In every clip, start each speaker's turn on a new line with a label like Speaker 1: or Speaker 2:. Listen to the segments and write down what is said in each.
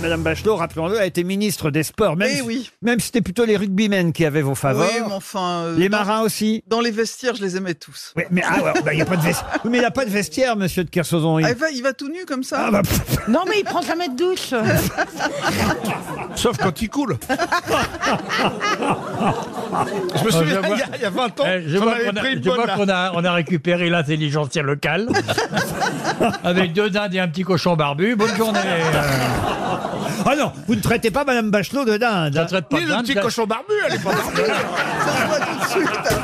Speaker 1: Madame Bachelot, rappelons-le, a été ministre des Sports. Même
Speaker 2: Eh
Speaker 1: si-
Speaker 2: oui.
Speaker 1: Même si c'était plutôt les rugbymen qui avaient vos faveurs.
Speaker 2: Oui, mais enfin. euh,
Speaker 1: Les
Speaker 2: dans-
Speaker 1: marins aussi.
Speaker 2: Dans les vestiaires, je les aimais tous.
Speaker 1: Oui, mais ah ouais, bah, il n'y a pas de vestiaire. mais il n'y a pas de vestiaire, monsieur de Kersozon. Il-
Speaker 2: Ah, il, va, il va tout nu comme ça
Speaker 1: Ah, bah, pff,
Speaker 3: Non, mais il prend sa mètre douche.
Speaker 4: Sauf quand il coule.
Speaker 5: Ah,
Speaker 4: je
Speaker 1: Euh,
Speaker 4: me souviens, il y a- il y, a 20 ans,
Speaker 6: Eh, je
Speaker 4: j'en
Speaker 6: vois
Speaker 4: avais
Speaker 6: qu'on
Speaker 4: pris
Speaker 6: a,
Speaker 4: une
Speaker 6: je
Speaker 4: bonne,
Speaker 6: vois
Speaker 4: là.
Speaker 6: qu'on a- on a récupéré l'intelligentsia locale avec deux dindes et un petit cochon barbu. Bonne journée. euh,
Speaker 1: Ah non, vous ne traitez pas Madame Bachelot de dinde. hein.
Speaker 6: ça traite pas
Speaker 4: Ni
Speaker 6: de
Speaker 4: le
Speaker 6: dinde,
Speaker 4: petit
Speaker 6: ça-
Speaker 4: cochon barbu, elle est pas barbue.
Speaker 2: Ça, on voit tout de suite.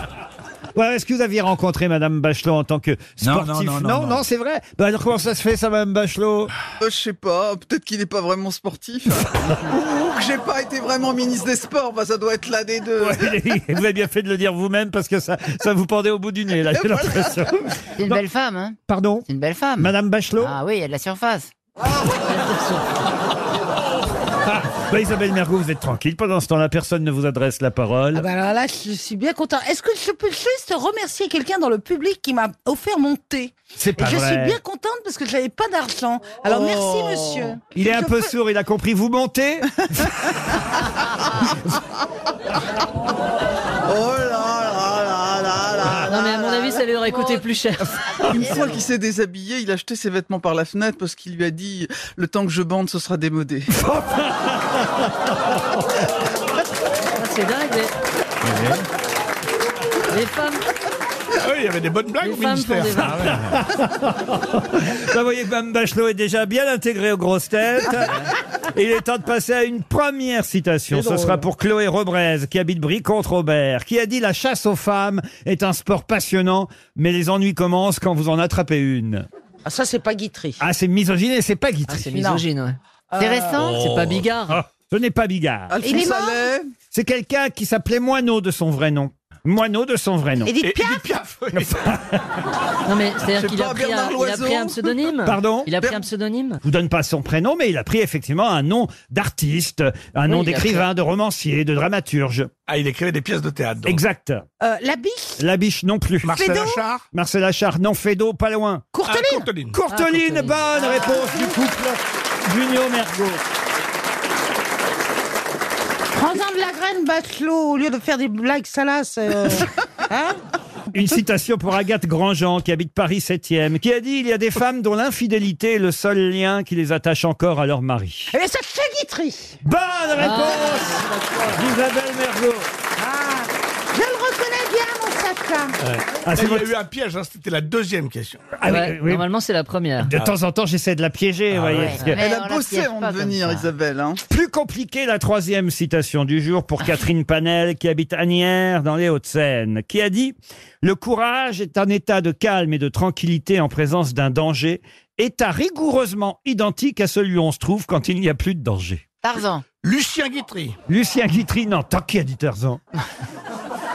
Speaker 1: Voilà, est-ce que vous aviez rencontré Madame Bachelot en tant que
Speaker 7: Non,
Speaker 1: sportif
Speaker 7: non, non, non, non.
Speaker 1: c'est vrai. Bah, alors comment ça se fait ça, Madame Bachelot
Speaker 2: Euh, je sais pas, peut-être qu'il n'est pas vraiment sportif. Ou ou que j'ai pas été vraiment ministre des Sports, bah, ça doit être l'un des deux.
Speaker 1: Vous avez bien fait de le dire vous-même parce que ça, ça vous pendait au bout du nez, là, j'ai l'impression.
Speaker 3: C'est une belle femme, hein
Speaker 1: Pardon
Speaker 3: C'est une belle femme.
Speaker 1: Madame Bachelot
Speaker 3: Ah oui, il y a de la surface.
Speaker 1: Bah, Isabelle Mergo, vous êtes tranquille. Pendant ce temps-là, personne ne vous adresse la parole.
Speaker 5: Ah bah alors là, je suis bien content. Est-ce que je peux juste remercier quelqu'un dans le public qui m'a offert mon thé
Speaker 1: C'est
Speaker 5: Et
Speaker 1: pas
Speaker 5: je
Speaker 1: vrai.
Speaker 5: suis bien contente parce que je n'avais pas d'argent. Alors
Speaker 2: Oh.
Speaker 5: merci monsieur.
Speaker 1: Il est un
Speaker 5: Je
Speaker 1: peu
Speaker 5: peux-
Speaker 1: sourd, il a compris. Vous montez
Speaker 4: Ah
Speaker 2: Oh là là là là Ah,
Speaker 3: Ah,
Speaker 2: là
Speaker 8: Non, mais à
Speaker 2: là
Speaker 8: mon
Speaker 2: là
Speaker 8: avis, ça lui aurait coûté plus cher.
Speaker 2: Une fois qu'il s'est déshabillé, il a jeté ses vêtements par la fenêtre parce qu'il lui a dit le temps que je bande, ce sera démodé.
Speaker 8: Ah, C'est dingue. Les, les femmes,
Speaker 9: Euh,
Speaker 4: Ah oui, il y avait des bonnes blagues
Speaker 8: les
Speaker 4: au
Speaker 8: femmes font
Speaker 4: ministère. Ah
Speaker 8: des
Speaker 10: Ah,
Speaker 8: vagues.
Speaker 1: Vous Bah, voyez, Mme Bachelot est déjà bien intégrée aux grosses têtes. Il est temps de passer à une première citation. Ce sera pour Chloé Robrez, qui habite Brie contre Aubert, qui a dit La chasse aux femmes est un sport passionnant, mais les ennuis commencent quand vous en attrapez une.
Speaker 5: Ah ça c'est pas Guitry.
Speaker 1: Ah, c'est misogyne et c'est pas
Speaker 8: Ah,
Speaker 1: Guitry.
Speaker 8: c'est misogyne, ouais. Oh.
Speaker 3: C'est récent
Speaker 8: C'est pas Bigard.
Speaker 1: Ah, ce n'est pas Bigard.
Speaker 2: Alphonse
Speaker 5: Il est mort
Speaker 2: Allais,
Speaker 1: C'est quelqu'un qui s'appelait Moineau de son vrai nom. Moineau de son vrai nom.
Speaker 5: Edith
Speaker 4: Et-
Speaker 5: Piaf
Speaker 4: et Piaf, oui.
Speaker 8: Non, mais
Speaker 2: C'est
Speaker 8: c'est-à-dire qu'il
Speaker 2: pas
Speaker 8: a, pris
Speaker 2: Bernard
Speaker 8: un- il a
Speaker 2: Loiseau
Speaker 8: pris un pseudonyme.
Speaker 1: Pardon
Speaker 8: Il a pris un pseudonyme.
Speaker 1: Je vous donne pas son prénom, mais il a pris effectivement un nom d'artiste, un
Speaker 8: Oui,
Speaker 1: nom
Speaker 8: il a
Speaker 1: d'écrivain, de romancier, de dramaturge.
Speaker 4: Ah, il écrivait des pièces de théâtre. donc.
Speaker 1: Exact.
Speaker 5: euh, La biche
Speaker 1: La biche non plus.
Speaker 4: Marcel
Speaker 5: Fédot
Speaker 4: Achard
Speaker 1: Marcel Achard, non, Fédo, pas loin.
Speaker 4: Ah,
Speaker 5: Courteline
Speaker 4: Courteline.
Speaker 1: Courteline,
Speaker 8: Ah, Courteline.
Speaker 1: bonne réponse du couple Junio Mergo.
Speaker 5: Prends-en de la graine, Bachelot, au lieu de faire des blagues salaces. euh, hein
Speaker 1: Une citation pour Agathe Grandjean, qui habite Paris 7e, qui a dit Il y a des femmes dont l'infidélité est le seul lien qui les attache encore à leur mari.
Speaker 5: Eh bien ça c'est Guitry.
Speaker 1: Bonne
Speaker 9: Ah,
Speaker 1: réponse d'Isabelle Mergo.
Speaker 5: Ah, je le reconnais bien mon satin.
Speaker 1: Ah,
Speaker 4: Là,
Speaker 1: c'est
Speaker 4: il y a
Speaker 1: votre-
Speaker 4: eu un piège, hein, c'était la deuxième question.
Speaker 1: Ah oui,
Speaker 8: Ouais,
Speaker 1: oui.
Speaker 8: Normalement, c'est la première. Ah
Speaker 1: De temps en temps, j'essaie de la piéger, vous voyez,
Speaker 8: ouais.
Speaker 1: parce que-
Speaker 3: Mais
Speaker 2: Elle
Speaker 3: on
Speaker 2: a
Speaker 3: la
Speaker 2: bossé
Speaker 3: piège
Speaker 2: avant
Speaker 3: pas
Speaker 2: de
Speaker 3: comme
Speaker 2: venir,
Speaker 3: ça.
Speaker 2: Isabelle. Hein.
Speaker 1: Plus compliquée, la troisième citation du jour pour Catherine Panel, qui habite Agnières, dans les Hauts-de-Seine, qui a dit « Le courage est un état de calme et de tranquillité en présence d'un danger, état rigoureusement identique à celui où on se trouve quand il n'y a plus de danger.
Speaker 3: Tarzan.
Speaker 4: Lucien Guitry. ».
Speaker 1: Lucien Guitry, non, tant qu'il a dit Tarzan.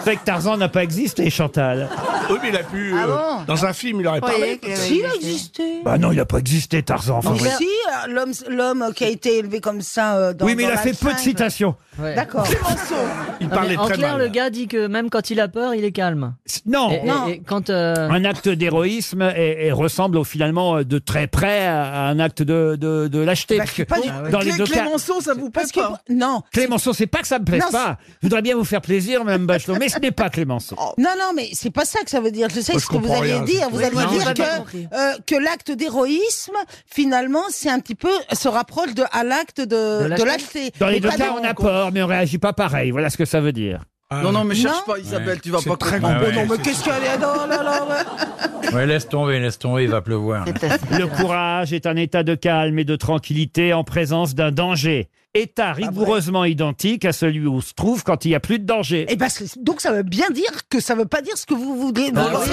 Speaker 1: C'est vrai que Tarzan n'a pas existé, Chantal.
Speaker 4: Oui, mais il a pu.
Speaker 3: Ah
Speaker 4: euh,
Speaker 3: bon
Speaker 4: dans un film, il aurait parlé.
Speaker 5: Si, il a existé.
Speaker 1: Bah non, il n'a pas existé, Tarzan. faut
Speaker 5: Mais
Speaker 1: vrai.
Speaker 5: si, euh, l'homme, l'homme qui a été élevé comme ça euh, dans
Speaker 1: oui, mais il
Speaker 5: dans
Speaker 1: a
Speaker 5: la
Speaker 1: fait peu de
Speaker 5: jungle.
Speaker 1: citations.
Speaker 8: Ouais.
Speaker 5: D'accord.
Speaker 4: Il
Speaker 8: Non, mais
Speaker 4: parlait
Speaker 8: en
Speaker 4: très
Speaker 8: clair,
Speaker 4: mal.
Speaker 8: le gars dit que même quand il a peur, il est calme.
Speaker 1: Non,
Speaker 8: Et- et-
Speaker 5: Non.
Speaker 8: et quand. euh,
Speaker 1: un acte d'héroïsme et, et ressemble au- finalement euh, de très près à, à un acte de, de, de lâcheté.
Speaker 2: Bah,
Speaker 1: parce que
Speaker 2: pas du-
Speaker 1: dans les
Speaker 2: Clé-
Speaker 1: deux cas,
Speaker 2: Clémenceau, ça vous plaît
Speaker 5: Parce que
Speaker 2: pas
Speaker 5: non,
Speaker 1: Clémenceau, c'est pas que ça me plaise
Speaker 5: Non,
Speaker 1: pas. Je voudrais bien vous faire plaisir, Madame Bachelot, mais ce n'est pas Clémenceau.
Speaker 5: non, non, mais c'est pas ça que ça veut dire. Je sais
Speaker 4: Moi,
Speaker 5: ce
Speaker 4: je
Speaker 5: que vous
Speaker 4: comprends
Speaker 5: allez
Speaker 4: rien,
Speaker 5: dire.
Speaker 4: c'est-
Speaker 5: Vous allez
Speaker 8: Non,
Speaker 5: dire
Speaker 8: j'ai pas compris.
Speaker 5: que euh, que l'acte d'héroïsme, finalement, c'est un petit peu se rapproche de à l'acte
Speaker 8: De
Speaker 5: de
Speaker 8: lâcheté.
Speaker 5: de lâcheté.
Speaker 1: Dans les
Speaker 5: Mais
Speaker 1: deux
Speaker 5: pas
Speaker 1: cas,
Speaker 5: de-
Speaker 1: on a peur, mais on réagit pas pareil. Voilà ce que ça veut dire.
Speaker 4: Ah,
Speaker 2: Euh, Non, non, mais cherche
Speaker 5: Non.
Speaker 2: pas, Isabelle, tu vas
Speaker 4: C'est
Speaker 2: pas
Speaker 4: très
Speaker 2: comprendre.
Speaker 4: grave.
Speaker 5: Oh,
Speaker 2: Bon, non, mais
Speaker 4: Ouais,
Speaker 2: qu'est-ce qu'elle est Non, non, non, non.
Speaker 6: Ouais, laisse tomber, laisse tomber, il va pleuvoir.
Speaker 1: Le courage est un état de calme et de tranquillité en présence d'un danger. État rigoureusement identique à celui où se trouve quand il n'y a plus de danger.
Speaker 5: Et parce que, donc ça veut bien dire que ça veut pas dire ce que vous voulez. vous-
Speaker 8: oui.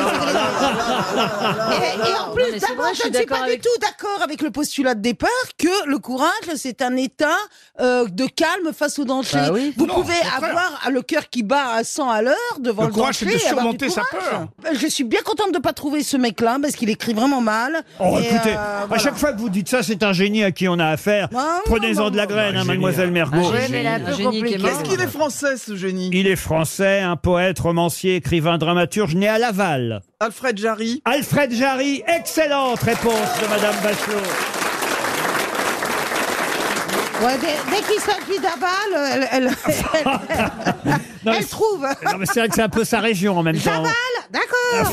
Speaker 5: Et, et en
Speaker 8: Non,
Speaker 5: plus,
Speaker 8: mais c'est
Speaker 5: d'abord,
Speaker 8: vrai, je
Speaker 5: je
Speaker 8: suis
Speaker 5: ne suis
Speaker 8: d'accord
Speaker 5: pas
Speaker 8: avec-
Speaker 5: du tout d'accord avec le postulat de départ que le courage, c'est un état euh, de calme face au danger.
Speaker 8: Bah oui.
Speaker 5: Vous
Speaker 4: Non,
Speaker 5: pouvez
Speaker 4: au contraire.
Speaker 5: avoir euh, le cœur qui bat à 100 à l'heure devant
Speaker 4: Le
Speaker 5: le,
Speaker 4: courage, c'est
Speaker 5: danger.
Speaker 4: de
Speaker 5: et avoir
Speaker 4: surmonter
Speaker 5: du
Speaker 4: sa
Speaker 5: courage.
Speaker 4: peur.
Speaker 5: Ben, Je suis bien contente de ne pas trouver ce mec-là parce qu'il écrit vraiment mal.
Speaker 1: Oh,
Speaker 5: Et,
Speaker 1: écoutez,
Speaker 5: euh, voilà.
Speaker 1: à
Speaker 5: Bah,
Speaker 1: chaque fois que vous dites ça, c'est un génie à qui on a affaire.
Speaker 5: Non, non,
Speaker 1: Prenez-en
Speaker 5: non,
Speaker 1: de la
Speaker 5: non.
Speaker 1: graine,
Speaker 4: Un
Speaker 1: hein,
Speaker 4: génie,
Speaker 1: mademoiselle
Speaker 4: hein.
Speaker 1: Mergo.
Speaker 3: Ouais, mais elle est un
Speaker 8: Un
Speaker 3: peu
Speaker 8: génie qui est
Speaker 3: compliquée.
Speaker 8: mort.
Speaker 2: Qu'est-ce qu'il est français, ce génie
Speaker 1: Il est français, un poète, romancier, écrivain, dramaturge, né à Laval.
Speaker 2: Alfred Jarry.
Speaker 1: Alfred Jarry, excellente réponse de Madame Bachelot.
Speaker 5: Ouais, dès dès qu'il s'appuie d'un balle, elle, elle- elle-
Speaker 1: Non, mais
Speaker 5: elle trouve.
Speaker 1: Non, mais c'est vrai que c'est un peu sa région en même temps.
Speaker 5: Zaval, d'accord.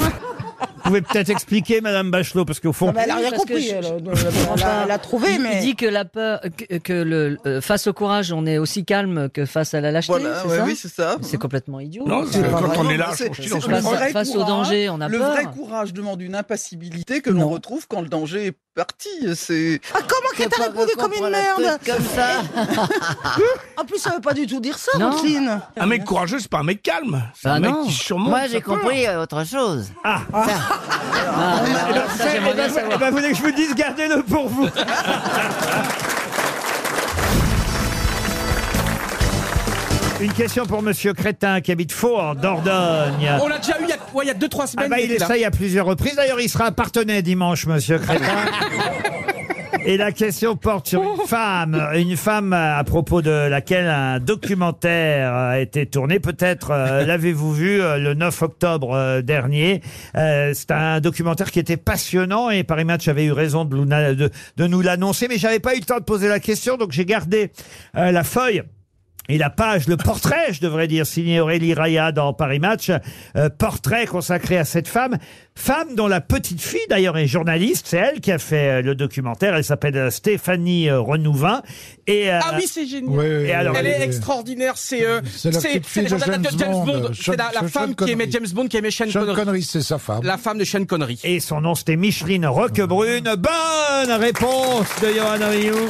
Speaker 1: Vous pouvez peut-être expliquer, Madame Bachelot, parce qu'au fond,
Speaker 5: Mais Ah bah, ben, elle a
Speaker 3: Oui,
Speaker 5: rien
Speaker 3: parce que
Speaker 5: compris.
Speaker 3: je-
Speaker 5: Elle, elle a- elle a trouvé,
Speaker 3: Il- Il
Speaker 5: mais.
Speaker 3: dit que la peur, que, que le euh, face au courage, on est aussi calme que face à la lâcheté.
Speaker 2: Voilà,
Speaker 3: c'est
Speaker 2: ouais,
Speaker 3: ça
Speaker 2: oui, c'est ça.
Speaker 3: c'est complètement idiot.
Speaker 10: Non,
Speaker 2: Euh,
Speaker 10: c'est-
Speaker 5: pas
Speaker 10: quand
Speaker 5: vrai.
Speaker 10: on est
Speaker 2: Non,
Speaker 10: là,
Speaker 2: mais c'est-
Speaker 10: on se dit
Speaker 2: c'est
Speaker 10: dans
Speaker 2: le
Speaker 10: une-
Speaker 3: face,
Speaker 2: vrai
Speaker 3: face au
Speaker 2: courage,
Speaker 3: danger, on a
Speaker 2: Le
Speaker 3: peur.
Speaker 2: vrai courage demande une impassibilité que l'on
Speaker 5: Non.
Speaker 2: retrouve quand le danger est parti. C'est
Speaker 5: Ah, comment qu'elle t'a répondu comme une merde
Speaker 11: Comme ça.
Speaker 5: En plus, ça veut pas du tout dire ça,
Speaker 3: Non.
Speaker 5: Roselyne.
Speaker 10: Un mec courageux, c'est pas un mec calme. C'est
Speaker 3: Bah
Speaker 10: un mec
Speaker 3: non.
Speaker 10: qui surmonte.
Speaker 11: Moi,
Speaker 10: sa
Speaker 11: j'ai
Speaker 10: peur.
Speaker 11: compris euh, autre chose.
Speaker 3: Ah, alors ça, j'aimerais bien
Speaker 1: Eh
Speaker 3: savoir.
Speaker 1: ben, vous voulez que je vous dise, gardez-le pour vous. Une question pour Monsieur Crétin qui habite Faux en Dordogne.
Speaker 12: On l'a déjà eu il y a 2-3 semaines.
Speaker 1: Ah bah,
Speaker 12: il
Speaker 1: il
Speaker 12: était là.
Speaker 1: essaye à plusieurs reprises. D'ailleurs, il sera partenaire dimanche, Monsieur Crétin. Et la question porte sur une femme, une femme à propos de laquelle un documentaire a été tourné. Peut-être euh, l'avez-vous vu euh, le 9 octobre euh, dernier. Euh, C'est un documentaire qui était passionnant et Paris Match avait eu raison de, l'una- de- de nous l'annoncer, mais j'avais pas eu le temps de poser la question, donc j'ai gardé euh, la feuille. Et la page, le portrait, je devrais dire, signé Aurélie Raya dans Paris Match, euh, portrait consacré à cette femme, femme dont la petite fille d'ailleurs est journaliste, c'est elle qui a fait euh, le documentaire, elle s'appelle euh, Stéphanie euh, Renouvin. Et, euh,
Speaker 12: Ah oui, c'est génial.
Speaker 1: et alors,
Speaker 12: Elle
Speaker 1: elle-
Speaker 12: est extraordinaire, c'est euh,
Speaker 13: C'est la petite fille de
Speaker 12: la- la-
Speaker 13: James Bond.
Speaker 12: c'est la, la
Speaker 13: Sean-
Speaker 12: femme
Speaker 13: Sean
Speaker 12: qui aimait
Speaker 13: Connery.
Speaker 12: James Bond, qui aimait Sean,
Speaker 13: Sean
Speaker 12: Connery.
Speaker 13: Connery, c'est sa femme.
Speaker 12: La femme de Sean Connery.
Speaker 1: et son nom c'était Micheline Roquebrune. Bonne réponse de Johan Rioux.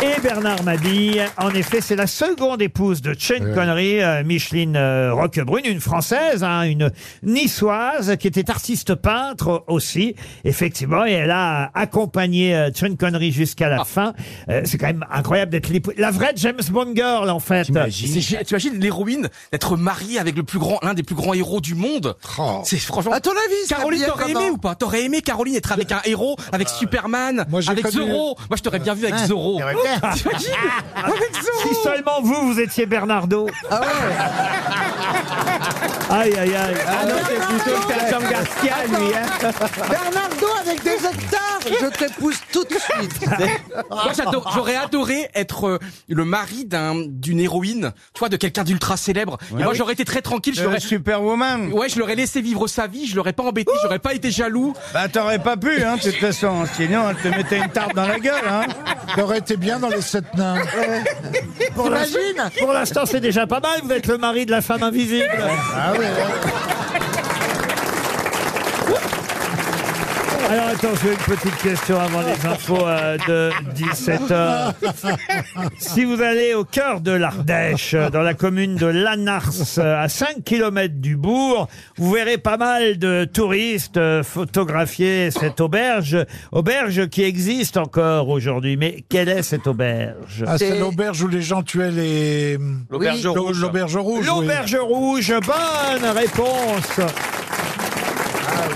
Speaker 1: Et Bernard Mabille, en effet, c'est la seconde épouse de Chen
Speaker 13: Ouais.
Speaker 1: Connery, euh, Micheline euh, Roquebrune, une Française, hein, une Niçoise, qui était artiste peintre aussi, effectivement, et elle a accompagné euh, Chen Connery jusqu'à la fin. Euh, c'est quand même incroyable d'être l'épouse- la vraie James Bond girl, en fait.
Speaker 12: C'est gé- Tu imagines l'héroïne d'être mariée avec le plus grand, l'un des plus grands héros du monde.
Speaker 13: Oh.
Speaker 12: C'est franchement.
Speaker 2: À ton avis, c'est
Speaker 12: Caroline,
Speaker 2: habillé
Speaker 12: t'aurais
Speaker 2: comment
Speaker 12: aimé ou pas T'aurais aimé Caroline être avec un héros, avec Superman,
Speaker 13: Euh, moi, j'ai
Speaker 12: avec
Speaker 13: connu-
Speaker 12: Zorro Moi, je t'aurais bien vu avec Zorro. T'imagines Avec
Speaker 1: Ah Si
Speaker 12: Zorro
Speaker 1: seulement vous, vous étiez Bernardo. Ah ouais. Aïe, aïe, aïe.
Speaker 12: Ah non, c'est plutôt Sergio Garcia, lui. hein.
Speaker 5: Bernardo avec deux hectares, je t'épouse tout de suite.
Speaker 12: Moi, j'adore- j'aurais adoré être euh, le mari d'un d'une héroïne, tu vois, de quelqu'un d'ultra célèbre. Et moi, j'aurais été très tranquille. Je l'aurais-
Speaker 9: Euh, Superwoman.
Speaker 12: ouais, je l'aurais laissé vivre sa vie. Je l'aurais pas embêté. J'aurais pas été jaloux.
Speaker 9: Bah t'aurais
Speaker 12: Ah
Speaker 9: pas pu, hein, de toute façon. Sinon, elle te mettait une tarte dans la gueule, hein.
Speaker 13: T'aurais été bien dans les sept nains.
Speaker 1: Pour l'instant- Pour l'instant, c'est déjà pas mal. Vous êtes le mari de la femme invisible.
Speaker 13: Ah oui,
Speaker 1: Alors, attends, je fais une petite question avant les infos euh, de 17h. Si vous allez au cœur de l'Ardèche, euh, dans la commune de Lanars, euh, à 5 km du bourg, vous verrez pas mal de touristes euh, photographier cette auberge. Auberge qui existe encore aujourd'hui. Mais quelle est cette auberge
Speaker 13: Ah, c'est l'auberge où les gens tuaient les.
Speaker 10: L'auberge rouge.
Speaker 13: L'auberge rouge. oui.
Speaker 1: L'auberge rouge, bonne réponse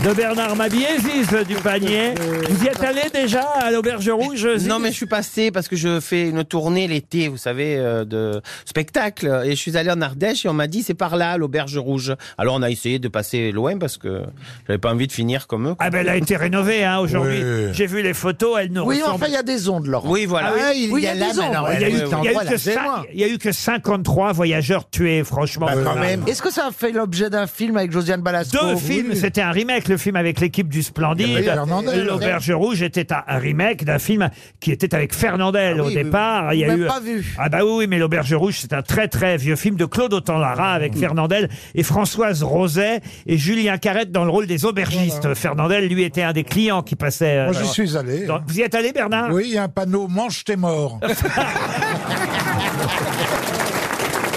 Speaker 1: de Bernard Mabier, Ziz du panier. Vous y êtes allé déjà à l'auberge rouge Ziz
Speaker 9: Non, mais je suis passé parce que je fais une tournée l'été, vous savez, euh, de spectacle. Et je suis allé en Ardèche et on m'a dit c'est par là, l'auberge rouge. Alors on a essayé de passer loin parce que j'avais pas envie de finir comme eux. quoi.
Speaker 1: Ah ben elle a été rénovée hein, aujourd'hui.
Speaker 13: Oui.
Speaker 1: J'ai vu les photos, elle ne
Speaker 9: Oui,
Speaker 1: ressemble-
Speaker 9: enfin, il y a des ondes, Laurent. Oui, voilà. il y a des ondes.
Speaker 1: Ah Il y a eu- il y a eu que cinq- il y a eu que 53 voyageurs tués, franchement.
Speaker 9: Bah,
Speaker 13: quand
Speaker 1: Voilà.
Speaker 13: même.
Speaker 9: Est-ce que ça a fait l'objet d'un film avec Josiane Balasco
Speaker 1: Deux films, c'était un remake, le film avec l'équipe du
Speaker 13: Il y
Speaker 1: Splendide.
Speaker 13: avait Fernandel.
Speaker 1: L'Auberge Rouge était un un remake d'un film qui était avec Fernandel
Speaker 9: Ah
Speaker 1: au
Speaker 9: oui, oui,
Speaker 1: départ.
Speaker 9: oui.
Speaker 1: Il y a
Speaker 9: Même
Speaker 1: eu...
Speaker 9: pas vu.
Speaker 1: Ah bah oui, oui, mais l'Auberge Rouge, c'est un très très vieux film de Claude Autant-Lara
Speaker 9: Mmh.
Speaker 1: avec Fernandel et Françoise Roset et Julien Carrette dans le rôle des aubergistes. Fernandel, lui, était un des clients qui passait... euh,
Speaker 13: Moi, j'y suis allé.
Speaker 1: dans- Vous y êtes allé, Bernard
Speaker 13: Oui, il y a un panneau Mange tes morts.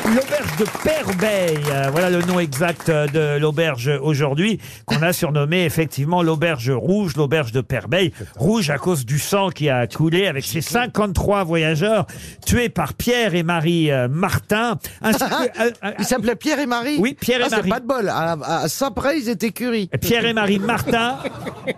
Speaker 1: L'auberge de Perbeil, euh, voilà le nom exact euh, de l'auberge aujourd'hui, qu'on a surnommée effectivement l'auberge rouge, l'auberge de Perbeil. Rouge à cause du sang qui a coulé avec ses 53 voyageurs tués par Pierre et Marie euh, Martin. ainsi que- euh, euh,
Speaker 9: Il s'appelait Pierre et Marie.
Speaker 1: Oui, Pierre et
Speaker 9: Ah,
Speaker 1: Marie.
Speaker 9: C'est pas de bol. À, à Saint-Pré, ils étaient curie.
Speaker 1: Pierre et Marie Martin.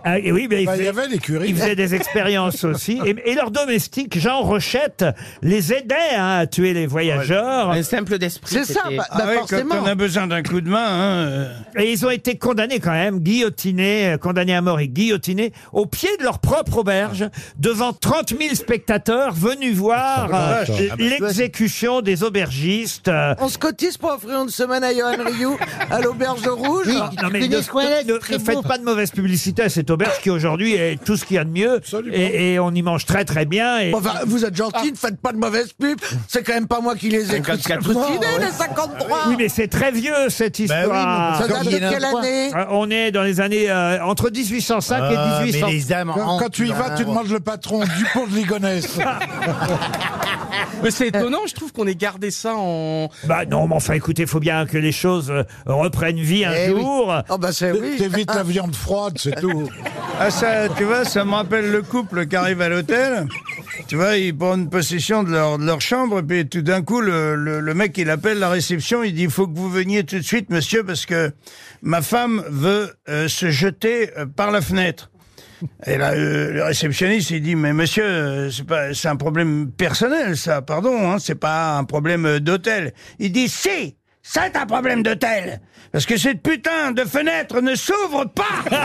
Speaker 1: Ah, et oui, mais il
Speaker 13: Bah, Il y
Speaker 1: faisait-
Speaker 13: avait l'écurie.
Speaker 1: Ils faisaient des expériences aussi. Et, et leur domestique, Jean Rochette, les aidait hein, à tuer les voyageurs.
Speaker 9: Un simple
Speaker 14: d'esprit.
Speaker 1: C'est ça,
Speaker 14: c'était-
Speaker 1: bah- bah Ah oui, quand forcément. on a
Speaker 15: besoin d'un coup de main.
Speaker 1: Et ils ont été condamnés quand même, guillotinés, euh, condamnés à mort et guillotinés au pied de leur propre auberge devant 30 000 spectateurs venus voir euh,
Speaker 13: vache.
Speaker 1: l- l'exécution des aubergistes. euh,
Speaker 13: On se cotise pour offrir une semaine à Johan Rioux à l'auberge rouge.
Speaker 1: Oui, non, mais ne, ne- ne faites pas de mauvaise publicité à cette auberge qui aujourd'hui est tout ce qu'il y a de mieux et, et on y mange très très bien. Et...
Speaker 13: Enfin, vous êtes gentil, ne faites pas de mauvaise pub. C'est quand même pas moi qui les ai crucifiés, les
Speaker 16: Ben
Speaker 13: 53.
Speaker 1: Oui, mais c'est très vieux
Speaker 10: Ben
Speaker 1: cette histoire.
Speaker 13: mais ça date de quelle année
Speaker 16: Ah.
Speaker 1: Euh, On est dans les années euh, entre 1805
Speaker 10: Ah,
Speaker 1: et
Speaker 10: mais
Speaker 1: 1800.
Speaker 10: les dames Quand- en- quand tu y vas, tu demandes
Speaker 1: le patron du pont de Ligonnès.
Speaker 17: Mais c'est étonnant, je trouve qu'on ait gardé ça en.
Speaker 1: Bah non, mais enfin écoutez, faut bien que les choses euh, reprennent
Speaker 15: Eh
Speaker 1: vie un
Speaker 10: Eh
Speaker 1: jour.
Speaker 15: Oh,
Speaker 10: T'évites la viande froide, c'est tout.
Speaker 15: ben, Ah, ça, tu vois, ça me rappelle le couple qui arrive à l'hôtel. Tu vois, ils prennent possession de leur, de leur chambre, et puis tout d'un coup, le, le- le mec, il appelle la réception, il dit, il faut que vous veniez tout de suite, monsieur, parce que ma femme veut euh, se jeter euh, par la fenêtre. Et là, euh, le réceptionniste, il dit, mais monsieur, euh, c'est pas, c'est un problème personnel, ça, pardon, hein, c'est pas un problème euh, d'hôtel. Il dit, si, c'est un problème d'hôtel, parce que cette putain de fenêtre ne s'ouvre pas.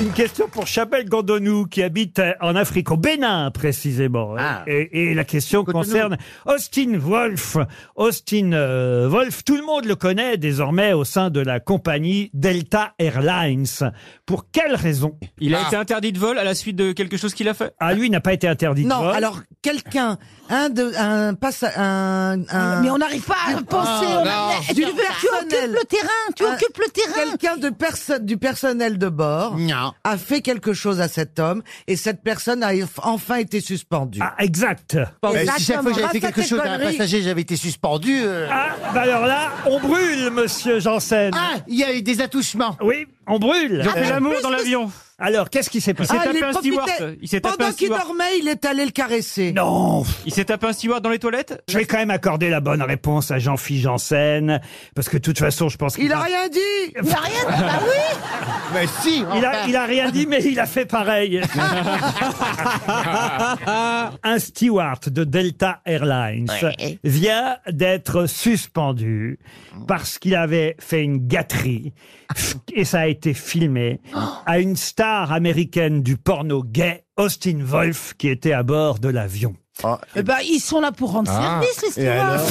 Speaker 1: Une question pour Chapelle Gandonou qui habite euh, en Afrique, au Bénin précisément. hein. Et, et la question concerne Austin Wolf. Austin euh, Wolf, tout le monde le connaît désormais au sein de la compagnie Delta Airlines. Pour quelle raison
Speaker 16: Il a été interdit de vol à la suite de quelque chose qu'il a fait
Speaker 1: Ah, lui il n'a pas été interdit de
Speaker 16: Non,
Speaker 1: vol.
Speaker 16: alors-
Speaker 5: Quelqu'un, un de, un passe, un, Mais on n'arrive pas à penser.
Speaker 13: Ah,
Speaker 5: au-
Speaker 13: non.
Speaker 5: Tu, tu occupes le terrain, tu occupes le terrain.
Speaker 13: Quelqu'un de perso- du personnel de bord a fait quelque chose à cet homme et cette personne a enf- enfin été suspendue.
Speaker 1: Ah, exact.
Speaker 9: Mais si chaque fois que j'avais fait quelque chose à un passager, j'avais été suspendu. euh.
Speaker 1: Ah, bah alors là, on brûle, monsieur Janssen.
Speaker 9: Ah, il y a eu des attouchements. Ah,
Speaker 1: Oui, on brûle.
Speaker 16: Ils ont fait
Speaker 1: Euh,
Speaker 16: l'amour
Speaker 1: plus
Speaker 16: dans
Speaker 1: que-
Speaker 16: l'avion.
Speaker 1: Alors, qu'est-ce qui s'est
Speaker 16: Il
Speaker 1: passé
Speaker 12: Ah,
Speaker 16: s'est tapé un steward. Il s'est tapé un
Speaker 13: Pendant qu'il
Speaker 16: steward.
Speaker 13: dormait, il est allé le caresser.
Speaker 1: Non
Speaker 16: Il s'est tapé un steward dans les toilettes
Speaker 1: Je vais quand même accorder la bonne réponse à Jean-Philippe Janssen, parce que de toute façon, je pense qu'il
Speaker 13: Il a rien dit Il a rien dit Bah oui
Speaker 1: Mais si il a,
Speaker 13: enfin.
Speaker 1: il a rien dit, mais il a fait pareil. Un steward de Delta Airlines
Speaker 13: Ouais.
Speaker 1: vient d'être suspendu parce qu'il avait fait une gâterie, et ça a été filmé, à une star américaine du porno gay, Austin Wolf, qui était à bord de l'avion.
Speaker 5: Eh ben, ils sont là pour rendre
Speaker 1: Ah.
Speaker 5: service, les
Speaker 1: Et
Speaker 5: stewards.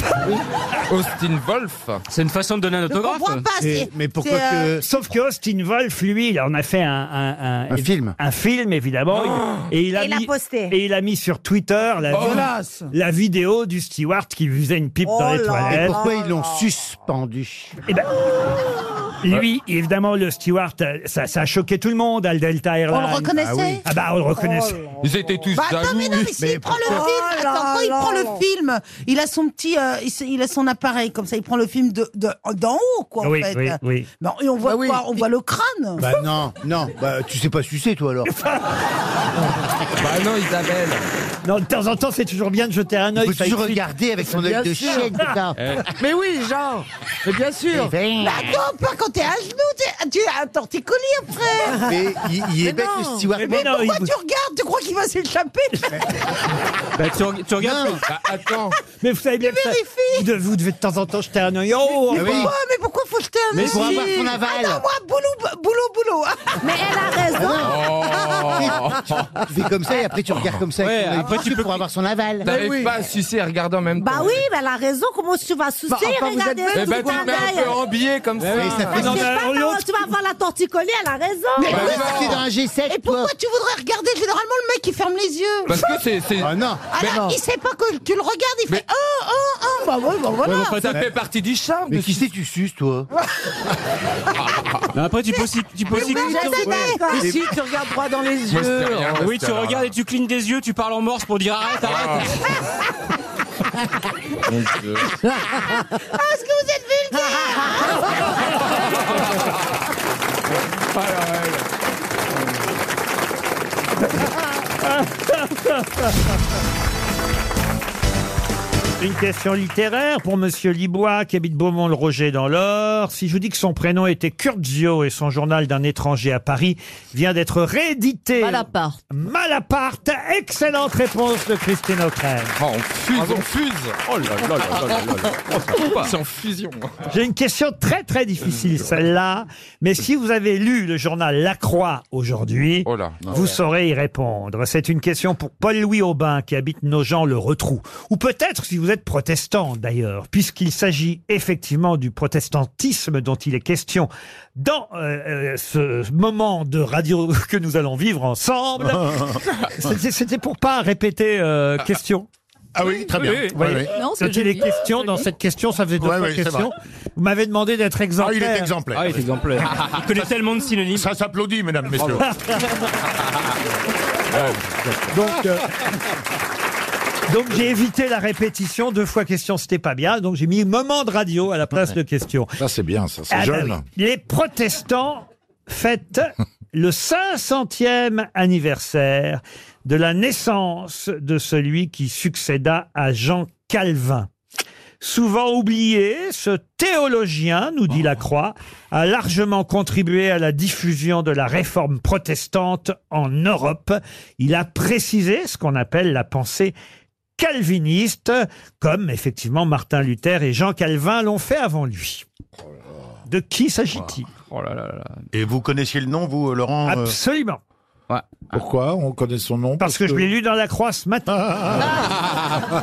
Speaker 17: Austin Wolf. C'est une façon de donner un
Speaker 5: Je
Speaker 17: autographe.
Speaker 5: comprends pas, c'est- c'est, euh,
Speaker 1: Sauf que Austin Wolf, lui, il en a fait un, film. Un film, évidemment.
Speaker 17: Oh.
Speaker 1: Et il a mis, Et il a mis sur Twitter la,
Speaker 9: Oh.
Speaker 1: vi-
Speaker 9: Dégueulasse.
Speaker 1: la vidéo du steward qui faisait une pipe dans les
Speaker 9: Oh Et
Speaker 1: toilettes.
Speaker 9: pourquoi ils l'ont suspendu
Speaker 5: Oh
Speaker 1: Lui, évidemment, le steward, euh, ça, ça a choqué tout le monde à le Delta Airlines.
Speaker 5: reconnaissait
Speaker 1: ah, ah bah, on le reconnaissait.
Speaker 9: Oh
Speaker 12: Ils étaient tous
Speaker 5: Bah attends, mais non, mais s'il prend le film, attends, quand il prend le film, il a son petit, euh, il, se- il a son appareil, comme ça, il prend le film de, de- d'en haut, quoi,
Speaker 9: Oui,
Speaker 5: en fait.
Speaker 9: oui, oui.
Speaker 5: Non, et on voit
Speaker 9: Bah oui.
Speaker 5: quoi On voit le crâne.
Speaker 9: Bah non, non, bah tu sais pas sucer toi alors.
Speaker 1: Bah non, Isabelle. Non, de temps en temps, c'est toujours bien de jeter un œil.
Speaker 9: Faut
Speaker 1: ça
Speaker 9: toujours
Speaker 1: excite.
Speaker 9: regarder avec son œil
Speaker 5: Bien
Speaker 9: de
Speaker 5: sûr.
Speaker 9: chien, putain.
Speaker 1: Eh.
Speaker 5: Mais oui, genre. Mais bien sûr. Bah non, pas quand t'es à genoux, t'es- tu es un torticolis après.
Speaker 9: Mais il- il est bête, le
Speaker 5: non.
Speaker 9: steward.
Speaker 5: Mais,
Speaker 9: Mais non,
Speaker 5: pourquoi
Speaker 9: il-
Speaker 5: tu regardes Tu crois qu'il va s'échapper
Speaker 16: Bah, tu, reg- tu regardes. attends.
Speaker 1: Mais vous savez bien que ça- vous, devez, vous devez de temps en temps jeter un œil. Oh,
Speaker 5: mais,
Speaker 1: ah oui.
Speaker 5: pourquoi, mais pourquoi faut jeter un
Speaker 1: Mais
Speaker 5: œil
Speaker 1: pour avoir son aval.
Speaker 5: Attends, moi, boulot, boulot, boulot. Mais elle
Speaker 12: Ah
Speaker 9: Tu fais comme ça et après tu regardes comme ça. avec ton œil dessus pour avoir son aval.
Speaker 12: T'arrives pas à sucer et regarder en même
Speaker 5: Bah
Speaker 12: temps.
Speaker 18: mais elle a raison, comment tu vas soucier,
Speaker 9: Bah, enfin, vous
Speaker 18: regardez,
Speaker 9: êtes bête
Speaker 18: tout le
Speaker 12: Eh ben, tu te mets un
Speaker 18: bordel.
Speaker 12: peu en biais comme ça.
Speaker 18: Parce que je sais pas, maman, tu vas avoir la torticolis, elle a raison.
Speaker 12: Mais Bah pourquoi non. t'es dans un
Speaker 9: G7,
Speaker 5: Et pourquoi tu voudrais regarder Généralement, le mec, il ferme les yeux.
Speaker 12: Parce que c'est. c'est-
Speaker 5: Alors, il sait pas que tu le regardes, il fait oh, oh, oh. Bah ouais, bah voilà.
Speaker 12: Ouais, mais ça fait partie du charme. Ah,
Speaker 9: Mais qui sait tu suces toi
Speaker 12: bah,
Speaker 16: Après, tu peux aussi. Tu peux
Speaker 9: Mais
Speaker 16: aussi
Speaker 9: oui,
Speaker 16: tu-
Speaker 9: je sais, d'accord.
Speaker 16: Ouais.
Speaker 9: Et si tu regardes droit dans les
Speaker 16: Moi,
Speaker 9: yeux,
Speaker 16: c'était rien,
Speaker 9: alors.
Speaker 16: oui, tu
Speaker 9: Alors là.
Speaker 16: regardes et tu clignes des yeux, tu parles en morse pour dire arrête, arrête.
Speaker 5: Ah, est-ce que vous êtes vulgaire
Speaker 1: Une question littéraire pour Monsieur Libois, qui habite Beaumont-le-Roger dans l'Or. Si je vous dis que son prénom était Curzio et son journal d'un étranger à Paris vient d'être réédité. Malaparte. Malaparte. Excellente réponse de Christine O'Crane.
Speaker 12: Fuse, on fuse. Oh là là là là là là là. Oh, ça peut pas. C'est en fusion.
Speaker 1: J'ai une question très très difficile, celle-là. Mais si vous avez lu le journal La Croix aujourd'hui, vous saurez y répondre. C'est une question pour Paul-Louis Aubin qui habite Nogent-le-Retrou. Ou peut-être si vous êtes protestant d'ailleurs, puisqu'il s'agit effectivement du protestantisme dont il est question dans euh, euh, ce moment de radio que nous allons vivre ensemble. C'était c'était pour pas répéter euh, question.
Speaker 19: Ah oui, très bien.
Speaker 1: Oui,
Speaker 19: Oui, oui.
Speaker 1: Quand
Speaker 19: Non, c'est
Speaker 1: il est
Speaker 19: joli.
Speaker 1: question, dans cette question, ça faisait deux
Speaker 19: Ouais,
Speaker 1: trois
Speaker 19: oui, c'est
Speaker 1: questions.
Speaker 19: vrai.
Speaker 1: Vous m'avez demandé d'être exemplaire.
Speaker 19: Ah, il est exemplaire.
Speaker 1: Ah, il est exemplaire.
Speaker 19: il connaît tellement de synonymes. Ça s'applaudit, mesdames, messieurs.
Speaker 1: Donc, euh, donc j'ai évité la répétition. Deux fois question, c'était pas bien. Donc j'ai mis moment de radio à la place de question.
Speaker 19: Ça, c'est bien, ça. C'est
Speaker 1: Ah, bah
Speaker 19: jeune.
Speaker 1: oui. Les protestants fêtent le 500e anniversaire de la naissance de celui qui succéda à Jean Calvin. Souvent oublié, ce théologien, nous dit Lacroix, a largement contribué à la diffusion de la réforme protestante en Europe. Il a précisé ce qu'on appelle la pensée calviniste, comme effectivement Martin Luther et Jean Calvin l'ont fait avant lui. De qui s'agit-il
Speaker 7: Oh
Speaker 19: Et vous connaissiez le nom, vous, Laurent euh,
Speaker 1: Absolument.
Speaker 19: Pourquoi on connaît son nom
Speaker 1: Parce que je l'ai lu dans la croix ce matin.
Speaker 19: Ah.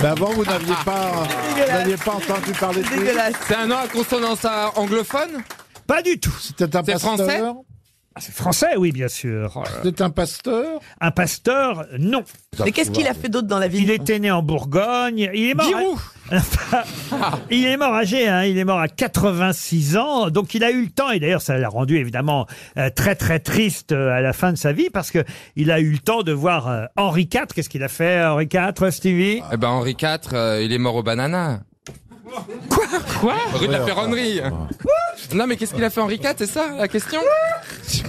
Speaker 19: Mais avant, vous n'aviez pas, vous n'aviez pas entendu parler de lui.
Speaker 12: C'est un nom à consonance euh, anglophone
Speaker 1: Pas du tout.
Speaker 19: C'était un
Speaker 12: C'est
Speaker 19: pasteur
Speaker 12: français
Speaker 1: Ah, C'est français, oui, bien sûr.
Speaker 19: C'était Ah, un pasteur
Speaker 1: Un pasteur, non.
Speaker 19: Mais qu'est-ce qu'il a
Speaker 1: fait d'autre dans la vie Il était né en Bourgogne. Il est mort. à- il est mort âgé, hein, il est mort à 86 ans. Donc il a eu le temps, et d'ailleurs ça l'a rendu évidemment euh, très très triste euh, à la fin de sa vie, parce que il a eu le temps de voir euh, Henri IV. Qu'est-ce qu'il a fait, Henri IV, Stevie
Speaker 12: Eh ben Henri IV, euh, il est mort au banana. Quoi Quoi Ah, Rue de la Ferronnerie. Non mais qu'est-ce qu'il a fait Henri IV, c'est ça la question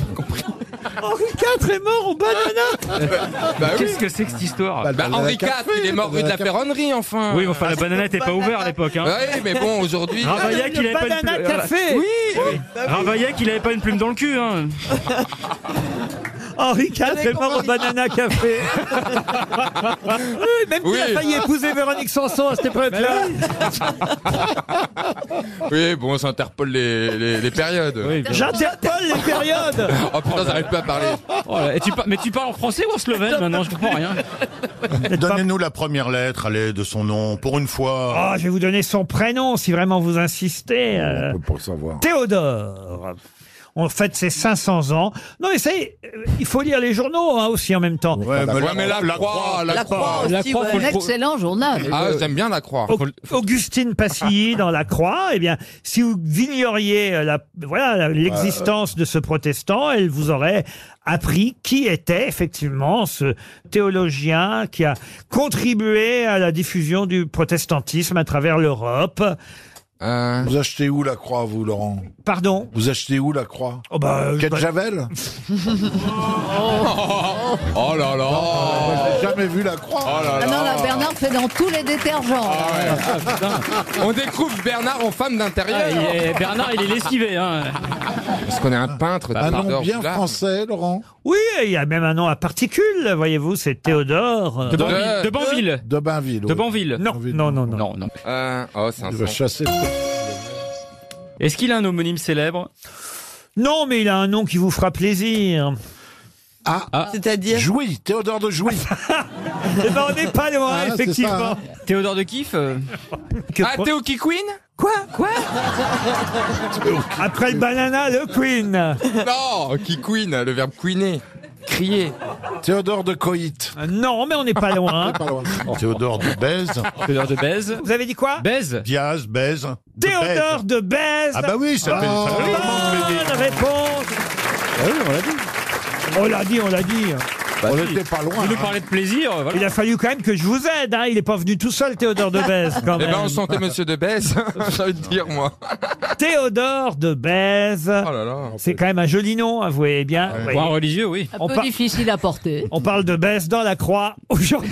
Speaker 1: Henri IV est mort au banana
Speaker 12: Qu'est-ce que c'est que cette
Speaker 20: Bah,
Speaker 12: histoire bah,
Speaker 20: le banana
Speaker 12: Henri IV,
Speaker 20: café,
Speaker 12: il est mort
Speaker 20: le
Speaker 12: rue de la
Speaker 20: banana
Speaker 12: Ferronnerie enfin.
Speaker 20: Oui, mais enfin, le banana n'était pas ouvert à l'époque, hein.
Speaker 12: Oui, mais bon, aujourd'hui. euh,
Speaker 20: Ravaillac, il avait pas une plume- Oui,
Speaker 12: Bah
Speaker 20: Ravaillac, il avait pas une plume dans le cul, hein.
Speaker 1: Henri IV est mort au Banana Café. Euh, Même
Speaker 20: Oui.
Speaker 1: qu'il a failli épouser Véronique Sanson à cette
Speaker 19: Eh,
Speaker 1: époque-là.
Speaker 12: Oui, bon, on s'interpole les, les, les périodes.
Speaker 1: J'interpole les périodes
Speaker 12: Oh putain, j'arrive pas à parler.
Speaker 20: Oh là, et tu par- Mais tu parles en français ou en slovène maintenant Je comprends rien.
Speaker 19: eh, Donnez-nous la première lettre, allez, de son nom, pour une fois.
Speaker 1: Oh, je vais vous donner son prénom si vraiment vous insistez. euh,
Speaker 19: Pour savoir.
Speaker 1: Théodore. On fête ses 500 ans. Non, mais ça y est, euh, il faut lire les journaux hein, aussi en même temps.
Speaker 19: mais
Speaker 12: Ouais, mais la, croix,
Speaker 1: Ah,
Speaker 12: la, croix.
Speaker 3: un excellent journal.
Speaker 12: Ah,
Speaker 21: Euh,
Speaker 12: j'aime bien la croix.
Speaker 1: Euh, Au- Augustine Passilly dans La Croix, eh bien, si vous ignoriez euh, la, voilà, la-
Speaker 12: Euh.
Speaker 1: l'existence de ce protestant, elle vous aurait appris qui était effectivement ce théologien qui a contribué à la diffusion du protestantisme à travers l'Europe.
Speaker 12: Euh.
Speaker 19: Vous achetez où la croix, vous, Laurent
Speaker 1: Pardon
Speaker 19: Vous achetez où la croix
Speaker 1: Oh bah, euh,
Speaker 19: Quai de
Speaker 1: bah-
Speaker 19: Javel
Speaker 12: Oh là là
Speaker 19: J'ai jamais vu la croix.
Speaker 12: Oh là
Speaker 3: Ah non,
Speaker 12: là
Speaker 3: là, Bernard fait dans tous les détergents.
Speaker 12: On découvre Bernard en femme d'intérieur.
Speaker 20: Ah, il est- Bernard, il est lessivé, hein.
Speaker 12: Parce qu'on est un peintre.
Speaker 19: Un
Speaker 12: de
Speaker 19: nom
Speaker 12: Bernard
Speaker 19: Bah, bien
Speaker 12: Goulard.
Speaker 19: français, Laurent
Speaker 1: Oui, il y a même un nom à particules, voyez-vous, c'est Théodore. euh,
Speaker 20: De Banville. De Banville.
Speaker 19: De Bainville.
Speaker 20: De
Speaker 19: oui.
Speaker 20: Banville.
Speaker 1: Non, non, non, non.
Speaker 20: Non, non.
Speaker 12: Euh, oh, c'est un
Speaker 19: Il veut
Speaker 12: son.
Speaker 19: chasser.
Speaker 20: Est-ce qu'il a un homonyme célèbre
Speaker 1: Non, mais il a un nom qui vous fera plaisir.
Speaker 19: Ah,
Speaker 20: C'est-à-dire
Speaker 19: Jouy, Théodore de Jouy.
Speaker 1: Eh ben, on n'est pas loin,
Speaker 19: Ah, c'est ça,
Speaker 1: effectivement.
Speaker 19: hein.
Speaker 20: Théodore de Kiff euh
Speaker 1: Que
Speaker 12: Ah,
Speaker 1: pro-
Speaker 12: Théo qui queen
Speaker 20: Quoi Quoi
Speaker 1: Après le banana, le queen.
Speaker 12: Non, qui queen, le verbe queener. Crier.
Speaker 19: Théodore de Coït.
Speaker 1: Non, mais on n'est pas loin.
Speaker 19: Théodore de Bèze.
Speaker 20: Théodore de Bèze
Speaker 1: Vous avez dit quoi
Speaker 20: Bèze
Speaker 19: Diaz, Bèze. de
Speaker 1: Théodore
Speaker 19: Bèze.
Speaker 1: de Bèze.
Speaker 19: Ah bah oui, ça fait... ça fait longtemps que je l'ai dit. Ah
Speaker 1: Bonne réponse.
Speaker 19: on l'a dit. Bah,
Speaker 1: On l'a dit, on l'a dit.
Speaker 19: on n'était pas loin.
Speaker 20: Vous nous
Speaker 19: hein.
Speaker 20: parlez de plaisir, voilà.
Speaker 1: Il a fallu quand même que je vous aide. Hein. Il n'est pas venu tout seul, Théodore de Bèze, quand
Speaker 12: Eh
Speaker 1: même.
Speaker 12: ben, on sentait Monsieur de Besse, j'ai envie de dire, moi.
Speaker 1: Théodore de Bèze.
Speaker 12: Oh là là.
Speaker 1: C'est quand même un joli nom, avouez bien. Vous voyez.
Speaker 20: Point religieux, oui.
Speaker 1: On
Speaker 3: Un peu
Speaker 1: par-
Speaker 3: difficile à porter.
Speaker 1: On parle de Bèze dans la croix aujourd'hui.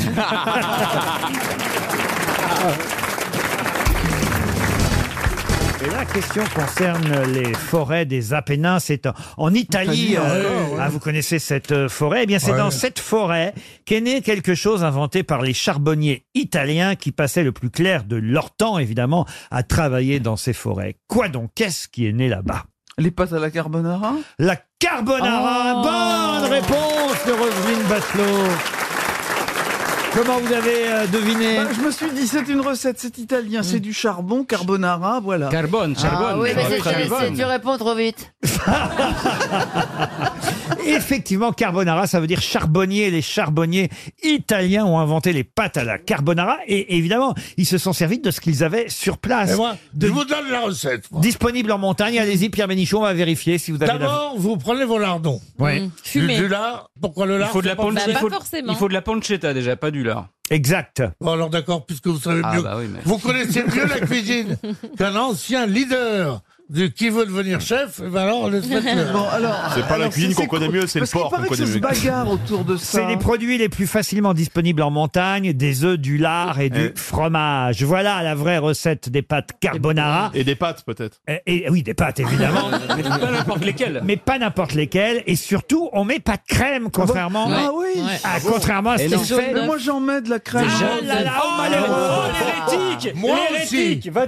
Speaker 1: Et la question concerne les forêts des Apennins. C'est en, en Italie.
Speaker 10: Italie,
Speaker 1: euh,
Speaker 10: ouais, ouais.
Speaker 1: ah, vous connaissez cette euh, forêt Eh bien, c'est
Speaker 10: Ouais.
Speaker 1: dans cette forêt qu'est né quelque chose inventé par les charbonniers italiens qui passaient le plus clair de leur temps, évidemment, à travailler dans ces forêts. Quoi donc Qu'est-ce qui est né là-bas
Speaker 2: Les pâtes à la carbonara
Speaker 1: La carbonara
Speaker 7: Oh.
Speaker 10: Ah.
Speaker 1: Bonne réponse de Roselyne Bachelot Comment vous avez euh, deviné
Speaker 2: Bah,
Speaker 1: Hmm.
Speaker 2: Je me suis dit, c'est une recette, c'est italien, c'est du charbon, carbonara, voilà.
Speaker 7: Carbone,
Speaker 2: charbonne.
Speaker 3: Ah oui, mais c'est- c'est- tu réponds trop vite.
Speaker 1: Effectivement, carbonara, ça veut dire charbonnier. Les charbonniers italiens ont inventé les pâtes à la carbonara et évidemment, ils se sont servis de ce qu'ils avaient sur place.
Speaker 10: Et moi,
Speaker 1: De-
Speaker 10: je vous donne la recette. moi.
Speaker 1: Disponible en montagne. Allez-y, Pierre Bénichon, on va vérifier si vous avez la...
Speaker 10: D'abord, hum, vous prenez vos lardons.
Speaker 1: Ouais.
Speaker 10: Du-
Speaker 1: Fumés.
Speaker 10: Du, lard. Pourquoi le lard c'est pas fumé
Speaker 7: Il faut de la pancetta déjà, pas du lard.
Speaker 1: Exact.
Speaker 10: Bon, alors d'accord, puisque vous savez
Speaker 7: Ah,
Speaker 10: mieux.
Speaker 7: bah oui, mais-
Speaker 10: Vous connaissez mieux la cuisine qu'un ancien leader de qui veut devenir chef. Et ben alors, laisse
Speaker 2: Bon, alors, C'est pas la alors, cuisine c'est- qu'on c'est- connaît mieux, c'est le parce qu'il porc qu'on paraît que connaît ça se mieux. bagarre autour de ça.
Speaker 1: C'est les produits les plus facilement disponibles en montagne, des œufs, du lard et
Speaker 2: Euh.
Speaker 1: du fromage. Voilà la vraie recette des pâtes carbonara.
Speaker 22: Et des pâtes, peut-être.
Speaker 1: Et, et- oui, des pâtes, évidemment.
Speaker 22: Mais pas n'importe lesquelles.
Speaker 1: Mais pas n'importe lesquelles. Et surtout, on met pas de crème, contrairement,
Speaker 2: Ah oui
Speaker 1: à, contrairement à ce qui se fait.
Speaker 2: Mais moi j'en mets de la crème. Ah,
Speaker 1: Ah là là, oh, malheureux.
Speaker 2: oh,
Speaker 10: Moi aussi. Moi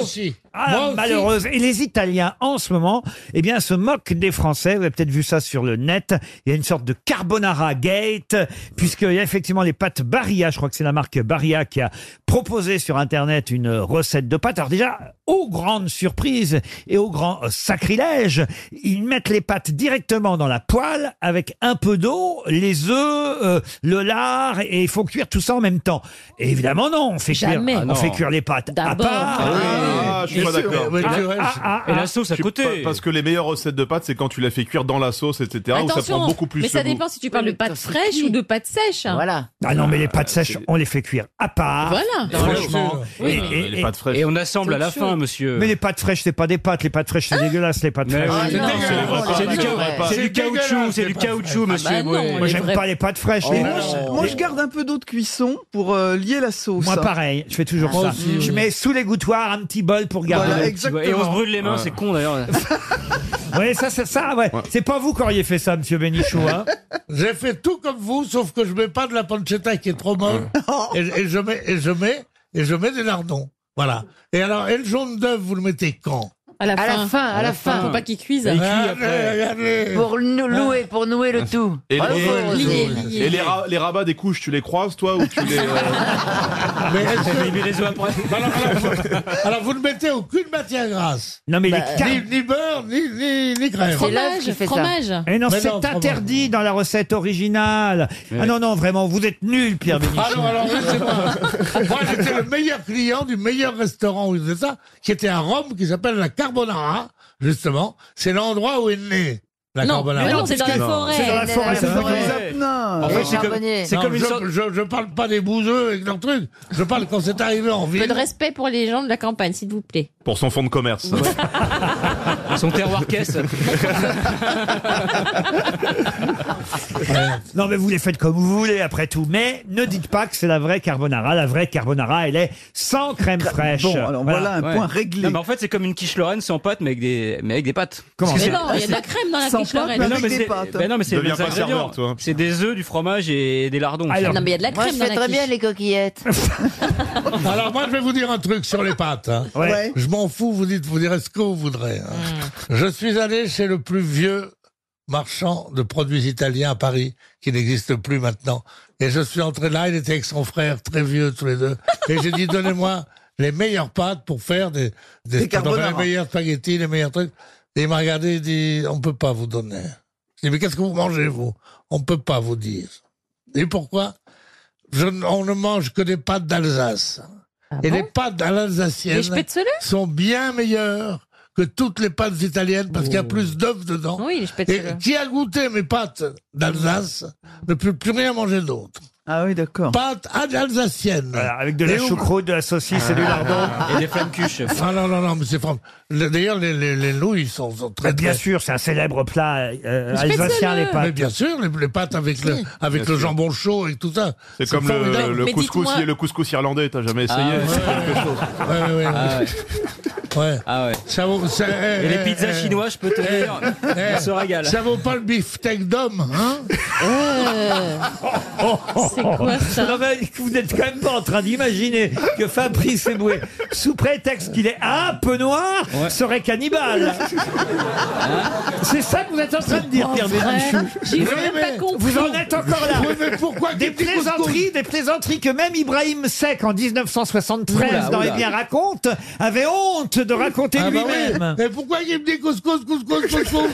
Speaker 10: aussi.
Speaker 1: Ah,
Speaker 10: Moi aussi.
Speaker 1: malheureuse. Et les Italiens, en ce moment, eh bien, se moquent des Français. Vous avez peut-être vu ça sur le net. Il y a une sorte de carbonara gate, puisqu'il y a effectivement les pâtes Barilla. Je crois que c'est la marque Barilla qui a proposé sur Internet une recette de pâtes. Alors déjà, aux grandes surprises et aux grands sacrilèges, ils mettent les pâtes directement dans la poêle avec un peu d'eau, les œufs, euh, le lard, et il faut cuire tout ça en même temps. Et évidemment, non. On fait, cuire,
Speaker 10: Jamais.
Speaker 1: on
Speaker 10: Ah
Speaker 1: fait
Speaker 10: non.
Speaker 1: cuire les pâtes à
Speaker 10: D'abord.
Speaker 1: part.
Speaker 10: Ah oui.
Speaker 22: Ah, je suis
Speaker 10: Et
Speaker 22: pas
Speaker 10: c'est-
Speaker 22: d'accord.
Speaker 10: ouais, tu restes.
Speaker 22: Ah,
Speaker 10: Et la
Speaker 22: ah,
Speaker 10: sauce à
Speaker 22: je suis
Speaker 10: côté.
Speaker 22: pas- Parce que les meilleures recettes de pâtes, c'est quand tu la fais cuire dans la sauce, etc. Où ça prend beaucoup plus
Speaker 21: mais
Speaker 22: de
Speaker 21: ça
Speaker 22: goût.
Speaker 21: dépend si tu parles de pâtes fraîches ou de pâtes sèches. Voilà.
Speaker 1: Ah non, mais les pâtes sèches, on les fait cuire à part.
Speaker 21: Voilà. Dans
Speaker 1: Franchement.
Speaker 7: le jus. Oui. Les pâtes fraîches. Et on assemble à la
Speaker 1: Tout
Speaker 7: fin,
Speaker 1: chaud.
Speaker 7: monsieur.
Speaker 1: Mais les pâtes fraîches, c'est pas des pâtes. Les pâtes fraîches, c'est dégueulasse, les pâtes
Speaker 7: Mais
Speaker 1: fraîches.
Speaker 7: oui, c'est Ah non, dégueulasse. c'est vrai, C'est c'est du vrai. caoutchouc, c'est du caoutchouc,
Speaker 1: dégueulasse,
Speaker 7: c'est
Speaker 1: les
Speaker 7: du
Speaker 1: pâtes
Speaker 7: caoutchouc,
Speaker 1: fraîches.
Speaker 7: monsieur, Ah bah ouais. non,
Speaker 1: Moi,
Speaker 7: les
Speaker 1: j'aime
Speaker 7: vrais-
Speaker 1: pas les pâtes fraîches.
Speaker 7: Oh,
Speaker 1: les-
Speaker 7: moi, je-
Speaker 2: Moi je garde un peu d'eau de cuisson pour euh, lier la sauce.
Speaker 1: Moi, pareil, je fais toujours
Speaker 2: Moi
Speaker 1: ça.
Speaker 2: aussi.
Speaker 1: Je mets sous l'égouttoir un petit bol pour garder.
Speaker 2: Voilà,
Speaker 1: le-
Speaker 2: exactement.
Speaker 7: Et on se brûle les mains,
Speaker 1: Ouais.
Speaker 7: c'est con d'ailleurs.
Speaker 1: Ouais, ça, c'est ça, ouais. C'est pas vous qui auriez fait ça, monsieur Bénichou, hein.
Speaker 10: J'ai fait tout comme vous, sauf que je mets pas de la pancetta qui est trop molle. et, et je mets, et je mets, et je mets des lardons. Voilà. Et alors, et le jaune d'œuf, vous le mettez quand Hein
Speaker 21: À la
Speaker 3: À la
Speaker 21: fin,
Speaker 3: fin, à la fin.
Speaker 10: Bah,
Speaker 21: Faut pas qu'ils cuisent.
Speaker 10: Il cuit après. Regardez.
Speaker 3: Pour
Speaker 21: Ah.
Speaker 3: nous louer, pour nouer le tout.
Speaker 22: Ah.
Speaker 3: Ah,
Speaker 22: Et,
Speaker 8: Oh,
Speaker 3: Bravo,
Speaker 22: les,
Speaker 3: Olivier.
Speaker 22: et les, ra- les rabats des couches, tu les croises, toi, ou tu les. euh,
Speaker 10: Mais est-ce que-
Speaker 7: les après.
Speaker 10: alors, alors, alors, vous ne mettez aucune matière grasse.
Speaker 1: Non, mais
Speaker 10: Bah,
Speaker 1: les car-
Speaker 10: ni, ni beurre, ni, ni, ni crème.
Speaker 1: C'est
Speaker 21: l'œuf qui fait ça. fromage.
Speaker 1: Et Eh non,
Speaker 10: Mais
Speaker 1: c'est
Speaker 10: non, fromage.
Speaker 1: interdit dans la recette originale. Ah non, non, vraiment, vous êtes nul, Pierre Bénichou.
Speaker 10: Alors, alors, laissez-moi. Moi, j'étais le meilleur client du meilleur restaurant où ils faisaient ça, qui était à Rome, qui s'appelle la Carbonara, justement. C'est l'endroit où est né la
Speaker 21: Non,
Speaker 10: Carbonara.
Speaker 21: mais non, c'est dans la forêt.
Speaker 10: C'est dans la
Speaker 21: C'est dans
Speaker 10: forêt, c'est
Speaker 21: la
Speaker 10: pas
Speaker 21: forêt.
Speaker 10: comme ça.
Speaker 2: Non,
Speaker 10: Enfin,
Speaker 21: Ouais,
Speaker 10: c'est comme,
Speaker 21: charbonnier.
Speaker 10: c'est
Speaker 21: Non,
Speaker 10: comme
Speaker 21: mais
Speaker 10: je,
Speaker 21: ça-
Speaker 10: je, je parle pas des bouseux et de leur truc. Je parle quand c'est arrivé en
Speaker 21: Un peu
Speaker 10: ville.
Speaker 21: de respect pour les gens de la campagne, s'il vous plaît.
Speaker 22: Pour son fonds de commerce.
Speaker 7: Son terroir caisse.
Speaker 1: Non, mais vous les faites comme vous voulez, après tout. Mais ne dites pas que c'est la vraie carbonara. La vraie carbonara, elle est sans crème fraîche.
Speaker 7: Ouais. Non, mais en fait, c'est comme une quiche Lorraine sans pâte, mais avec des, mais avec des pâtes.
Speaker 1: Comment
Speaker 7: Parce que
Speaker 21: Mais
Speaker 7: c'est-
Speaker 21: non, il y a de la crème dans la
Speaker 2: Sans
Speaker 21: quiche
Speaker 2: pâte,
Speaker 21: Lorraine.
Speaker 7: Mais non, mais
Speaker 2: des
Speaker 7: c'est-
Speaker 2: pâtes.
Speaker 7: mais non, mais c'est
Speaker 22: Deviens
Speaker 7: des
Speaker 22: pas serveur,
Speaker 7: ingrédients. C'est des œufs, du fromage et des lardons.
Speaker 21: non, mais il y a de la
Speaker 3: Moi, je
Speaker 21: crème dans
Speaker 3: fais
Speaker 21: la
Speaker 3: très
Speaker 21: quiche.
Speaker 3: bien les coquillettes.
Speaker 10: Alors moi, je vais vous dire un truc sur les pâtes. hein.
Speaker 1: Ouais. Ouais.
Speaker 10: Je m'en fous, vous dites, vous direz ce que vous voudrez. hein. Je suis allé chez le plus vieux marchand de produits italiens à Paris, qui n'existe plus maintenant. Et je suis entré là, il était avec son frère, très vieux tous les deux. Et j'ai dit, donnez-moi les meilleures pâtes pour faire des, des,
Speaker 2: Des carbonara.
Speaker 10: les meilleurs spaghettis, les meilleurs trucs. Et il m'a regardé, il dit, on peut pas vous donner. Je dis, mais qu'est-ce que vous mangez, vous On peut pas vous dire. Et pourquoi Je n- On ne mange que des pâtes d'Alsace. Et les pâtes à l'alsacienne
Speaker 21: Ah Les spätzle
Speaker 10: sont bien meilleures que toutes les pâtes italiennes parce qu'il y a plus d'œufs dedans.
Speaker 21: Oh. Oui, les
Speaker 10: Et
Speaker 21: spätzle.
Speaker 10: qui a goûté mes pâtes d'Alsace ne peut plus rien manger d'autre.
Speaker 1: Ah oui, d'accord.
Speaker 10: Pâte alsacienne.
Speaker 1: avec de la
Speaker 10: Et où-
Speaker 1: choucroute, de la saucisse et du lardon.
Speaker 10: Ah non, non, non, mais c'est franc. Le- D'ailleurs, les, les, les nouilles sont, sont très,
Speaker 1: Bien
Speaker 10: très-
Speaker 1: sûr, c'est un célèbre plat euh,
Speaker 10: Mais
Speaker 1: alsacien, les pâtes.
Speaker 10: bien sûr, les, les pâtes avec le,
Speaker 1: Oui.
Speaker 10: avec
Speaker 22: Bien
Speaker 10: le
Speaker 22: sûr.
Speaker 10: jambon chaud et tout ça.
Speaker 22: C'est comme le,
Speaker 10: formidable.
Speaker 22: le couscous, le couscous irlandais, t'as jamais essayé
Speaker 10: Ah ouais.
Speaker 22: c'est quelque chose.
Speaker 10: Ouais, ouais, ouais.
Speaker 22: Ah
Speaker 10: Ouais. Ça vaut, ça- eh,
Speaker 20: Ah Et les
Speaker 10: eh,
Speaker 20: pizzas
Speaker 10: eh,
Speaker 20: chinoises, je peux te
Speaker 10: eh,
Speaker 20: dire,
Speaker 10: eh,
Speaker 20: on se régale.
Speaker 10: Ça vaut pas le beefsteak d'homme, hein
Speaker 1: C'est quoi ça Vous n'êtes quand même pas en train d'imaginer que Fabrice Eboué, sous prétexte qu'il est un peu noir, serait cannibale. Hein
Speaker 5: Hein
Speaker 1: C'est ça que vous êtes en train de dire,
Speaker 20: Oh,
Speaker 1: Pierre
Speaker 20: frère,
Speaker 1: Bénichou.
Speaker 20: j'ai
Speaker 1: Oui,
Speaker 20: même
Speaker 1: mais
Speaker 20: pas compris.
Speaker 1: Vous en êtes encore là.
Speaker 20: Oui, mais pourquoi
Speaker 1: des
Speaker 20: qu'il dit
Speaker 1: plaisanteries, des plaisanteries que même Ibrahim Seck, en 1973,
Speaker 10: Oula,
Speaker 1: dans Eh
Speaker 10: oula.
Speaker 1: Les Biens raconte, avait honte de raconter
Speaker 10: Ah bah
Speaker 1: lui-même.
Speaker 10: oui. Mais pourquoi il me dit couscous, couscous, couscous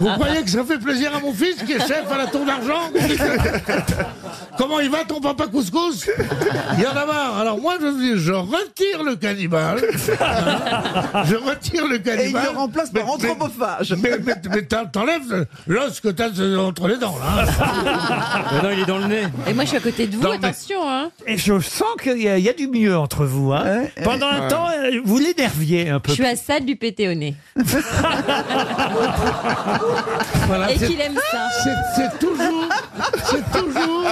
Speaker 10: Vous croyez que ça fait plaisir à mon fils qui est chef à la tour d'argent Comment il va ton papa couscous Il y en a marre. Alors moi je dis je retire le cannibale. Je retire le cannibale. Et il le remplace par anthropophage. Mais, mais, mais t'en- t'enlèves l'os que t'as entre les dents là. hein.
Speaker 20: non, il est dans le nez.
Speaker 21: Et moi, je suis à côté de vous,
Speaker 1: Non, mais-
Speaker 21: attention, hein.
Speaker 1: Et je sens qu'il y, a- il y a du mieux entre vous. hein. Pendant un
Speaker 21: Ouais.
Speaker 1: temps, euh, vous l'énerviez un
Speaker 21: Je
Speaker 1: peu.
Speaker 21: suis à ça de lui péter au nez.
Speaker 10: Voilà,
Speaker 21: Et
Speaker 10: c'est-
Speaker 21: qu'il aime ça.
Speaker 10: c'est- C'est toujours, c'est toujours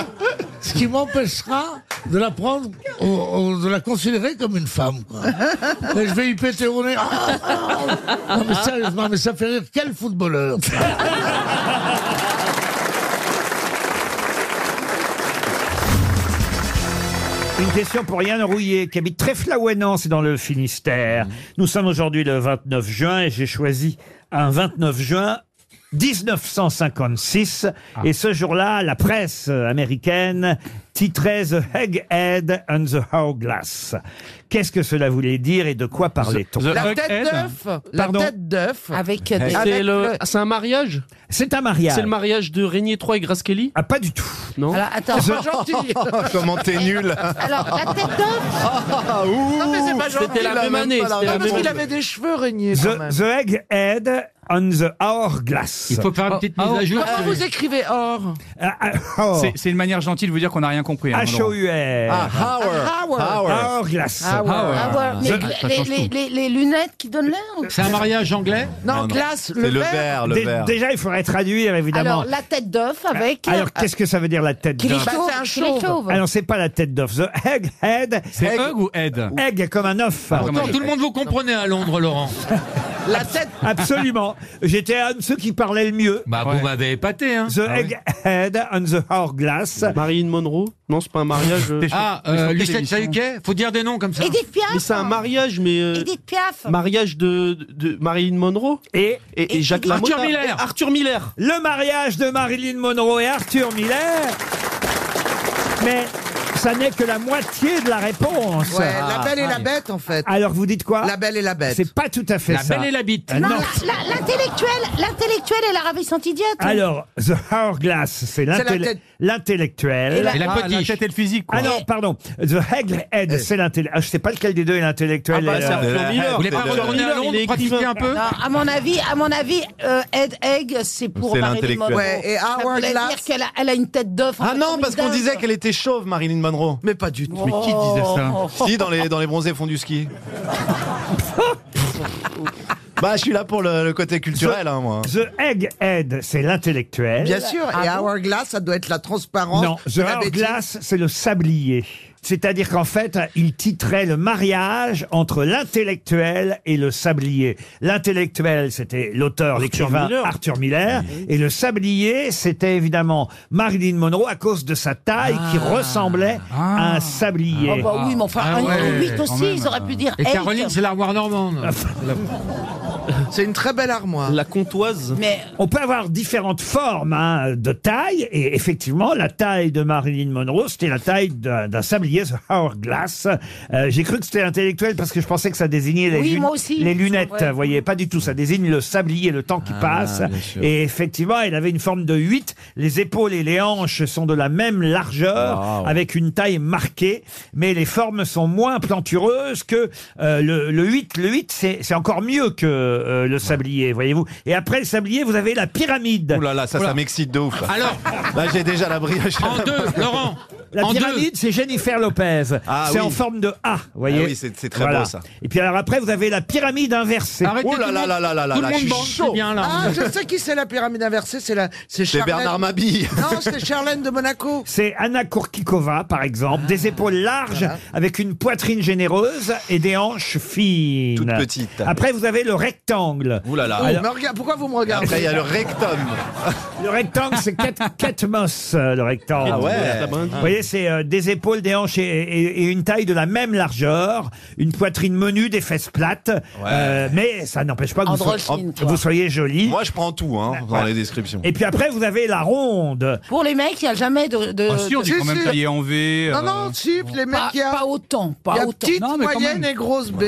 Speaker 10: ce qui m'empêchera de la prendre, au- au- de la considérer comme une femme. Quoi. Et je vais y péter au nez. Ah, Non mais sérieusement, mais ça fait rire quel footballeur.
Speaker 1: Une question pour Yann Rouillet, qui habite très c'est dans le Finistère. Nous sommes aujourd'hui le 29 juin et j'ai choisi un 29 juin 1956. Et ce jour-là, la presse américaine titrait The Egghead and the Hourglass. Qu'est-ce que cela voulait dire et de quoi parlait-on
Speaker 23: La tête d'œuf. La
Speaker 1: Pardon
Speaker 23: tête d'œuf. Avec,
Speaker 5: euh,
Speaker 1: Eh,
Speaker 12: Ah,
Speaker 1: c'est le-
Speaker 23: un mariage
Speaker 1: C'est un mariage.
Speaker 23: C'est le mariage de Régnier III et Grace Kelly
Speaker 1: Ah, pas du tout.
Speaker 23: Non
Speaker 1: Alors, attends.
Speaker 23: C'est pas gentil.
Speaker 1: Comment t'es nul.
Speaker 23: Alors, la tête
Speaker 13: d'œuf.
Speaker 23: Non, mais c'est pas gentil.
Speaker 13: C'était la même année, c'était la même année.
Speaker 23: des cheveux, Régnier. quand
Speaker 1: The,
Speaker 23: même.
Speaker 1: the Egghead on the Hourglass. Euh,
Speaker 24: Il faut faire une petite mise à jour.
Speaker 23: Comment vous écrivez or
Speaker 1: Oh.
Speaker 24: C'est- C'est une manière gentille de vous dire qu'on n'a rien compris. hein, Laurent.
Speaker 1: H-O-U-R.
Speaker 24: Ah,
Speaker 23: Ah, Howard.
Speaker 24: Howard.
Speaker 12: ah,
Speaker 1: Hourglass.
Speaker 24: Howard.
Speaker 1: Howard.
Speaker 23: Ah,
Speaker 5: Mais
Speaker 24: ça-
Speaker 5: gla-
Speaker 24: ça
Speaker 5: les,
Speaker 24: change
Speaker 5: les-
Speaker 24: tout.
Speaker 5: les- les lunettes qui donnent l'air ou-
Speaker 24: C'est un mariage anglais
Speaker 5: Non, Non, non. glace, le
Speaker 24: C'est
Speaker 5: verre.
Speaker 24: le
Speaker 1: Dé-
Speaker 24: verre.
Speaker 1: Déjà, il faudrait traduire, évidemment. Euh, Ah,
Speaker 5: Alors, la tête d'œuf avec. euh,
Speaker 1: Alors, qu'est-ce que ça veut dire la tête
Speaker 5: Qu'il est
Speaker 1: d'œuf
Speaker 5: chauve, Bah, c'est un qu'il est chauve. chauve.
Speaker 1: Alors, c'est pas la tête d'œuf. The egg head.
Speaker 24: C'est
Speaker 1: Egg-
Speaker 24: Hug ou Ed Ah,
Speaker 1: Egg comme un œuf.
Speaker 24: Pourtant, tout le monde vous comprenait à Londres, Laurent.
Speaker 1: La tête. Absolument. J'étais un de ceux qui parlaient le mieux.
Speaker 24: Bah, vous m'avez épaté, hein.
Speaker 1: The egg head and the hourglass.
Speaker 23: Marine Monroe Non, c'est pas un mariage. euh.
Speaker 24: Ah, euh, Lucette Saïquet Faut dire des noms comme ça.
Speaker 5: Edith Piaf
Speaker 23: Mais c'est un mariage, mais. euh,
Speaker 5: Edith Piaf.
Speaker 23: Mariage de, de Marilyn Monroe
Speaker 1: et,
Speaker 23: et, Jacques
Speaker 1: Arthur
Speaker 23: Lamotta.
Speaker 1: Miller.
Speaker 23: Et Arthur Miller.
Speaker 1: Le mariage de Marilyn Monroe et Arthur Miller. Mais ça n'est que la moitié de la réponse. Ah.
Speaker 13: Ouais, la belle et la bête, en fait.
Speaker 1: Alors vous dites quoi
Speaker 13: La belle et la bête.
Speaker 1: C'est pas tout à fait
Speaker 13: La
Speaker 1: ça.
Speaker 13: Belle et la Bite.
Speaker 1: Ah,
Speaker 5: Non,
Speaker 1: non.
Speaker 5: la- la- L'intellectuel, l'intellectuel et la ravissante idiote.
Speaker 1: Alors, The Hourglass, c'est
Speaker 5: la
Speaker 1: l'intell-
Speaker 5: tête.
Speaker 1: l'intellectuel.
Speaker 5: Et la- Et la
Speaker 1: Ah,
Speaker 5: potiche.
Speaker 1: tête et le physique, quoi. Ah non, pardon. The Egghead,
Speaker 13: Eh.
Speaker 1: c'est l'intellectuel. Ah, je sais pas lequel des deux est l'intellectuel.
Speaker 23: Ah
Speaker 1: Euh,
Speaker 23: bah,
Speaker 1: et le-
Speaker 23: c'est Arthur
Speaker 1: le-
Speaker 23: Miller. Vous voulez pas
Speaker 1: le-
Speaker 23: retourner à Londres, pratiquer un peu
Speaker 5: Non, à mon avis, à mon avis, euh, Ed Egg, c'est pour
Speaker 9: C'est
Speaker 5: Marilyn
Speaker 9: l'intellectuel.
Speaker 5: Monroe.
Speaker 9: Ouais, et
Speaker 5: Ça
Speaker 9: Howard
Speaker 5: voulait
Speaker 9: Glass.
Speaker 5: dire qu'elle a, elle a une tête d'œuf.
Speaker 9: Ah
Speaker 5: en
Speaker 9: non,
Speaker 5: forme
Speaker 9: parce qu'on
Speaker 5: d'œuf.
Speaker 9: disait qu'elle était chauve, Marilyn Monroe. Mais pas du tout.
Speaker 5: Mais qui disait ça
Speaker 9: Si, dans les, dans les bronzés font du ski. bah, je suis là pour le, le côté culturel, hein, moi.
Speaker 1: The Egghead, c'est l'intellectuel.
Speaker 13: Bien sûr,
Speaker 23: Ah
Speaker 13: et Hourglass, ça doit être la transparence.
Speaker 1: Ah Non, The
Speaker 13: de la bêtise.
Speaker 1: Hourglass, c'est le sablier. C'est-à-dire qu'en fait, il titrait le mariage entre l'intellectuel et le sablier. L'intellectuel, c'était l'auteur, l'écrivain
Speaker 23: Miller.
Speaker 1: Arthur Miller.
Speaker 24: Ah
Speaker 1: Et le sablier, c'était évidemment Marilyn Monroe à cause de sa taille qui ressemblait à un sablier.
Speaker 5: Oh bah oui, mais enfin,
Speaker 24: Ah
Speaker 5: un
Speaker 24: ouais,
Speaker 5: huit
Speaker 24: quand
Speaker 5: aussi,
Speaker 24: même.
Speaker 5: ils auraient pu dire
Speaker 24: Et
Speaker 5: eight.
Speaker 24: Caroline, c'est l'armoire normande.
Speaker 13: C'est une très belle armoire.
Speaker 23: La comptoise.
Speaker 5: Mais
Speaker 1: On peut avoir différentes formes hein, de taille, et effectivement, la taille de Marilyn Monroe, c'était la taille d'un d'un sablier, The Hourglass. Euh, J'ai cru que c'était intellectuel parce que je pensais que ça désignait les,
Speaker 5: Oui,
Speaker 1: lun-
Speaker 5: moi aussi.
Speaker 1: les lunettes.
Speaker 5: Ouais.
Speaker 1: Vous voyez, pas du tout, ça désigne le sablier, le temps qui passe.
Speaker 23: Ah, bien sûr.
Speaker 1: Et effectivement, elle avait une forme de 8. Les épaules et les hanches sont de la même largeur, avec une taille marquée, mais les formes sont moins plantureuses que euh, le, le 8. Le 8, c'est c'est encore mieux que euh, le sablier, voyez-vous. Et après le sablier, vous avez la pyramide. Ouh là là, ça, ça m'excite de ouf.
Speaker 6: Alors- Là, j'ai déjà la brioche. En deux, Laurent,
Speaker 1: La
Speaker 6: en deux.
Speaker 1: pyramide, c'est Jennifer Lopez.
Speaker 6: Ah
Speaker 1: c'est
Speaker 6: oui.
Speaker 1: en forme de A, vous voyez.
Speaker 6: Ah oui, c'est- c'est très beau, ça.
Speaker 1: Et puis alors après, vous avez la pyramide inversée.
Speaker 6: Arrêtez, Oh là tout le là monde-
Speaker 9: Ah
Speaker 6: là là là là tout le là, je suis monde bande, chaud. c'est bien, là.
Speaker 13: Ah, je sais qui c'est la pyramide inversée, c'est la. C'est
Speaker 1: C'est
Speaker 13: Charlène-
Speaker 1: Bernard Mabille.
Speaker 13: Non, c'est Charlène de Monaco. Ah.
Speaker 1: C'est Anna Kourkikova, par exemple, des épaules larges, avec une poitrine généreuse et des hanches fines. Toutes
Speaker 6: petites.
Speaker 1: Après, vous avez le rectangle.
Speaker 6: Ouh là là.
Speaker 13: Oh,
Speaker 1: Alors-
Speaker 13: me regarde- pourquoi vous me regardez Ah,
Speaker 6: Après, il y a le rectum.
Speaker 1: Le rectangle, c'est Cat- Catmos, euh, le rectangle.
Speaker 6: Ah ouais.
Speaker 1: Vous voyez, c'est euh, des épaules, des hanches et, et- et une taille de la même largeur, une poitrine menue, des fesses plates. Euh, mais ça n'empêche pas que vous, so-
Speaker 6: Androgyne,
Speaker 1: vous soyez joli.
Speaker 6: Moi, je prends tout hein, dans les descriptions.
Speaker 1: Et puis après, vous avez la ronde.
Speaker 5: Pour les mecs, il n'y a jamais de. de
Speaker 20: Ah si, on dit
Speaker 5: de-
Speaker 20: quand même taillé en V.
Speaker 5: Non,
Speaker 20: euh,
Speaker 5: non,
Speaker 13: si, les mecs,
Speaker 5: il y a. Pas autant, pas
Speaker 13: Il y a
Speaker 5: autant.
Speaker 13: petite,
Speaker 20: Non, mais quand
Speaker 13: moyenne
Speaker 20: même.
Speaker 13: et grosse B.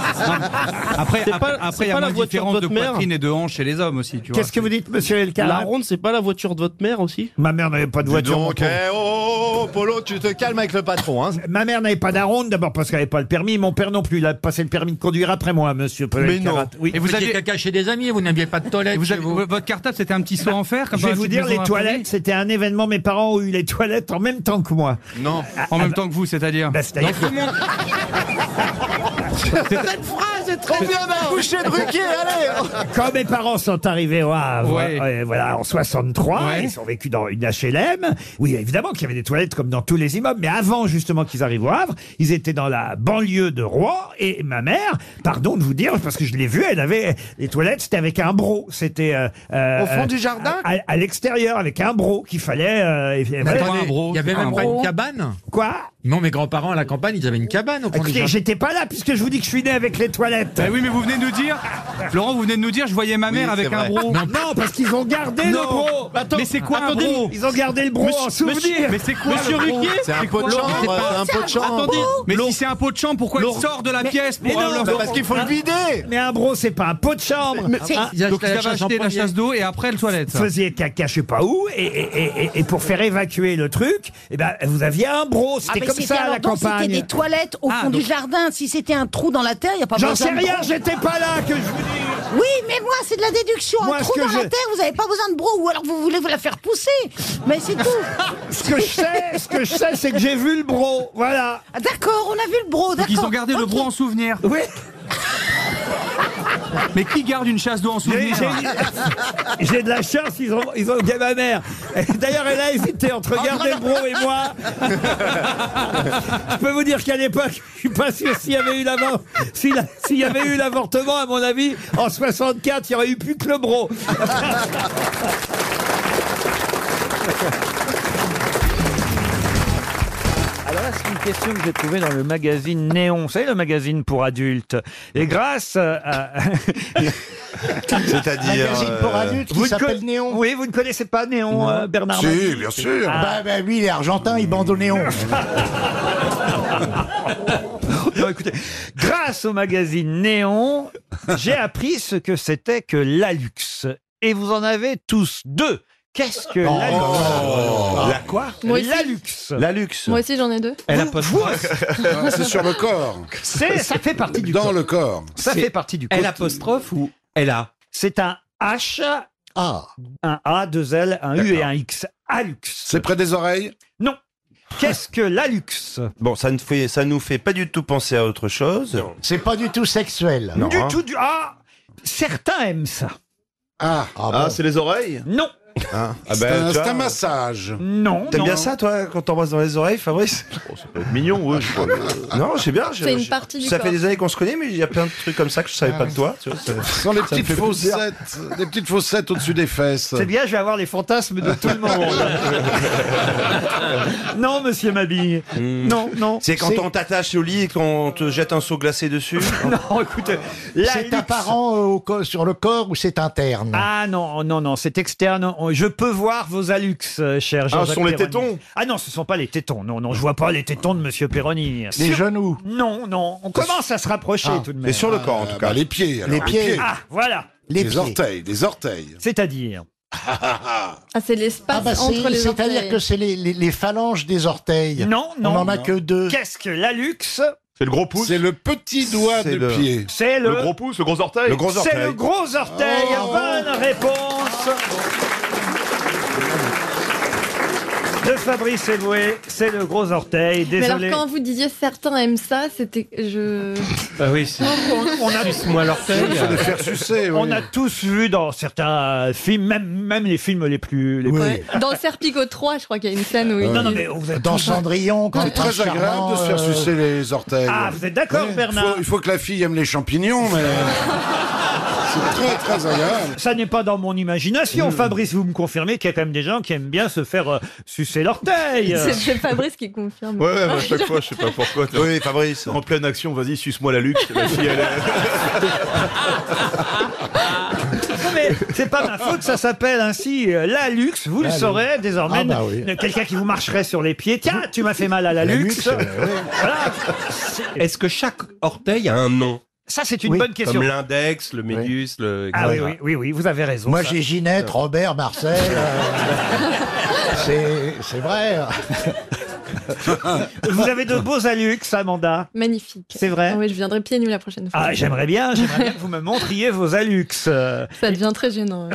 Speaker 20: Après,
Speaker 23: C'est
Speaker 20: après,
Speaker 23: pas-
Speaker 20: après,
Speaker 23: c'est
Speaker 20: il y a
Speaker 23: pas la
Speaker 20: moins de
Speaker 23: voiture de
Speaker 20: différence de
Speaker 23: votre mère.
Speaker 20: poitrine et de hanche chez les hommes aussi, tu vois.
Speaker 1: Qu'est-ce que vous dites, monsieur Elkar
Speaker 23: La ronde, c'est pas la voiture de votre mère aussi
Speaker 1: Ma mère n'avait pas de
Speaker 6: Dis
Speaker 1: voiture. mon
Speaker 6: donc,
Speaker 1: pauvre.
Speaker 6: eh, oh, oh, oh, Polo, tu te calmes avec le patron. Hein.
Speaker 1: Ma mère n'avait pas d'aronde, d'abord parce qu'elle n'avait pas le permis, mon père non plus. Il a passé le permis de conduire après moi, monsieur. Pellecarat. Oui.
Speaker 23: Et vous aviez caca chez des amis, vous n'aviez pas de toilette.
Speaker 1: Vous avez-
Speaker 23: Votre cartable, c'était un petit
Speaker 1: soin
Speaker 23: en fer
Speaker 1: Je vais vous dire, les toilettes, c'était un événement. Mes parents ont eu les toilettes en même temps que moi.
Speaker 6: Non.
Speaker 1: En même temps que vous, c'est-à-dire Bah, C'est-à-dire que-
Speaker 13: Cette phrase est trop bien coucher Drucker, allez
Speaker 1: Quand mes parents sont arrivés au Havre,
Speaker 20: Ouais.
Speaker 1: euh, voilà, en 63,
Speaker 20: Ouais.
Speaker 1: ils sont vécu dans une HLM. Oui, évidemment qu'il y avait des toilettes comme dans tous les immeubles, mais avant justement qu'ils arrivent au Havre, ils étaient dans la banlieue de Rouen et ma mère, pardon de vous dire, parce que je l'ai vue, elle avait les toilettes, c'était avec un bro, c'était euh, euh,
Speaker 13: Au fond
Speaker 1: euh,
Speaker 13: du jardin
Speaker 1: à, à l'extérieur avec un bro qu'il fallait. euh, et-
Speaker 25: Mais
Speaker 1: voilà.
Speaker 25: attendez, il y avait même pas une cabane
Speaker 1: Quoi
Speaker 25: Non, mes grands-parents à la campagne, ils avaient une cabane au fond du
Speaker 1: Écoutez,
Speaker 25: jardin.
Speaker 1: j'étais pas là puisque je vous dis que je suis né avec les toilettes.
Speaker 20: Bah oui, mais vous venez de nous dire, Laurent, vous venez de nous dire, je voyais ma mère avec un bro.
Speaker 1: Non, parce qu'ils ont gardé le
Speaker 20: Non.
Speaker 1: bro.
Speaker 20: Attends, mais c'est quoi
Speaker 1: attendez,
Speaker 20: un bro
Speaker 1: Ils ont gardé le bro
Speaker 20: Monsieur-
Speaker 1: en souvenir.
Speaker 20: monsieur- mais c'est quoi
Speaker 1: Monsieur
Speaker 20: le bro
Speaker 1: Ruquier
Speaker 6: C'est un pot de
Speaker 20: quoi
Speaker 6: chambre,
Speaker 20: C'est pas-
Speaker 6: c'est un pot de chambre.
Speaker 20: Attendez, mais
Speaker 6: Laurent-
Speaker 20: si c'est un pot de chambre, pourquoi
Speaker 6: Laurent-
Speaker 20: il sort de la
Speaker 6: Mais-
Speaker 20: pièce pour
Speaker 6: mais non,
Speaker 20: euh, le-
Speaker 6: bah parce qu'il faut
Speaker 1: Hein
Speaker 6: le vider.
Speaker 1: Mais un bro, c'est pas un pot de chambre.
Speaker 20: Mais-
Speaker 1: Ah,
Speaker 20: donc ils avaient acheté la chasse d'eau et après le toilette. ça.
Speaker 1: faisiez caca, je sais pas où, et, et- et- et- et pour faire évacuer le truc, eh ben, vous aviez un bro.
Speaker 5: Ah,
Speaker 1: C'était
Speaker 5: mais
Speaker 1: comme ça à
Speaker 5: alors,
Speaker 1: la
Speaker 5: donc,
Speaker 1: campagne.
Speaker 5: C'était des toilettes au
Speaker 1: Ah,
Speaker 5: fond
Speaker 1: donc-
Speaker 5: du jardin. Si c'était un trou dans la terre, il n'y a pas
Speaker 1: J'en
Speaker 5: besoin
Speaker 1: sais
Speaker 5: de
Speaker 1: rien,
Speaker 5: bro.
Speaker 1: j'étais pas là que je vous dis.
Speaker 26: Oui, mais moi, c'est de la déduction.
Speaker 1: Moi,
Speaker 26: un
Speaker 1: ce
Speaker 26: trou
Speaker 1: que
Speaker 26: dans
Speaker 1: je-
Speaker 26: la terre, vous n'avez pas besoin de bro, ou alors vous voulez vous la faire pousser. Mais c'est tout.
Speaker 1: Ce que je sais, ce que je sais, c'est que j'ai vu le bro. Voilà.
Speaker 26: Ah, D'accord, on a vu le bro,
Speaker 20: Donc
Speaker 26: d'accord.
Speaker 20: ils ont gardé le bro en souvenir.
Speaker 1: Oui.
Speaker 20: Mais qui garde une chasse d'eau en souvenir
Speaker 1: J'ai- J'ai de la chance, ils ont, ils ont gagné ma mère. D'ailleurs, elle a hésité entre garder le bro et moi. Je peux vous dire qu'à l'époque, je suis pas sûr s'il y avait eu l'avant, s'il a- s'il y avait eu l'avortement, à mon avis, en 64, il y aurait eu plus que le bro. Alors là, c'est une question que j'ai trouvée dans le magazine Néon. Vous savez, le magazine pour adultes. Et grâce euh, à...
Speaker 6: C'est-à-dire,
Speaker 9: Magazine pour adultes qui
Speaker 1: Vous ne
Speaker 9: s'appelle
Speaker 1: conna-
Speaker 9: Néon.
Speaker 1: Oui, vous ne connaissez pas Néon, euh, Bernard
Speaker 9: Si,
Speaker 1: Mabille
Speaker 9: bien sûr.
Speaker 1: Ah.
Speaker 9: Bah, bah oui, les Argentins, ils bandent au Néon.
Speaker 1: Non, écoutez, grâce au magazine Néon, j'ai appris ce que c'était que l'Alux. Et vous en avez tous deux. Qu'est-ce que l'Alux
Speaker 9: Oh, La quoi
Speaker 21: Moi aussi.
Speaker 1: L'Alux.
Speaker 9: L'Alux.
Speaker 21: Moi aussi, j'en ai deux.
Speaker 9: Elle a pas de voix.
Speaker 15: C'est sur le corps.
Speaker 1: C'est- ça fait partie du
Speaker 15: Dans
Speaker 1: corps.
Speaker 15: le corps.
Speaker 1: Ça fait partie du
Speaker 7: L
Speaker 1: costume.
Speaker 7: apostrophe ou L A
Speaker 1: C'est un H, un A, deux L, un U et un X. Alux.
Speaker 15: C'est près des oreilles
Speaker 1: Non. Qu'est-ce que l'Alux
Speaker 27: Bon, ça ne fait, ça nous fait pas du tout penser à autre chose.
Speaker 9: C'est pas du tout sexuel.
Speaker 27: Non,
Speaker 1: Du
Speaker 27: hein.
Speaker 1: tout du. Ah Certains aiment ça.
Speaker 15: Ah,
Speaker 27: Ah, c'est les oreilles
Speaker 1: Non.
Speaker 27: Hein Ah
Speaker 15: c'est
Speaker 27: ben,
Speaker 15: un,
Speaker 27: tu vois,
Speaker 15: c'est un massage.
Speaker 1: Non.
Speaker 27: T'aimes
Speaker 1: non.
Speaker 27: bien ça, toi, quand t'embrasses dans les oreilles, Fabrice Ça peut être mignon, oui. non, je sais bien. je-
Speaker 21: C'est une
Speaker 27: je-
Speaker 21: partie du
Speaker 27: Ça
Speaker 21: corps.
Speaker 27: fait des années qu'on se connaît, mais il y a plein de trucs comme ça que je savais pas de toi. Tu vois, ça-
Speaker 15: Ce sont les
Speaker 27: ça me
Speaker 15: petites
Speaker 27: fait plaisir.
Speaker 15: faussettes, des petites faussettes au-dessus des fesses.
Speaker 1: C'est bien, je vais avoir les fantasmes de tout le monde. non, monsieur Mabille. Non, non.
Speaker 27: Hmm. C'est quand on t'attache au lit et qu'on te jette un seau glacé dessus
Speaker 1: Non, écoutez.
Speaker 9: C'est apparent euh, au co- sur le corps ou c'est interne
Speaker 1: Ah non, non, non, c'est externe. On- Je peux voir vos alux, euh,
Speaker 9: Ah,
Speaker 1: cher Jean-Jacques
Speaker 27: ce sont les
Speaker 1: Perroni.
Speaker 27: tétons
Speaker 1: Ah non, ce sont pas les tétons. Non, non, je vois pas les tétons de monsieur Perroni.
Speaker 9: Les
Speaker 1: Sur-
Speaker 9: genoux
Speaker 1: Non, non, on commence à se rapprocher
Speaker 9: Ah,
Speaker 1: tout de même.
Speaker 27: C'est sur le corps, en tout
Speaker 15: Ah,
Speaker 27: cas.
Speaker 15: bah, les pieds, alors,
Speaker 9: Les pieds.
Speaker 1: Ah, voilà.
Speaker 9: Les
Speaker 15: des
Speaker 9: pieds.
Speaker 15: orteils, des orteils.
Speaker 1: C'est-à-dire
Speaker 21: Ah, c'est l'espace
Speaker 9: Ah bah, c'est-
Speaker 21: entre les orteils.
Speaker 9: C'est-à-dire que c'est les, les- les phalanges des orteils.
Speaker 1: Non, non.
Speaker 9: On n'en a
Speaker 1: Non.
Speaker 9: que deux.
Speaker 1: Qu'est-ce que l'alux
Speaker 19: C'est le gros pouce C'est le petit doigt
Speaker 1: C'est
Speaker 19: de
Speaker 1: le-
Speaker 19: pied.
Speaker 1: C'est le-
Speaker 19: gros pouce, le gros orteil
Speaker 1: Le gros orteil. C'est le gros orteil, bonne réponse De Fabrice Eboué, c'est le gros orteil,
Speaker 3: Mais alors
Speaker 1: désolé.
Speaker 3: quand vous disiez certains aiment ça, c'était je.
Speaker 1: Bah oui, c'est...
Speaker 3: On- on a- Suce-moi l'orteil.
Speaker 19: Ça les faire sucer, oui.
Speaker 1: On a tous vu dans certains films, même, même les films les plus... Les plus...
Speaker 3: Dans Serpico 3, je crois qu'il y a une scène où. il-
Speaker 1: Non, non, mais vous êtes
Speaker 3: Dans
Speaker 1: tous-
Speaker 3: Cendrillon, quand
Speaker 19: C'est
Speaker 3: il prend
Speaker 19: très agréable de se faire
Speaker 3: Charmant, euh,
Speaker 19: sucer les orteils.
Speaker 1: Ah, vous êtes d'accord,
Speaker 19: Ouais.
Speaker 1: Bernard
Speaker 19: Faut- Il faut que la fille aime les champignons, mais. euh, C'est très, très agréable. Mm.
Speaker 1: Ça n'est pas dans mon imagination, Fabrice. Vous me confirmez qu'il y a quand même des gens qui aiment bien se faire euh, sucer l'orteil.
Speaker 3: C'est c'est Fabrice qui confirme.
Speaker 12: Ouais, ouais, mais à chaque fois, Oh, je sais pas pourquoi. Oui, Fabrice. En pleine action, vas-y, suce-moi la luxe. La fille, elle est-
Speaker 1: Non, mais c'est pas ma faute, ça s'appelle ainsi euh, la luxe. Vous
Speaker 19: La
Speaker 1: le saurez
Speaker 19: luxe.
Speaker 1: désormais.
Speaker 19: Ah, bah oui.
Speaker 1: de Quelqu'un qui vous marcherait sur les pieds. Tiens, tu m'as fait mal à la, luxe. euh,
Speaker 19: euh,
Speaker 4: Est-ce que chaque orteil a un nom
Speaker 1: Ça, c'est une bonne question.
Speaker 4: Comme l'index, le médius, le.
Speaker 1: Ah oui,
Speaker 4: etc.
Speaker 1: oui, oui, oui, vous avez raison.
Speaker 9: Moi,
Speaker 1: ça.
Speaker 9: j'ai Ginette, Robert, Marcel. euh, c'est- c'est vrai.
Speaker 1: Vous avez de beaux alux, Amanda.
Speaker 3: Magnifique. Ah
Speaker 1: C'est vrai
Speaker 3: Oui, je viendrai pieds nus la prochaine fois.
Speaker 1: Ah, j'aimerais bien, j'aimerais bien que vous me montriez vos alux. euh.
Speaker 3: Ça devient très gênant.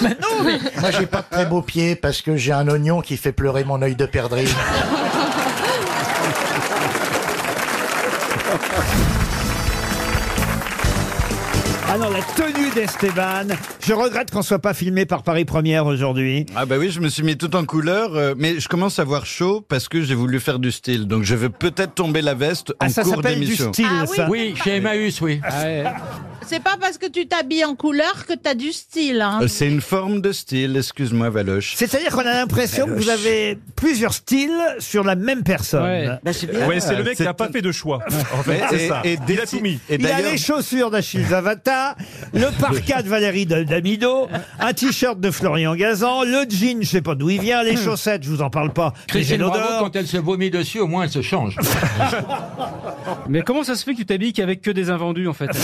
Speaker 9: Moi, j'ai pas de très beaux pieds parce que j'ai un oignon qui fait pleurer mon œil de perdrix.
Speaker 1: Ah non, la tenue d'Esteban. Je regrette qu'on soit pas filmé par Paris Première aujourd'hui.
Speaker 6: Ah bah oui, je me suis mis tout en couleur, euh, mais je commence à avoir chaud parce que j'ai voulu faire du style. Donc je vais peut-être tomber la veste en
Speaker 1: Ah, ça
Speaker 6: cours
Speaker 1: s'appelle du
Speaker 6: d'émission.
Speaker 1: style, Ah oui, ça. Ah,
Speaker 6: Oui, chez Emmaüs, oui.
Speaker 5: C'est pas parce que tu t'habilles en couleur que t'as du style. Hein.
Speaker 6: Euh, C'est une forme de style, excuse-moi Valoche.
Speaker 1: C'est-à-dire qu'on a l'impression que vous avez plusieurs styles sur la même personne.
Speaker 6: Ouais, Bah, c'est le mec qui a
Speaker 1: pas fait de choix.
Speaker 6: en fait, c'est ça. Il a tout mis. et
Speaker 1: il a
Speaker 6: d'ailleurs-
Speaker 1: les chaussures d'Achille Zavata, le parka de Valérie Dal- Damido, un t-shirt de Florian Gazan, le jean, je sais pas d'où il vient,
Speaker 6: Hmm.
Speaker 1: les chaussettes, je vous en parle pas. mais j'ai
Speaker 7: Christine Bravo,
Speaker 1: l'odeur.
Speaker 7: quand elle se vomit dessus, au moins elle se change.
Speaker 16: Mais comment ça se fait que tu t'habilles qu'avec que des invendus en fait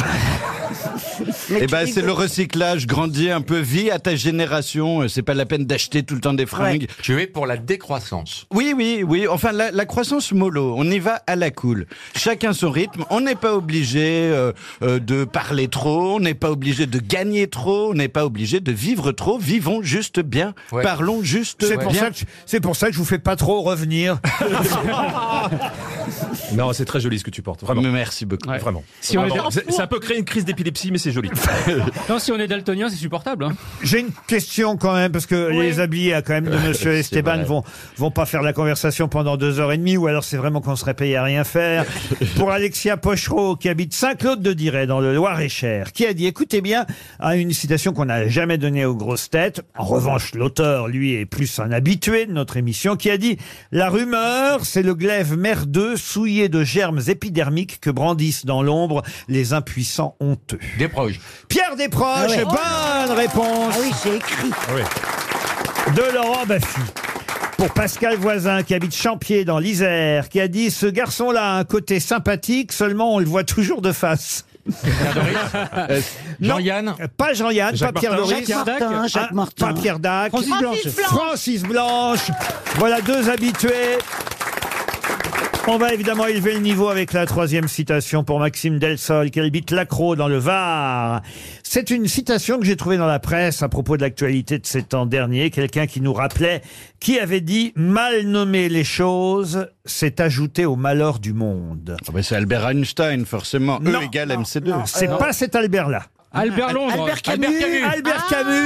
Speaker 6: Eh ben, c'est le recyclage, grandis un peu, vis à ta génération, euh, c'est pas la peine d'acheter tout le temps des fringues.
Speaker 7: Tu es pour la décroissance.
Speaker 6: Oui, oui, oui. Enfin, la, la croissance mollo, on y va à la cool. Chacun son rythme. On n'est pas obligé euh, euh, de parler trop. On n'est pas obligé de gagner trop. On n'est pas obligé de vivre trop. Vivons juste bien.
Speaker 1: Ouais.
Speaker 6: Parlons juste
Speaker 1: C'est
Speaker 6: bien.
Speaker 1: pour, ça que je- c'est pour ça que je vous fais pas trop revenir.
Speaker 4: Non, c'est très joli ce que tu portes. Vraiment.
Speaker 6: Merci beaucoup.
Speaker 4: Vraiment.
Speaker 16: Si on est
Speaker 4: Vraiment.
Speaker 16: dans-
Speaker 4: C'est- Ça peut créer une crise d'épilepsie, mais c'est joli.
Speaker 16: Non, si on est daltonien, c'est supportable. Hein.
Speaker 1: J'ai une question quand même, parce que les habillés quand même de Monsieur
Speaker 16: C'est
Speaker 1: Esteban
Speaker 16: vrai.
Speaker 1: vont, vont pas faire la conversation pendant deux heures et demie, ou alors c'est vraiment qu'on serait payé à rien faire. Pour Alexia Pochereau, qui habite Saint-Claude de Diray, dans le Loir-et-Cher, qui a dit, écoutez bien, à une citation qu'on n'a jamais donnée aux grosses têtes. En revanche, l'auteur, lui, est plus un habitué de notre émission, qui a dit, la rumeur, c'est le glaive merdeux souillé de germes épidermiques que brandissent dans l'ombre les impuissants honteux.
Speaker 7: Desproges.
Speaker 1: Pierre Desproges,
Speaker 7: Ah ouais.
Speaker 1: bonne réponse.
Speaker 28: Ah oui, j'ai écrit.
Speaker 1: De Laurent Baffy. Pour Pascal Voisin, qui habite Champier dans l'Isère, qui a dit Ce garçon-là a un côté sympathique, seulement on le voit toujours de face. Jean-Yann euh, Pas Jean-Yann, pas
Speaker 7: Jacques
Speaker 1: Pierre
Speaker 7: Martin.
Speaker 1: Doris.
Speaker 7: Jacques Martin, Jacques
Speaker 1: Ah,
Speaker 7: Martin.
Speaker 1: Pas Pierre Dac.
Speaker 7: Francis Francis Blanche. Blanche.
Speaker 1: Francis Blanche. Voilà deux habitués. On va évidemment élever le niveau avec la troisième citation pour Maxime Delsol, qui habite Lacro dans le Var. C'est une citation que j'ai trouvée dans la presse à propos de l'actualité de ces temps derniers. Quelqu'un qui nous rappelait qui avait dit mal nommer les choses, c'est ajouter au malheur du monde.
Speaker 6: Ah ben, c'est Albert Einstein, forcément.
Speaker 1: Non.
Speaker 6: E égale MC2.
Speaker 1: C'est pas cet Albert-là.
Speaker 16: Albert Londres.
Speaker 1: Albert Camus. Albert Camus.
Speaker 6: Ah.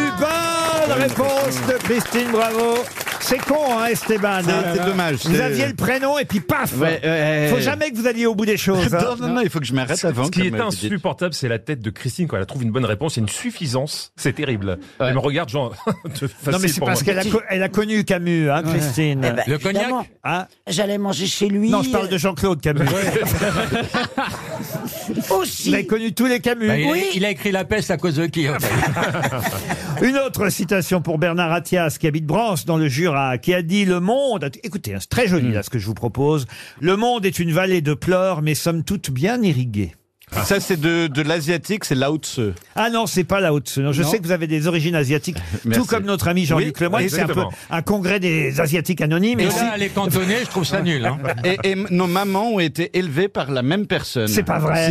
Speaker 1: Bonne réponse de Christine Bravo. C'est con, hein, Esteban.
Speaker 6: C'est-
Speaker 1: hein.
Speaker 6: Ah, c'est dommage,
Speaker 1: Vous
Speaker 6: c'est-
Speaker 1: aviez le prénom et puis paf.
Speaker 6: Ouais, ouais,
Speaker 1: Faut
Speaker 6: ouais.
Speaker 1: jamais que vous alliez au bout des choses. hein.
Speaker 6: Non, non, non, il faut que je m'arrête
Speaker 4: Ce
Speaker 6: avant.
Speaker 4: ce qui
Speaker 6: comme
Speaker 4: est
Speaker 6: vous dites.
Speaker 4: insupportable, c'est la tête de Christine quand elle trouve une bonne réponse. C'est une suffisance. C'est terrible. Elle me regarde genre. de facile
Speaker 1: Non, mais c'est
Speaker 4: pour
Speaker 1: parce
Speaker 4: moi.
Speaker 1: qu'elle a, co- elle a connu Camus, hein,
Speaker 4: Ouais.
Speaker 1: Christine.
Speaker 4: Eh ben, Le cognac
Speaker 5: Euh, évidemment.
Speaker 1: Hein
Speaker 5: J'allais manger chez lui.
Speaker 1: Non, je parle de Jean-Claude Camus.
Speaker 5: Aussi.
Speaker 1: Vous avez connu tous les Camus.
Speaker 7: Bah, il, a- il a écrit la peste à cause de qui en fait
Speaker 1: Une autre citation pour Bernard Attias, qui habite Brance dans le Jura, qui a dit Le monde. Écoutez, hein, c'est
Speaker 6: Mm.
Speaker 1: très joli là ce que je vous propose. Le monde est une vallée de pleurs, mais somme toute bien irriguée.
Speaker 6: Ça, c'est de, de l'asiatique, c'est Lao Tzu.
Speaker 1: Ah non, c'est pas la haute. Non, je
Speaker 6: Non.
Speaker 1: sais que vous avez des origines asiatiques,
Speaker 6: Merci.
Speaker 1: tout comme notre ami Jean-Luc
Speaker 6: Oui,
Speaker 1: Lemoyne. C'est un peu
Speaker 6: exactement.
Speaker 1: un congrès des asiatiques anonymes.
Speaker 25: Et
Speaker 1: aussi.
Speaker 25: là, les cantonais, je trouve ça nul. hein.
Speaker 6: Et, et m- nos mamans ont été élevées par la même personne. Si, Madame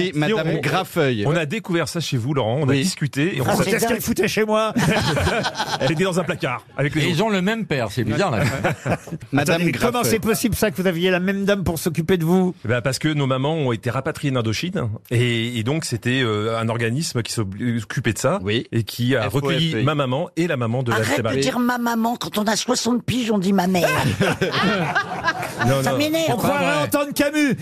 Speaker 4: Si, on-
Speaker 6: Graffeuil.
Speaker 4: On a découvert ça chez vous, Laurent. On a
Speaker 6: Oui.
Speaker 4: discuté. Et on
Speaker 6: Ah,
Speaker 4: s'est-
Speaker 6: c'est Qu'est-ce dingue. qu'elle
Speaker 1: foutait chez moi
Speaker 4: Elle était dans un placard. Avec les
Speaker 25: Et ils ont le même père, c'est bizarre. Là.
Speaker 1: Attendez, mais comment c'est possible ça que vous aviez la même dame pour s'occuper de vous
Speaker 4: Eh ben, parce que nos mamans ont été rapatriées d'Indochine et, et donc c'était euh, un organisme qui s'occupait de ça et qui a
Speaker 1: E.
Speaker 6: FOFI.
Speaker 4: recueilli ma maman et la maman de
Speaker 19: Arrête
Speaker 4: la
Speaker 19: de dire ma maman, quand on a 60 piges, on dit ma mère. ça m'énerve. Ah.
Speaker 1: On croirait entendre Camus.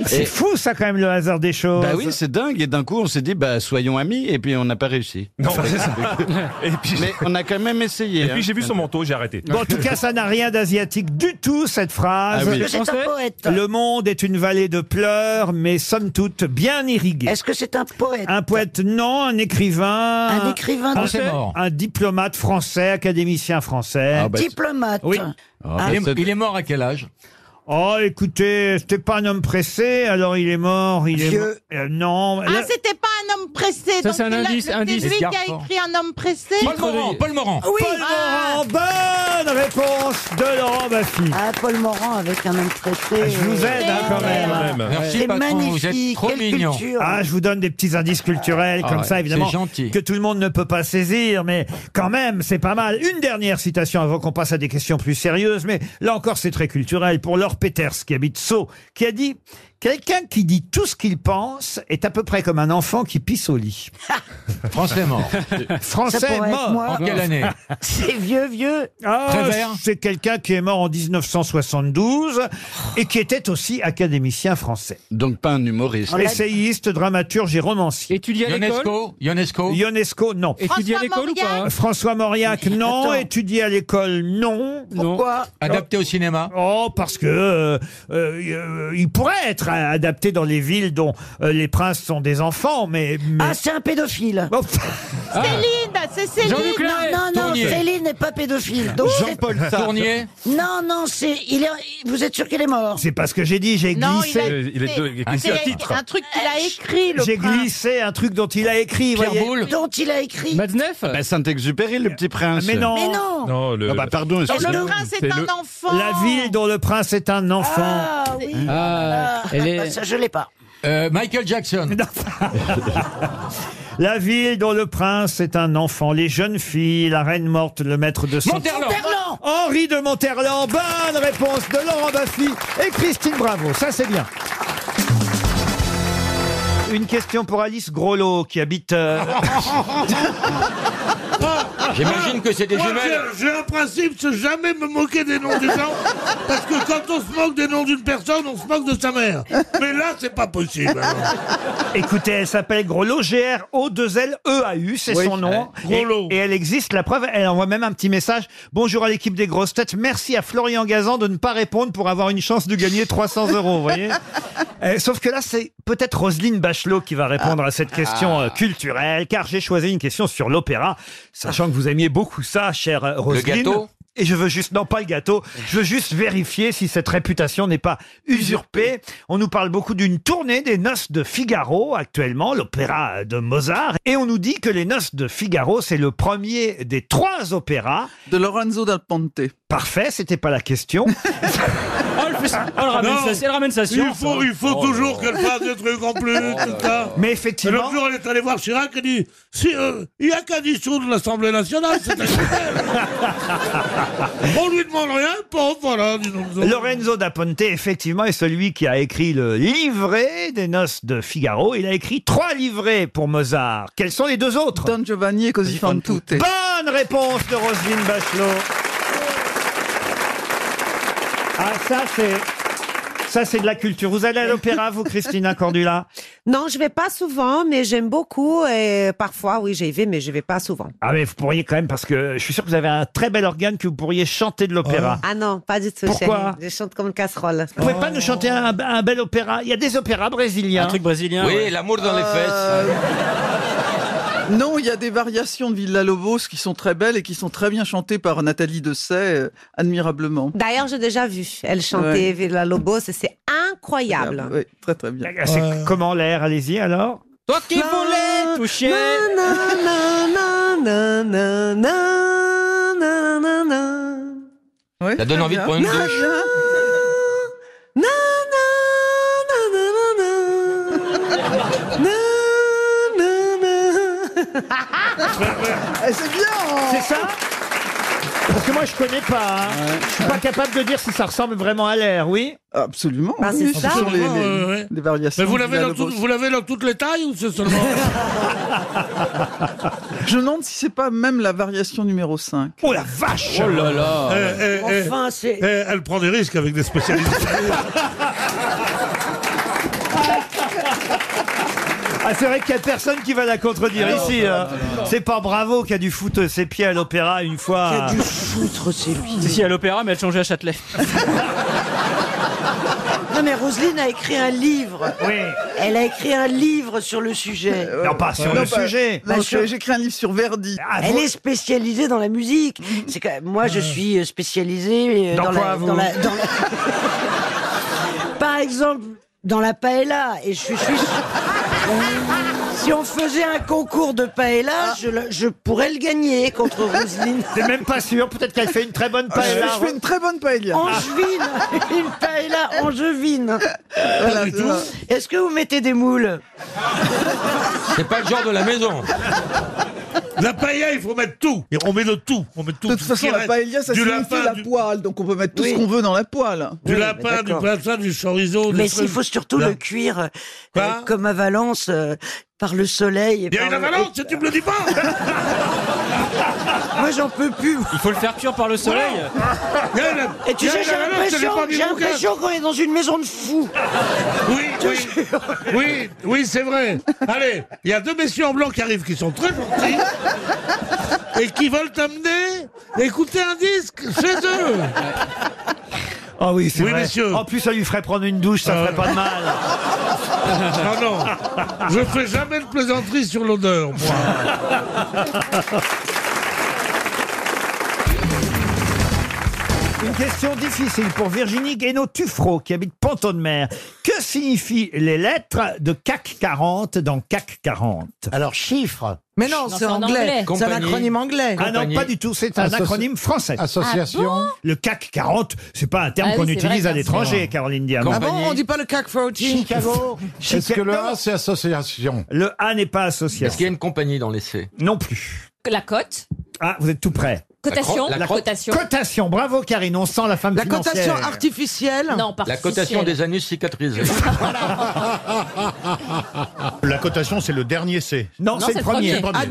Speaker 6: Et-
Speaker 1: c'est fou ça quand même le hasard des choses.
Speaker 6: Bah oui, c'est dingue. Et d'un coup, on s'est dit, bah, soyons amis, et puis on n'a pas réussi.
Speaker 4: Non, c'est ça. Et puis,
Speaker 6: Mais on a quand même essayé. hein.
Speaker 4: et puis j'ai vu son manteau, j'ai arrêté.
Speaker 1: Bon, en tout cas, ça n'a rien d'asiatique du tout, cette phrase.
Speaker 4: Ah oui. Est-ce que c'est un Français poète
Speaker 1: Le monde est une vallée de pleurs, mais somme toute bien irriguée. Est-ce que c'est un poète Un poète, non, un écrivain.
Speaker 19: Un écrivain Français
Speaker 1: un-
Speaker 19: mort.
Speaker 1: Un diplomate français, académicien français.
Speaker 4: Ah,
Speaker 7: bah,
Speaker 4: bah,
Speaker 19: Diplomate.
Speaker 1: Oui. bah,
Speaker 19: Ah,
Speaker 25: il, est, il est mort à quel âge
Speaker 1: Oh, écoutez, c'était pas un homme pressé, alors il est mort, il est
Speaker 19: Vieux.
Speaker 1: mo- euh, non.
Speaker 26: Ah, c'était pas un homme pressé.
Speaker 1: Ça,
Speaker 26: donc
Speaker 1: c'est un
Speaker 26: il a-
Speaker 1: indice,
Speaker 26: c'est
Speaker 1: indice.
Speaker 26: lui qui a
Speaker 1: Escarpin.
Speaker 26: écrit un homme pressé.
Speaker 25: Paul Morand, Paul Morand.
Speaker 19: Oui.
Speaker 29: Ah.
Speaker 1: Paul Morand, bonne réponse de Laurent Baffy.
Speaker 19: Ah, Paul Morand avec un homme pressé.
Speaker 1: Je vous aide hein, quand même.
Speaker 25: Merci,
Speaker 19: C'est
Speaker 25: patron, vous
Speaker 19: magnifique.
Speaker 25: êtes trop
Speaker 19: Quelle
Speaker 25: mignon.
Speaker 19: culture.
Speaker 1: Ah, je vous donne des petits indices culturels
Speaker 25: Ah
Speaker 1: comme
Speaker 25: ouais,
Speaker 1: ça, évidemment,
Speaker 25: c'est gentil.
Speaker 1: que tout le monde ne peut pas saisir, mais quand même, c'est pas mal. Une dernière citation avant qu'on passe à des questions plus sérieuses, mais là encore, c'est très culturel pour Laure Peters qui habite Sceaux, qui a dit quelqu'un qui dit tout ce qu'il pense est à peu près comme un enfant qui pisse au lit.
Speaker 25: Français mort.
Speaker 19: Ça
Speaker 1: Français
Speaker 19: pourrait être
Speaker 1: mort.
Speaker 19: moi.
Speaker 25: En quelle année
Speaker 19: C'est vieux, vieux.
Speaker 1: Ah,
Speaker 19: Prévert.
Speaker 1: c'est quelqu'un qui est mort en 1972 et qui était aussi académicien français. Oh,
Speaker 6: Donc pas un humoriste.
Speaker 1: Essayiste, dramaturge et romancier.
Speaker 25: Étudié à l'école Ionesco Ionesco
Speaker 1: Ionesco, non.
Speaker 25: Étudié à l'école ou pas
Speaker 1: François Mauriac, non.
Speaker 25: Attends.
Speaker 1: Étudié à l'école, non.
Speaker 19: Pourquoi
Speaker 25: Adapté au cinéma
Speaker 1: Oh, parce que euh, euh, il pourrait être euh, adapté dans les villes dont euh, les princes sont des enfants, mais... mais-
Speaker 19: Ah, c'est un pédophile.
Speaker 1: Oh,
Speaker 26: Céline, c'est Céline.
Speaker 19: Céline, non, non, non,
Speaker 25: Tournier.
Speaker 19: Céline n'est pas pédophile. Donc,
Speaker 6: Jean-Paul
Speaker 19: c'est-
Speaker 6: Sartre.
Speaker 25: Tournier
Speaker 19: Non, non, c'est, il est, vous êtes sûr qu'il est mort
Speaker 1: c'est pas ce que j'ai dit, j'ai
Speaker 26: Non, il a,
Speaker 1: glissé...
Speaker 26: c'est- c'est un truc qu'il a écrit, le
Speaker 1: J'ai
Speaker 26: prince.
Speaker 1: glissé un truc dont il a écrit, voyez.
Speaker 19: Dont il a écrit.
Speaker 25: Matzneff
Speaker 6: Bah, Saint-Exupéry, le petit prince.
Speaker 1: Mais non.
Speaker 19: Mais non.
Speaker 4: Non, le-
Speaker 6: Ah bah pardon,
Speaker 26: Dont
Speaker 6: excusez-moi.
Speaker 26: le prince est,
Speaker 6: C'est
Speaker 26: un
Speaker 6: le-
Speaker 26: enfant.
Speaker 1: La ville dont le prince est un enfant.
Speaker 19: Ah oui.
Speaker 25: Ah,
Speaker 19: Ah,
Speaker 1: ben,
Speaker 25: elle est-
Speaker 19: bah, ça, je l'ai pas.
Speaker 25: Euh, Michael Jackson.
Speaker 1: La ville dont le prince est un enfant, les jeunes filles, la reine morte, le maître de son...
Speaker 25: Monterland.
Speaker 19: Berland.
Speaker 1: Henri de Monterland, bonne réponse de Laurent Baffy et Christine Bravo, ça c'est bien. Une question pour Alice Grolot qui habite... euh,
Speaker 25: J'imagine que c'est des
Speaker 10: Moi,
Speaker 25: jumelles.
Speaker 10: j'ai- J'ai un principe, c'est jamais me moquer des noms des gens, parce que quand on se moque des noms d'une personne, on se moque de sa mère. Mais là, c'est pas possible. alors.
Speaker 1: Écoutez, elle s'appelle Grolot, G-R-O-2-L-E-A-U, E c'est
Speaker 10: Oui.
Speaker 1: son nom.
Speaker 10: Ouais.
Speaker 1: Et-
Speaker 10: Grolot.
Speaker 1: Et, elle existe, la preuve, elle envoie même un petit message. Bonjour à l'équipe des grosses têtes, merci à Florian Gazan de ne pas répondre pour avoir une chance de gagner 300 euros, vous voyez Euh, Sauf que là, c'est peut-être Roselyne Bachelot qui va répondre à
Speaker 10: Ah.
Speaker 1: cette question euh, culturelle, car j'ai choisi une question sur l'opéra, sachant que vous aimiez beaucoup ça, chère euh, Roselyne.
Speaker 25: gâteau
Speaker 1: et je veux juste, non pas le gâteau, je veux juste vérifier si cette réputation n'est pas usurpée. On nous parle beaucoup d'une tournée des Noces de Figaro actuellement, l'opéra de Mozart, et on nous dit que les Noces de Figaro, c'est le premier des trois opéras.
Speaker 2: De Lorenzo Dal Ponte.
Speaker 1: Parfait, c'était pas la question.
Speaker 24: Oh,
Speaker 10: Non, Il faut,
Speaker 24: hein.
Speaker 10: il faut toujours qu'elle fasse des trucs en
Speaker 25: Oh
Speaker 10: plus, tout ça.
Speaker 1: Mais
Speaker 10: Et
Speaker 1: effectivement,
Speaker 10: l'autre jour, elle est allée voir Chirac et dit si, euh, Il n'y a qu'un dissous de l'Assemblée nationale, c'est un scandale. On lui demande rien, pauvre, voilà, dis donc.
Speaker 1: Lorenzo da Ponte, effectivement, est celui qui a écrit le livret des Noces de Figaro. Il a écrit trois livrets pour Mozart. Quels sont les deux autres
Speaker 2: Don Giovanni et Così fan tutte.
Speaker 1: Bonne réponse de Roselyne Bachelot. Ah, ça, c'est. Ça, c'est de la culture. Vous allez à l'opéra, vous, Christina Cordula
Speaker 29: Non, je vais pas souvent, mais j'aime beaucoup et parfois, oui, j'y vais, mais je vais pas souvent.
Speaker 1: Ah, mais vous pourriez quand même, parce que je suis sûr que vous avez un très bel organe que vous pourriez chanter de l'opéra.
Speaker 29: Ah non, pas du tout,
Speaker 1: Pourquoi
Speaker 29: chérie. Je chante comme une casserole.
Speaker 1: Vous pouvez pas nous chanter un, un bel opéra Il y a des opéras brésiliens.
Speaker 25: Oui, l'amour dans les fesses.
Speaker 2: Non, il y a des variations de Villa Lobos qui sont très belles et qui sont très bien chantées par Nathalie Dessay, euh, admirablement.
Speaker 5: D'ailleurs, j'ai déjà vu. Elle chantait
Speaker 2: Ouais.
Speaker 5: Villa Lobos et c'est incroyable.
Speaker 2: Oui, très très bien.
Speaker 1: Ah, C'est comment l'air Allez-y alors.
Speaker 5: Toi qui voulais toucher. Na, na, na, na, na, na, na, na, na.
Speaker 7: Ça donne envie de prendre une
Speaker 5: Na,
Speaker 7: douche.
Speaker 5: na, na, na, na, na, na, na. Na, na, na.
Speaker 2: C'est bien
Speaker 1: C'est ça Parce que moi, je connais pas. hein. Je suis pas capable de dire si ça ressemble vraiment à l'air, oui
Speaker 2: Absolument.
Speaker 1: Bah, c'est
Speaker 2: oui,
Speaker 1: ça.
Speaker 2: Ce sont les, les-
Speaker 1: Ouais, ouais.
Speaker 2: les variations.
Speaker 10: Mais vous
Speaker 2: de
Speaker 10: l'avez
Speaker 2: Villa
Speaker 10: dans,
Speaker 2: Lobos.
Speaker 10: tout- vous l'avez dans toutes les tailles ou c'est seulement
Speaker 2: Je me demande si c'est pas même la variation numéro Euh, 5.
Speaker 1: Oh la vache
Speaker 7: Oh là là.
Speaker 10: Eh,
Speaker 2: Enfin, c'est-
Speaker 10: Elle prend des risques avec des spécialistes.
Speaker 1: Ah, c'est vrai qu'il y a personne qui va la contredire
Speaker 7: Ah non,
Speaker 1: ici.
Speaker 7: non,
Speaker 1: hein.
Speaker 7: non, non.
Speaker 1: C'est pas Bravo qui a dû foutre ses pieds à l'opéra une fois.
Speaker 7: Qui a dû
Speaker 1: foutre ses pieds.
Speaker 16: Si, si, à l'opéra, mais elle changeait à Châtelet.
Speaker 19: Non mais Roselyne a écrit un livre.
Speaker 1: Oui. Euh,
Speaker 19: Elle a écrit un livre sur le sujet.
Speaker 1: Non, pas sur le sujet. Ah,
Speaker 19: Bah,
Speaker 2: Non,
Speaker 19: sur-
Speaker 2: j'ai- J'écris un livre sur Verdi.
Speaker 19: Elle est spécialisée dans la musique.
Speaker 1: Mhm.
Speaker 19: C'est que moi, je suis euh, spécialisée euh,
Speaker 2: Dans
Speaker 19: dans,
Speaker 2: quoi,
Speaker 19: la,
Speaker 2: vous
Speaker 19: dans la- dans la- Par exemple, dans la paella. Et je suis. je suis- Si on faisait un concours de
Speaker 2: Ah.
Speaker 19: paella, je, le- je pourrais le gagner contre Roselyne.
Speaker 1: T'es même pas sûr, peut-être qu'elle fait une très bonne
Speaker 2: Ah, je,
Speaker 1: paella.
Speaker 2: je fais une très bonne paella.
Speaker 19: Angevine, une paella angevine.
Speaker 2: Voilà, voilà.
Speaker 19: Est-ce que vous mettez des moules
Speaker 7: C'est pas le genre de la maison.
Speaker 10: La paella, il faut mettre tout. Et on met de tout. On met tout.
Speaker 2: De toute façon, la paella, ça
Speaker 10: du
Speaker 2: signifie
Speaker 10: lapin,
Speaker 2: la
Speaker 10: du,
Speaker 2: poêle, donc on peut mettre tout
Speaker 19: Oui.
Speaker 2: ce qu'on veut dans la poêle.
Speaker 10: du lapin, du plantain, du chorizo. du
Speaker 19: Mais
Speaker 10: truc.
Speaker 19: s'il faut surtout
Speaker 10: Là.
Speaker 19: le cuire euh, euh, comme à Valence, euh, par le soleil. et
Speaker 10: Il y a
Speaker 19: par
Speaker 10: une
Speaker 19: le-
Speaker 10: avalanche,
Speaker 19: et-
Speaker 10: tu me le dis pas
Speaker 19: Moi, j'en peux plus.
Speaker 16: Il faut le faire cuire par le soleil.
Speaker 10: Il y a une-
Speaker 19: Et tu
Speaker 10: il y a
Speaker 19: sais,
Speaker 10: une
Speaker 19: j'ai
Speaker 10: avalanche, je l'ai
Speaker 19: l'impression,
Speaker 10: pas mis
Speaker 19: j'ai
Speaker 10: mon bouquin.
Speaker 19: l'impression qu'on est dans une maison de fous.
Speaker 10: Oui, oui, oui, oui, c'est vrai. Allez, il y a deux messieurs en blanc qui arrivent, qui sont très gentils et qui veulent t'amener écouter un disque chez eux.
Speaker 1: Ah oui, c'est
Speaker 10: Oui,
Speaker 1: vrai.
Speaker 10: messieurs.
Speaker 1: En plus, ça lui ferait prendre une douche, ça
Speaker 10: Euh.
Speaker 1: ferait pas de mal.
Speaker 10: Non, non, je fais jamais de plaisanterie sur l'odeur, moi.
Speaker 1: Une question difficile pour Virginie Guénaud-Tufro, qui habite Pont-de-Mer. Que signifient les lettres de CAC 40 dans CAC 40
Speaker 30: Alors, chiffres.
Speaker 13: Mais non, c'est anglais. C'est un acronyme anglais.
Speaker 1: Ah non, pas du tout, c'est un
Speaker 30: Associ-
Speaker 1: acronyme français.
Speaker 30: Association. Ah bon
Speaker 1: le CAC 40, c'est pas un terme
Speaker 30: Ah oui,
Speaker 1: qu'on
Speaker 30: c'est vrai,
Speaker 1: utilise à
Speaker 30: merci.
Speaker 1: l'étranger, Caroline Diamant.
Speaker 13: Ah bon, on dit pas le CAC 40
Speaker 30: Chicago. Est-ce que le A, c'est association
Speaker 1: Le A n'est pas associé.
Speaker 7: Est-ce qu'il y a une compagnie dans l'essai
Speaker 1: Non plus.
Speaker 3: La cote.
Speaker 1: Ah, vous êtes tout prêt.
Speaker 3: Cotation.
Speaker 7: La cro- la
Speaker 1: La
Speaker 7: cro-
Speaker 1: cotation. Cotation, bravo Karine, on sent la femme
Speaker 13: La
Speaker 1: financière.
Speaker 13: cotation artificielle
Speaker 3: Non,
Speaker 7: La cotation des anus cicatrisés.
Speaker 9: Ah. La cotation, c'est le dernier C.
Speaker 1: Non, c'est le premier. Ah,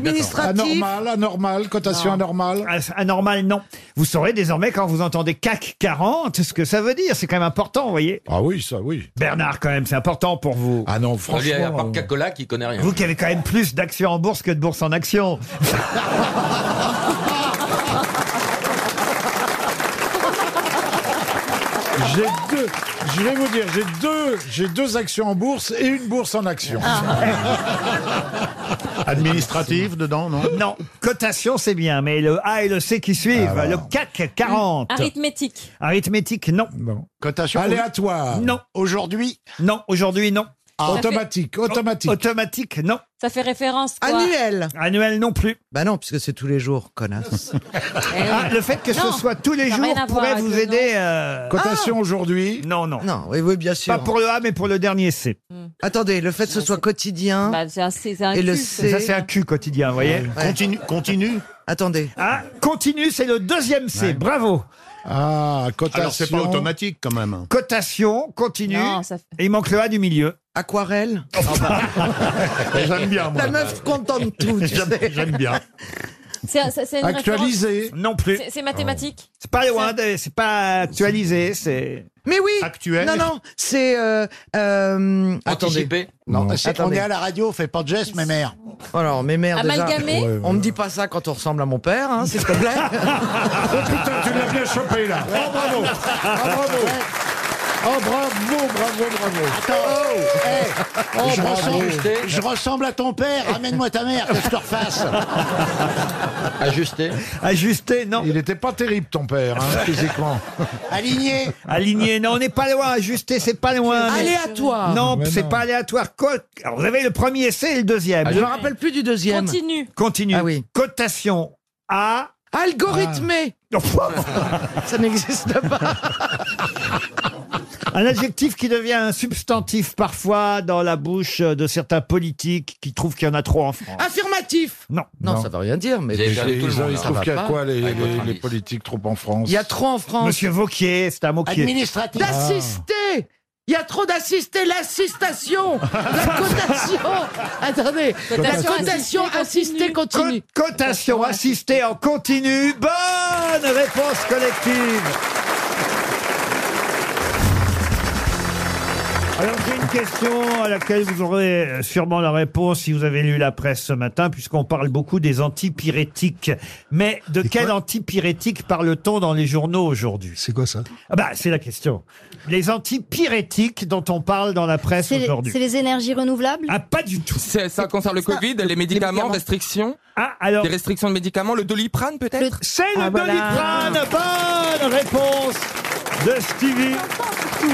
Speaker 9: Anormal, anormal, cotation
Speaker 1: Non.
Speaker 9: anormale.
Speaker 1: Ah, Anormal, non. Vous saurez désormais quand vous entendez CAC 40 ce que ça veut dire. C'est quand même important, vous voyez.
Speaker 9: Ah oui, ça, oui.
Speaker 1: Bernard, quand même, c'est important pour vous.
Speaker 9: Ah non,
Speaker 7: Il y a
Speaker 9: franchement.
Speaker 7: Coca-Cola qui connaît rien.
Speaker 1: Vous qui avez quand même plus d'actions en bourse que de bourse en actions.
Speaker 9: J'ai deux, je vais vous dire, j'ai deux, j'ai deux actions en bourse et une bourse en actions.
Speaker 1: Ah.
Speaker 9: Administrative dedans, non
Speaker 1: Non, cotation c'est bien, mais le A et le C qui suivent,
Speaker 9: Ah
Speaker 1: le CAC 40.
Speaker 3: Arithmétique.
Speaker 1: Arithmétique, non.
Speaker 9: Cotation aléatoire. Ah,
Speaker 1: Non.
Speaker 9: Aujourd'hui
Speaker 1: Non, aujourd'hui, non.
Speaker 3: Ça fait- Automatique,
Speaker 1: automatique. Automatique, non.
Speaker 3: Ça fait référence quoi
Speaker 13: Annuel.
Speaker 1: Annuel non plus.
Speaker 13: Bah non, puisque c'est tous les jours, connasse.
Speaker 1: Ah, le fait que
Speaker 3: Eh Non,
Speaker 1: ce soit tous les
Speaker 3: ça n'a
Speaker 1: jours
Speaker 3: rien à voir
Speaker 1: pourrait
Speaker 3: avec
Speaker 1: vous
Speaker 3: le
Speaker 1: aider.
Speaker 3: nom.
Speaker 1: euh,
Speaker 9: Cotation aujourd'hui
Speaker 1: Non, non.
Speaker 13: Non, oui, oui, bien sûr.
Speaker 1: Pas pour le A, mais pour le dernier C.
Speaker 13: Attendez, le fait que ce soit quotidien.
Speaker 3: Bah, c'est un, c'est un
Speaker 13: Et le
Speaker 3: culte.
Speaker 13: C.
Speaker 1: Ça, hein c'est un Q quotidien, vous voyez.
Speaker 9: Continue, continue.
Speaker 13: Attendez.
Speaker 1: Ah, continue, c'est le deuxième C. Bravo.
Speaker 9: Ah, cotation.
Speaker 1: Alors, c'est pas
Speaker 9: automatique quand même.
Speaker 1: Cotation, continue.
Speaker 3: Non, ça fait-
Speaker 1: Et il manque le A du milieu.
Speaker 13: Aquarelle.
Speaker 9: J'aime bien, moi.
Speaker 13: La meuf contente tout. tu
Speaker 9: J'aime-
Speaker 13: sais.
Speaker 9: J'aime bien.
Speaker 3: C'est un- c'est- c'est une référence-
Speaker 1: Non plus. Oh.
Speaker 3: C'est- C'est mathématique.
Speaker 1: C'est pas loin, de- c'est pas actualisé, c'est.
Speaker 13: Mais oui.
Speaker 9: Actuel.
Speaker 13: Non, non, c'est. Euh, euh,
Speaker 7: Anticipé
Speaker 9: Non,
Speaker 13: Non.
Speaker 9: c'est-
Speaker 30: On
Speaker 13: Attendez.
Speaker 30: est à la radio, fais pas de gestes, mes mères.
Speaker 13: Alors, mes mères. déjà,
Speaker 3: Amalgamé Ouais, ouais.
Speaker 13: On me dit pas ça quand on ressemble à mon père, hein, s'il te plaît.
Speaker 9: Oh putain, tu l'as bien chopé là. Oh bravo. Oh, bravo.
Speaker 10: Oh, bravo, bravo, bravo.
Speaker 15: Oh, hey, oh,
Speaker 10: Je
Speaker 15: je,
Speaker 10: bravo.
Speaker 15: ressemble,
Speaker 10: Ajusté.
Speaker 15: je ressemble à ton père, ramène-moi ta mère, que je te refasse.
Speaker 25: Ajusté
Speaker 1: Ajusté, non.
Speaker 16: Il n'était pas terrible, ton père, hein, physiquement.
Speaker 15: Aligné
Speaker 1: Aligné, non, on n'est pas loin. Ajusté, c'est pas loin. mais-
Speaker 13: Aléatoire.
Speaker 1: Non,
Speaker 13: Mais
Speaker 1: c'est
Speaker 13: non.
Speaker 1: pas aléatoire. Co- Alors, vous avez le premier essai et le deuxième.
Speaker 13: Ah, je me rappelle plus du deuxième. Continue.
Speaker 1: Continue.
Speaker 13: Ah oui.
Speaker 1: Cotation A. Ah.
Speaker 13: Algorithmé. Ça n'existe pas.
Speaker 1: Un adjectif qui devient un substantif parfois dans la bouche de certains politiques qui trouvent qu'il y en a trop en France.
Speaker 13: Affirmatif.
Speaker 1: Non.
Speaker 29: Non, ça veut rien dire. Mais
Speaker 1: Vous avez
Speaker 29: les
Speaker 1: perdu tout le monde,
Speaker 29: gens,
Speaker 1: là.
Speaker 29: ils
Speaker 1: Ça va
Speaker 29: trouvent hein. qu'il y a
Speaker 1: pas.
Speaker 29: quoi les,
Speaker 1: Avec
Speaker 29: les-
Speaker 1: votre
Speaker 29: les
Speaker 1: indice.
Speaker 29: politiques trop
Speaker 16: en France
Speaker 29: Il y a trop en France.
Speaker 1: Monsieur Vauquier, c'est un Ah. mot qui est-
Speaker 15: Administratif.
Speaker 29: D'assister Il y a trop d'assister, l'assistation, la cotation. Attendez, la
Speaker 1: Cotation
Speaker 29: cotation assistée continue.
Speaker 1: Co- cotation assistée en continu. Bonne réponse collective. Alors j'ai une question à laquelle vous aurez euh, sûrement la réponse si vous avez lu la presse ce matin, puisqu'on parle beaucoup des antipyrétiques. Mais de quel antipyrétique parle-t-on dans les journaux aujourd'hui
Speaker 16: C'est quoi ça
Speaker 1: ah bah, C'est la question. Les antipyrétiques dont on parle dans la presse
Speaker 7: C'est les,
Speaker 1: aujourd'hui.
Speaker 7: c'est les énergies renouvelables
Speaker 1: Ah, pas du tout.
Speaker 12: Ça concerne le Covid, les médicaments, restrictions.
Speaker 1: Ah, alors.
Speaker 12: Des restrictions de médicaments, le doliprane peut-être
Speaker 1: C'est le Doliprane. Bonne réponse de Stevie.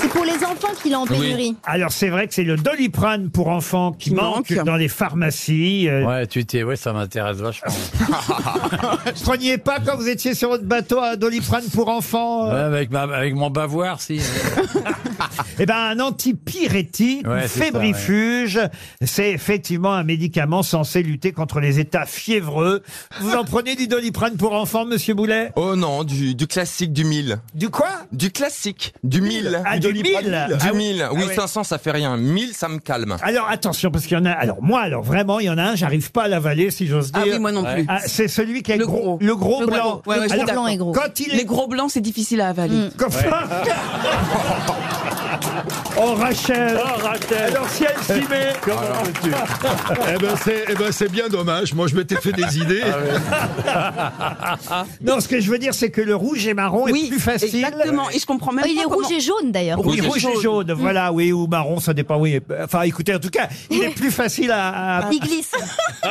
Speaker 7: C'est pour les enfants qu'il est en pénurie.
Speaker 1: Alors c'est vrai que c'est le doliprane pour enfants qui, manque, dans les pharmacies. euh,
Speaker 24: Ouais, tu t'es, ouais, ça m'intéresse vachement.
Speaker 1: Preniez pas quand vous étiez sur votre bateau un doliprane pour enfants.
Speaker 24: Ouais,
Speaker 1: euh.
Speaker 24: avec, ma, avec mon bavoir, si.
Speaker 1: Eh ben un antipyrétique,
Speaker 24: Ouais,
Speaker 1: un
Speaker 24: c'est ça,
Speaker 1: fébrifuge, c'est effectivement un médicament censé lutter contre les états fiévreux. Vous en prenez du doliprane pour enfants, Monsieur Boulet
Speaker 12: Oh non, du, du classique, du 1000.
Speaker 1: Du quoi
Speaker 12: Du classique, du 1000.
Speaker 1: Ah, du mille
Speaker 12: Du
Speaker 1: Ah oui.
Speaker 12: 1000. Oui,
Speaker 1: Ah oui.
Speaker 12: 500, ça fait rien. 1000, ça me calme.
Speaker 1: Alors attention parce qu'il y en a. Alors moi, alors vraiment, il y en a un, j'arrive pas à l'avaler si j'ose dire.
Speaker 12: Ah oui, moi non plus.
Speaker 1: Ah, c'est celui qui est
Speaker 12: Le
Speaker 1: gros,
Speaker 12: gros.
Speaker 1: le gros
Speaker 12: Le
Speaker 1: blanc.
Speaker 12: gros. Ouais, ouais, je suis
Speaker 1: Alors,
Speaker 12: d'accord.
Speaker 1: Quand il est Mmh.
Speaker 12: Les gros blancs, c'est difficile à avaler.
Speaker 1: Comme Oh Rachel Alors si elle s'y met
Speaker 27: eh ben c'est eh ben, c'est bien dommage. Moi je m'étais fait des idées.
Speaker 1: Non, ce que je veux dire, c'est que le rouge et Ah marron est plus facile.
Speaker 31: Exactement, et je comprends même
Speaker 7: Oh, il
Speaker 31: pas
Speaker 7: est
Speaker 31: comment-
Speaker 7: rouge et jaune d'ailleurs.
Speaker 1: Oui, Ah, rouge et jaune, Mmh. Hmm.
Speaker 7: Mm.
Speaker 1: voilà, oui, ou marron, ça dépend, oui. Enfin, écoutez, en tout cas, il est plus facile à... à-
Speaker 7: Il glisse.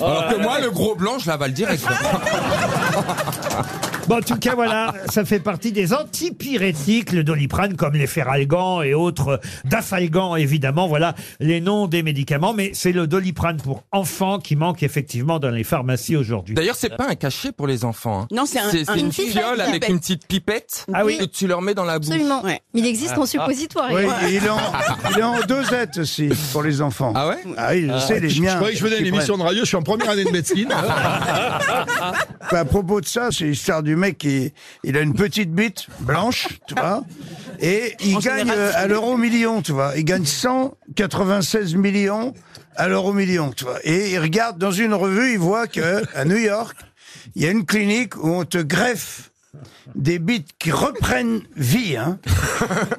Speaker 12: Alors que moi, le gros blanc, je l'avale direct.
Speaker 1: Ah. Bon, en tout cas, voilà, ça fait partie des antipyrétiques, le doliprane, comme les feralgan et autres, dafalgan, évidemment, voilà les noms des médicaments, mais c'est le doliprane pour enfants qui manque effectivement dans les pharmacies aujourd'hui.
Speaker 12: D'ailleurs, c'est pas un cachet pour les enfants. hein.
Speaker 31: Non, c'est un- un-
Speaker 12: une
Speaker 7: une pipette.
Speaker 12: fiole avec une petite pipette
Speaker 7: Ah oui.
Speaker 12: que tu leur mets dans la bouche.
Speaker 7: Absolument. Mais il existe en
Speaker 12: Ah.
Speaker 7: suppositoire.
Speaker 15: Oui,
Speaker 7: évidemment.
Speaker 15: il est, en, il est en dosette aussi pour les enfants. Ah
Speaker 12: ouais
Speaker 15: Ah oui, je sais, les
Speaker 27: je,
Speaker 15: miens.
Speaker 27: je croyais que je venais à
Speaker 15: qui
Speaker 27: une émission
Speaker 15: prennent.
Speaker 27: de radio. Je suis en première année de médecine.
Speaker 15: Bah, à propos de ça, c'est l'histoire du mec qui il a une petite bite blanche, tu vois, et il
Speaker 32: En
Speaker 15: gagne
Speaker 32: général,
Speaker 15: euh,
Speaker 32: c'est-
Speaker 15: à l'euro million, tu vois. Il gagne 196 millions à l'euro million, tu vois. Et il regarde dans une revue, il voit que à New York, il y a une clinique où on te greffe des bites qui reprennent vie, hein.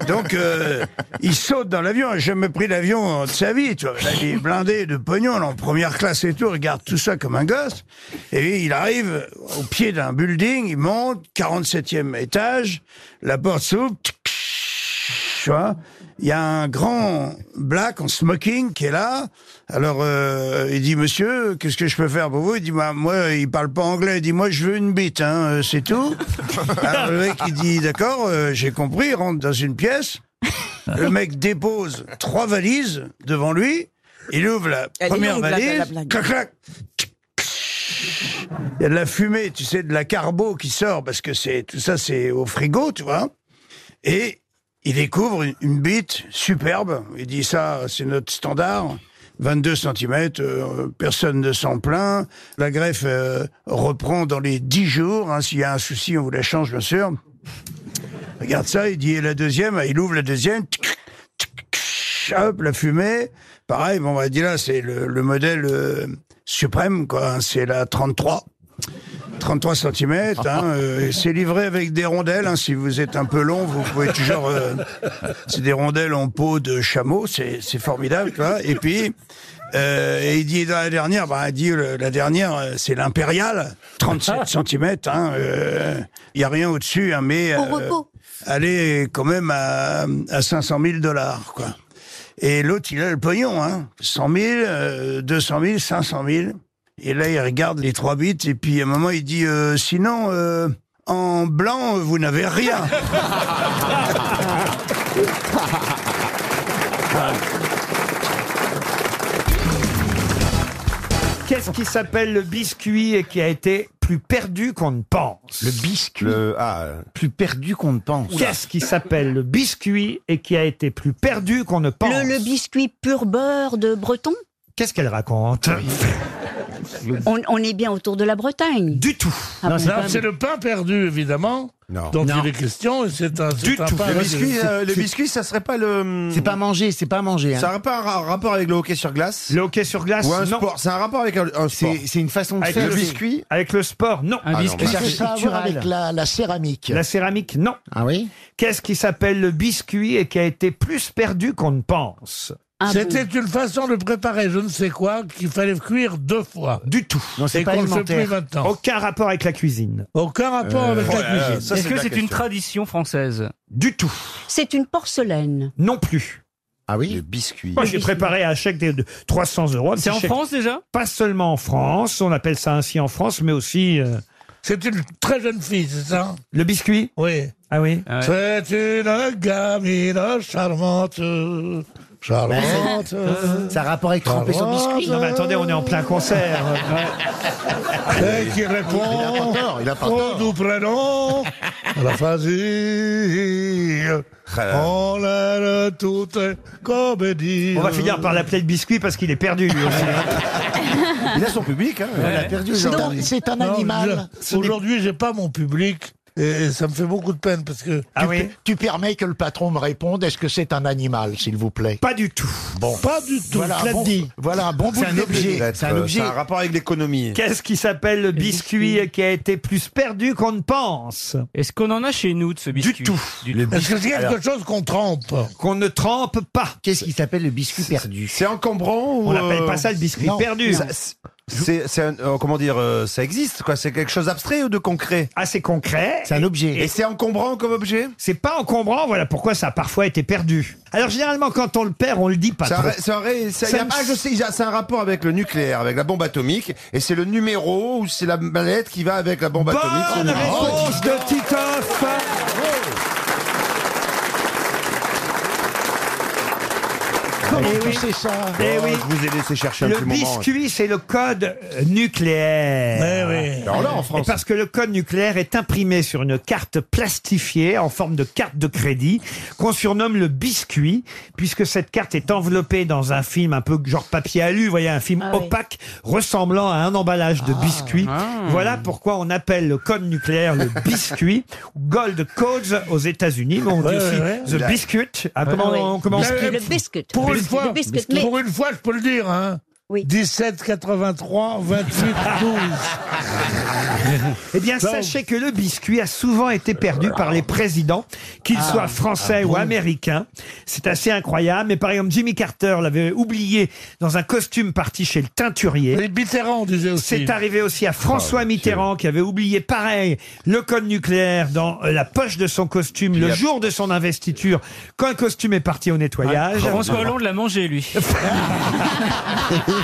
Speaker 15: Donc, euh, il saute dans l'avion. Il n'a jamais pris l'avion de sa vie, tu vois. Là, il est blindé de pognon, là, en première classe et tout. Il regarde tout ça comme un gosse. Et il arrive au pied d'un building. Il monte, 47e étage. La porte s'ouvre. tchic, tchic, Tu vois. Il y a un grand black en smoking qui est là. Alors, euh, il dit, monsieur, qu'est-ce que je peux faire pour vous Il dit, bah, moi, il parle pas anglais. Il dit, moi, je veux une bite, hein, euh, c'est tout. Alors, le mec, il dit, d'accord, euh, j'ai compris, il rentre dans une pièce. Le mec dépose trois valises devant lui. Il ouvre la
Speaker 31: Elle est
Speaker 15: première
Speaker 31: longue, la- la
Speaker 15: valise.
Speaker 31: blague.
Speaker 15: clac, clac. Il y a de la fumée, tu sais, de la carbo qui sort parce que c'est tout ça, c'est au frigo, tu vois. Et il découvre une, une bite superbe. Il dit ça, c'est notre standard. 22 cm, personne ne s'en plaint. La greffe euh, reprend dans les 10 jours. hein. S'il y a un souci, on vous la change, bien sûr. Regarde ça, il dit et la deuxième, il ouvre la deuxième. Tchic, tchic, tchic, Hop, la fumée. Pareil, bon, bah, on va dire là, c'est le, le modèle euh, suprême, quoi. hein, C'est la 33. 33 cm. hein, euh, c'est livré avec des rondelles. hein. si vous êtes un peu long, vous pouvez toujours. euh, c'est des rondelles en peau de chameau. C'est c'est formidable, tu vois. Et puis. euh, et il dit dans la dernière, bah, il dit le- la dernière, euh, c'est l'impériale, 37 cm. Il n'y hein, euh, a rien au-dessus, hein, mais
Speaker 19: Au repos.
Speaker 15: elle est quand même à, à 500 000 dollars, quoi. Et l'autre, il a le pognon, hein. 100 000, euh, 200 000, 500 000. Et là, il regarde les trois bits, et puis à un moment, il dit euh, Sinon, euh, en blanc, vous n'avez rien.
Speaker 10: Ah,
Speaker 1: Qu'est-ce qui s'appelle le biscuit et qui a été plus perdu qu'on ne pense Le biscuit Plus perdu qu'on ne pense. Qu'est-ce qui s'appelle le biscuit et qui a été plus perdu qu'on ne pense
Speaker 3: Le, le biscuit pur beurre de Breton
Speaker 1: Qu'est-ce qu'elle raconte
Speaker 3: on, on est bien autour de la Bretagne.
Speaker 1: Du tout.
Speaker 3: Ah,
Speaker 10: Non,
Speaker 3: bon,
Speaker 10: c'est
Speaker 3: pas-
Speaker 10: c'est le pain perdu, évidemment.
Speaker 9: Non.
Speaker 10: Dont
Speaker 9: Non.
Speaker 10: il est question, et c'est un, c'est un pain.
Speaker 9: Le biscuit, euh, le
Speaker 10: C'est-
Speaker 9: biscuit, ça serait pas le. C'est pas manger, c'est pas manger. Ça n'a pas un ra- rapport avec le hockey sur glace
Speaker 1: hein. Le hockey sur glace,
Speaker 9: Ou un
Speaker 1: non.
Speaker 9: sport. C'est un rapport avec un, un sport.
Speaker 1: C'est- c'est une
Speaker 9: façon
Speaker 1: de Avec faire, le
Speaker 9: Le
Speaker 1: c'est-
Speaker 9: biscuit
Speaker 1: Avec le sport, non.
Speaker 9: Ah non, biscuit bah,
Speaker 1: c'est
Speaker 9: ça a à voir
Speaker 1: culturel.
Speaker 9: avec
Speaker 12: la, la céramique.
Speaker 1: La céramique, non. Ah oui Qu'est-ce qui s'appelle le biscuit et qui a été plus perdu qu'on ne pense
Speaker 3: Ah
Speaker 10: C'était une façon de préparer je ne sais quoi qu'il fallait cuire deux fois.
Speaker 1: Du tout.
Speaker 10: Non, c'est Et pas qu'on le fait alimentaire. plus maintenant.
Speaker 1: Aucun rapport avec la cuisine. Euh, oh
Speaker 10: Aucun rapport avec la cuisine.
Speaker 16: Est-ce que c'est une tradition française
Speaker 1: Du tout.
Speaker 3: C'est une porcelaine.
Speaker 1: Non plus.
Speaker 9: Ah oui Le biscuit.
Speaker 1: Moi, j'ai préparé un chèque de de 300 euros.
Speaker 16: C'est en France,
Speaker 1: déjà Pas seulement en France. On appelle ça ainsi en France, mais aussi. euh,
Speaker 10: C'est une très jeune fille, c'est ça
Speaker 1: Le biscuit
Speaker 10: Oui.
Speaker 1: Ah oui
Speaker 10: C'est une gamine charmante. Charmante.
Speaker 12: Ça a rapport avec tremper son biscuit.
Speaker 1: Non, mais attendez, on est en plein concert.
Speaker 10: Et qui répond au doux prénom, à la famille. On l'aime toute comédie.
Speaker 1: On va finir par l'appeler le biscuit parce qu'il est perdu, lui aussi.
Speaker 9: Il a son public, hein.
Speaker 10: Ouais.
Speaker 9: Il a perdu
Speaker 10: C'est
Speaker 9: genre.
Speaker 10: un-
Speaker 12: C'est un
Speaker 10: Non,
Speaker 12: animal.
Speaker 10: je- Aujourd'hui, j'ai pas mon public et ça me fait beaucoup de peine parce que.
Speaker 1: Ah
Speaker 12: tu, pe- tu permets que le patron me réponde, est-ce que c'est un animal, s'il vous plaît
Speaker 1: Pas du tout.
Speaker 12: Bon.
Speaker 10: Pas du tout,
Speaker 12: Voilà,
Speaker 10: je l'ai
Speaker 12: un bon-
Speaker 10: dit.
Speaker 12: voilà un bon bout
Speaker 9: C'est un
Speaker 12: de Euh,
Speaker 9: objet.
Speaker 12: début.
Speaker 9: C'est un objet. un rapport avec l'économie.
Speaker 1: Qu'est-ce qui s'appelle le biscuit et qui a été plus perdu qu'on ne pense
Speaker 16: Est-ce qu'on en a chez nous de ce biscuit Du tout.
Speaker 10: Est-ce que c'est quelque chose qu'on trempe
Speaker 1: Qu'on ne trempe pas.
Speaker 12: Qu'est-ce qui s'appelle le biscuit perdu
Speaker 9: C'est encombrant ou
Speaker 1: On n'appelle
Speaker 9: euh,
Speaker 1: pas ça le biscuit
Speaker 9: non.
Speaker 1: perdu.
Speaker 9: Ça- C'est, c'est un- euh, comment dire, euh, ça existe quoi. C'est quelque chose d'abstrait ou de concret
Speaker 1: Ah, c'est concret.
Speaker 12: C'est un objet.
Speaker 9: Et c'est encombrant comme objet
Speaker 1: C'est pas encombrant, voilà pourquoi ça a parfois été perdu. Alors généralement, quand on le perd, on le dit pas
Speaker 9: C'est un,
Speaker 1: trop.
Speaker 9: ra- c'est un ra- c'est-
Speaker 1: Ça
Speaker 9: y a-
Speaker 1: me-
Speaker 9: ah, je sais, y a- c'est un rapport avec le nucléaire, avec la bombe atomique, et c'est le numéro ou c'est la mallette qui va avec la bombe atomique. Oh, C'est
Speaker 1: Bonne
Speaker 9: le numéro.
Speaker 1: réponse de Titoff Eh oui.
Speaker 12: c'est ça
Speaker 1: Eh
Speaker 9: Oh,
Speaker 15: Ah,
Speaker 1: oui.
Speaker 9: Je vous ai laissé chercher un
Speaker 1: Le
Speaker 9: petit moment.
Speaker 1: biscuit, c'est le code euh,
Speaker 10: Eh
Speaker 1: nucléaire.
Speaker 9: oui. Alors là, en France.
Speaker 1: Et parce que le code nucléaire est imprimé sur une carte plastifiée en forme de carte de crédit qu'on surnomme le biscuit, puisque cette carte est enveloppée dans un film un peu genre papier alu, vous voyez, un film
Speaker 3: Ah oui. Ah.
Speaker 1: opaque ressemblant à un emballage de biscuit.
Speaker 9: Ah.
Speaker 1: Voilà pourquoi on appelle le code nucléaire le biscuit, ou Gold Codes aux États-Unis, mais on dit
Speaker 10: Ouais,
Speaker 1: aussi
Speaker 10: ouais, ouais.
Speaker 1: the
Speaker 9: La-
Speaker 1: biscuit. Ah, comment
Speaker 3: oui.
Speaker 1: on commence
Speaker 10: Biscuit.
Speaker 3: Le biscuit.
Speaker 10: Pour
Speaker 3: Le
Speaker 10: une fois,
Speaker 3: biscuit. Mais
Speaker 10: pour une fois, je peux le dire, hein. 17, 83, 28, 12.
Speaker 1: Eh bien,
Speaker 10: Non.
Speaker 1: sachez que le biscuit a souvent été perdu par les présidents, qu'ils
Speaker 9: Ah,
Speaker 1: soient français ou américains. C'est assez incroyable. Mais par exemple, Jimmy Carter l'avait oublié dans un costume parti chez le teinturier.
Speaker 10: Les Mitterrand, on disait aussi. Ah,
Speaker 1: C'est arrivé aussi à François Mitterrand qui avait oublié pareil le code nucléaire dans euh, la poche de son costume le jour de son investiture quand le costume est parti au nettoyage.
Speaker 10: Ah,
Speaker 16: François Hollande l'a mangé, lui.
Speaker 9: je vais me faire-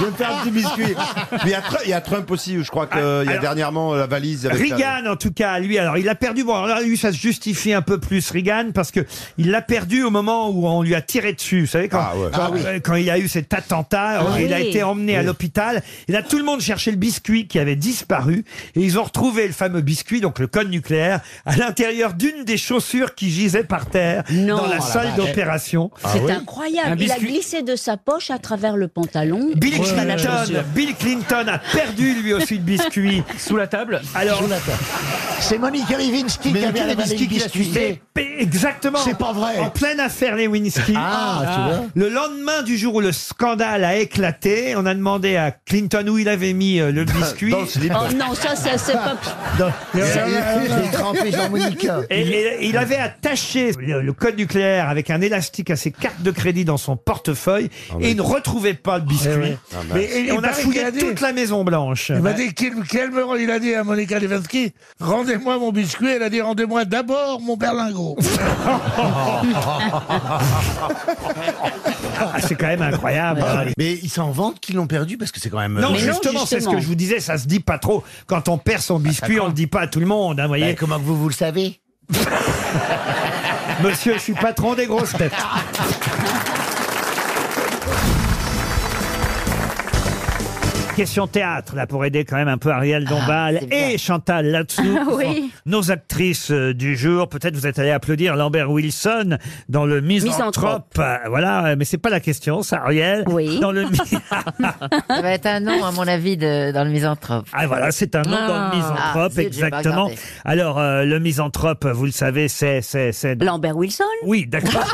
Speaker 9: je vais me faire un petit biscuit. Mais il y a Tru- il y, a Trump aussi, où je crois qu'il y a
Speaker 1: Ah, alors-
Speaker 9: dernièrement euh, la valise. Avec la-
Speaker 1: Reagan, en tout cas, lui, alors il a perdu. Bon, alors lui, ça se justifie un peu plus, Reagan, parce que il l'a perdu au moment où on lui a tiré dessus. Vous savez, quand,
Speaker 9: Ah ouais.
Speaker 1: quand,
Speaker 9: Ah oui.
Speaker 1: euh, quand il y a eu cet attentat,
Speaker 9: Ah
Speaker 1: il a
Speaker 9: oui.
Speaker 1: été emmené à
Speaker 9: Oui.
Speaker 1: l'hôpital. Et là, tout le monde cherchait le biscuit qui avait disparu. Et ils ont retrouvé le fameux biscuit, donc le code nucléaire, à l'intérieur d'une des chaussures qui gisait par terre
Speaker 3: Non.
Speaker 1: dans la
Speaker 3: Oh la
Speaker 1: salle
Speaker 3: vache.
Speaker 1: d'opération.
Speaker 3: C'est Ah incroyable.
Speaker 1: Un
Speaker 3: Il a
Speaker 1: biscuit.
Speaker 3: glissé de sa poche à travers le pantalon. Oh,
Speaker 1: Bill
Speaker 3: jusqu'à la
Speaker 1: Clinton,
Speaker 3: chaussure.
Speaker 1: Bill Clinton a perdu lui aussi le biscuit.
Speaker 16: Sous la table
Speaker 1: Alors,
Speaker 12: Sous la table. C'est Monica Lewinsky qui
Speaker 9: Mais
Speaker 12: avait
Speaker 9: quel
Speaker 12: avalé le
Speaker 9: biscuit qu'il a
Speaker 12: biscuit.
Speaker 9: sucé
Speaker 1: Exactement. C'est pas vrai. En pleine affaire les Winsky.
Speaker 4: Ah, tu vois.
Speaker 1: Le lendemain du jour où le scandale a éclaté, on a demandé à Clinton où il avait mis euh, le biscuit.
Speaker 4: Dans le slip.
Speaker 5: Oh non, ça, ça, c'est pas.
Speaker 1: Et, et il avait attaché le, le code nucléaire avec un élastique à ses cartes de crédit dans son portefeuille et il ne retrouvait pas le biscuit.
Speaker 10: Ah,
Speaker 1: Eh Mais-
Speaker 10: mince.
Speaker 1: et
Speaker 10: Il
Speaker 1: on a
Speaker 10: paraît qu'il
Speaker 1: fouillé
Speaker 10: a dit-
Speaker 1: toute la Maison Bah. Blanche.
Speaker 10: Il m'a dit, quel, quel me- il a dit à Monica Lewinsky, rendez-moi mon biscuit. Elle a dit, rendez-moi d'abord mon berlingot.
Speaker 1: Ah, c'est quand même
Speaker 10: Ah,
Speaker 1: incroyable.
Speaker 10: bah
Speaker 4: Mais ils s'en vantent qu'ils l'ont perdu parce que c'est quand même.
Speaker 1: Non, justement, c'est ce que je vous disais, ça se dit pas trop. Quand on perd son biscuit, on le dit pas à tout le monde, hein, voyez. comment vous, vous le savez Monsieur, je suis patron des grosses têtes. Question théâtre, là, pour aider quand même un peu Ariel Dombal et Chantal là-dessous.
Speaker 4: Ah oui.
Speaker 1: Nos actrices euh, du jour. Peut-être vous êtes allé applaudir Lambert Wilson dans le Misanthrope.
Speaker 8: Misanthrope.
Speaker 1: Euh, Voilà, mais c'est pas la question, ça, Ariel. Oui. Dans le mi-
Speaker 8: Ça va être un nom, à mon avis, de- dans le misanthrope.
Speaker 1: Ah voilà, c'est un nom dans
Speaker 8: Ah.
Speaker 1: le misanthrope,
Speaker 8: Ah, zut, j'ai pas
Speaker 1: exactement.
Speaker 8: regardé.
Speaker 1: Alors, euh, le misanthrope, vous le savez, c'est... c'est, c'est... Lambert Wilson Oui, d'accord.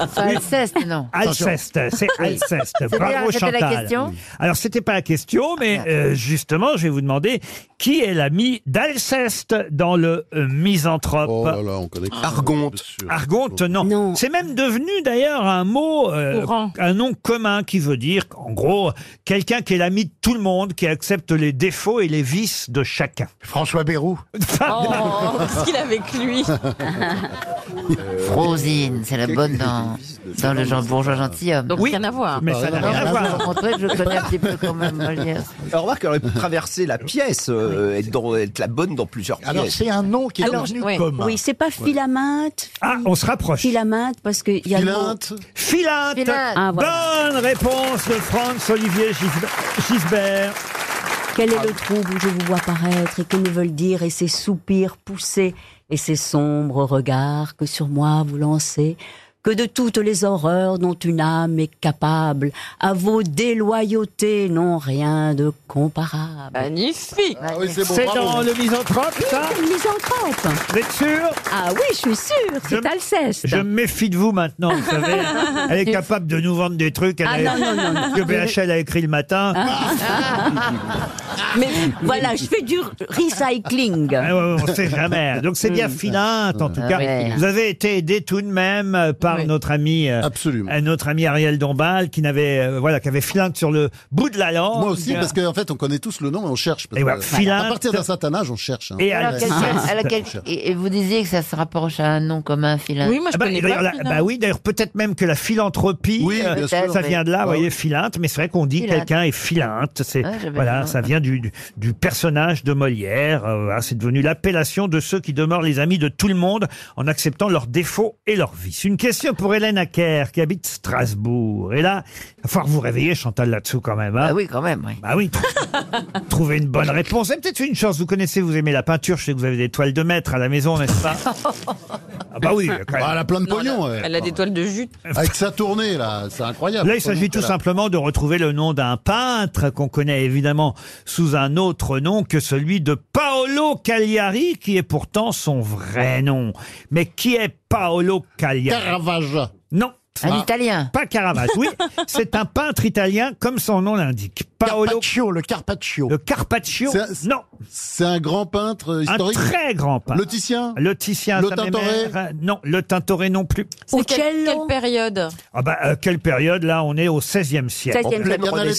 Speaker 8: Enfin, Alceste, non.
Speaker 1: Alceste, c'est
Speaker 8: Oui.
Speaker 1: Alceste.
Speaker 8: C'était-
Speaker 1: Bravo
Speaker 8: c'était
Speaker 1: Chantal.
Speaker 8: la question Ah,
Speaker 1: Alors c'était pas la question, mais euh, justement, je vais vous demander qui est l'ami d'Alceste dans le euh, misanthrope.
Speaker 22: Oh là là, on connaît.
Speaker 1: Argonte. Argonte, non. C'est même devenu d'ailleurs un mot, euh, un nom commun qui veut dire, en gros, quelqu'un qui est l'ami de tout le monde, qui accepte les défauts et les vices de chacun. François Bayrou.
Speaker 8: Oh, qu'est-ce qu'il a avec lui Frosine, c'est la bonne dans, dans le genre bourgeois gentilhomme.
Speaker 1: Donc, Oui, rien à voir. mais ça n'a rien à voir.
Speaker 8: Je vous montrer que je connais un petit peu quand même Molière.
Speaker 21: Alors, remarque qu'elle aurait pu traverser la pièce,
Speaker 1: Ah
Speaker 21: euh, être, dans- être la bonne dans plusieurs
Speaker 3: Ah
Speaker 21: pièces.
Speaker 8: Alors, c'est un nom qui est Alors,
Speaker 5: oui. Oui, c'est pas Philaminte.
Speaker 1: Ah, on se rapproche.
Speaker 5: Philaminte, parce qu'il y a le mot-
Speaker 1: Philinte.
Speaker 5: Philinte. Ah, voilà.
Speaker 1: Bonne réponse de Franz Olivier Gis- Gisbert.
Speaker 8: Quel
Speaker 5: est le trouble où je vous vois paraître et que me veulent dire et ces soupirs poussés et ces sombres regards que sur moi vous lancez que de toutes les horreurs dont une âme est capable, à vos déloyautés n'ont rien de comparable.
Speaker 8: Magnifique.
Speaker 12: Ah
Speaker 1: C'est dans le misanthrope, ça
Speaker 5: Misanthrope.
Speaker 1: Vous êtes sûr
Speaker 5: Ah oui, je suis sûre, c'est Alceste.
Speaker 1: Je me méfie de vous maintenant, vous savez. Elle est capable de nous vendre des trucs elle
Speaker 5: Ah,
Speaker 1: a-
Speaker 5: non, non, non, non. Ah.
Speaker 1: que BHL a écrit le matin. Ah.
Speaker 5: Mais voilà, je fais du recycling.
Speaker 1: Ah ouais, ouais, on sait jamais. Donc c'est bien
Speaker 5: Mm.
Speaker 1: filante en tout
Speaker 5: Ah
Speaker 1: cas.
Speaker 5: ouais.
Speaker 1: Vous avez été aidé tout de même euh, par notre ami euh, euh, notre ami Ariel Dombal qui n'avait euh, voilà qui avait filante sur le bout de la langue.
Speaker 22: Moi aussi, parce qu'en fait, on connaît tous le nom et on cherche. parce
Speaker 1: Et
Speaker 22: que,
Speaker 1: voilà, Philinte.
Speaker 22: à partir d'un certain âge, on cherche. hein.
Speaker 1: Et
Speaker 8: Alors,
Speaker 1: Alceste.
Speaker 8: quelqu'un- alors, quel-
Speaker 22: On cherche.
Speaker 8: et, et vous disiez que ça se rapproche à un nom commun, Philin.
Speaker 1: Ah bah, et d'ailleurs, la- bah oui, d'ailleurs, peut-être même que la philanthropie,
Speaker 8: Oui,
Speaker 1: euh,
Speaker 8: bien sûr.
Speaker 1: ça vient de là,
Speaker 8: Ah
Speaker 1: vous voyez,
Speaker 8: oui.
Speaker 1: filinte, mais c'est vrai qu'on dit
Speaker 8: Philinte.
Speaker 1: quelqu'un est filinte. C'est,
Speaker 8: Ah, j'avais
Speaker 1: voilà,
Speaker 8: pas.
Speaker 1: ça vient du, du- du personnage de Molière. euh, voilà, c'est devenu l'appellation de ceux qui demeurent les amis de tout le monde en acceptant leurs défauts et leurs vices. Une question pour Hélène Acker, qui habite Strasbourg. Et là, il va falloir vous réveiller, Chantal, là-dessous quand même. Ah
Speaker 8: oui, quand même, oui.
Speaker 1: Bah oui, trouver une bonne réponse. Et peut-être une chance, vous connaissez, vous aimez la peinture, je sais que vous avez des toiles de maître à la maison, n'est-ce pas Ah bah oui, quand même.
Speaker 22: Ah, elle a plein de pognon.
Speaker 1: elle a-
Speaker 22: ouais.
Speaker 1: elle a des
Speaker 22: toiles de jute. Avec sa tournée, là, c'est incroyable.
Speaker 1: Là, il s'agit tout
Speaker 22: Là.
Speaker 1: simplement de retrouver le nom d'un peintre qu'on connaît évidemment sous un autre nom que celui de Paolo Cagliari, qui est pourtant son vrai nom. Mais qui est Paolo Cagliari Caravage. Non.
Speaker 8: Un
Speaker 22: Ah.
Speaker 8: Italien.
Speaker 1: Pas Caravage, oui. C'est un peintre italien comme son nom l'indique. Paolo... Carpaccio, le Carpaccio. Le Carpaccio,
Speaker 22: C'est un-
Speaker 1: non.
Speaker 22: C'est un grand peintre euh, historique.
Speaker 1: Un très grand peintre.
Speaker 22: Le Titien
Speaker 1: Le Titien.
Speaker 22: Le
Speaker 1: ça m'émère.
Speaker 22: Tintoret
Speaker 1: Non, le Tintoret non plus.
Speaker 8: C'est quelle, quelle période
Speaker 1: Ah bah, euh, quelle période là On est au XVIe siècle.
Speaker 22: Oh,
Speaker 5: 16e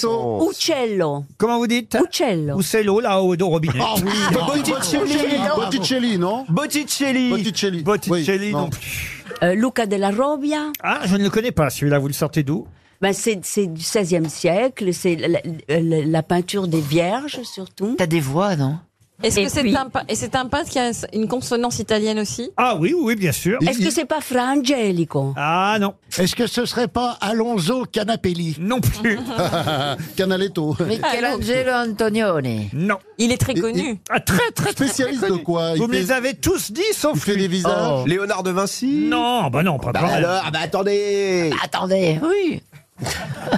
Speaker 5: siècle. Uccello.
Speaker 1: Comment vous dites
Speaker 5: Uccello.
Speaker 1: Uccello, là, au dos robinet.
Speaker 22: Ah oui,
Speaker 1: Ah,
Speaker 22: Botticelli, Botticelli, non
Speaker 1: Botticelli. Botticelli.
Speaker 22: Oui,
Speaker 1: non.
Speaker 22: non.
Speaker 1: plus.
Speaker 5: Euh, Luca della Robbia.
Speaker 1: Ah, je ne le connais pas, celui-là, vous le sortez d'où
Speaker 5: Ben c'est, c'est du XVIe siècle, c'est la, la- la peinture des vierges surtout.
Speaker 8: T'as des voix, non
Speaker 3: Est-ce
Speaker 5: Et
Speaker 3: que c'est
Speaker 5: puis-
Speaker 3: un, pe- et c'est un peintre qui a une consonance italienne aussi
Speaker 1: Ah oui, oui, bien sûr.
Speaker 5: Est-ce que c'est pas Fra Angelico
Speaker 1: Ah non.
Speaker 4: Est-ce que ce serait pas Alonso Canapelli
Speaker 1: Non
Speaker 22: Eh
Speaker 1: plus.
Speaker 22: Canaletto.
Speaker 8: Michelangelo Antonioni.
Speaker 1: Non.
Speaker 3: Il est très
Speaker 22: Il-
Speaker 3: connu.
Speaker 22: il-
Speaker 1: Ah, très, très, très
Speaker 22: Spécialiste de quoi Il
Speaker 1: Vous me
Speaker 22: fait-
Speaker 1: les avez tous dit, sauf
Speaker 22: Il fait
Speaker 1: lui. Oh.
Speaker 22: des visages.
Speaker 21: Léonard de Vinci
Speaker 1: Non, bah non, pas
Speaker 21: bah
Speaker 1: quand même.
Speaker 21: alors, ah bah attendez
Speaker 8: Attendez, oui.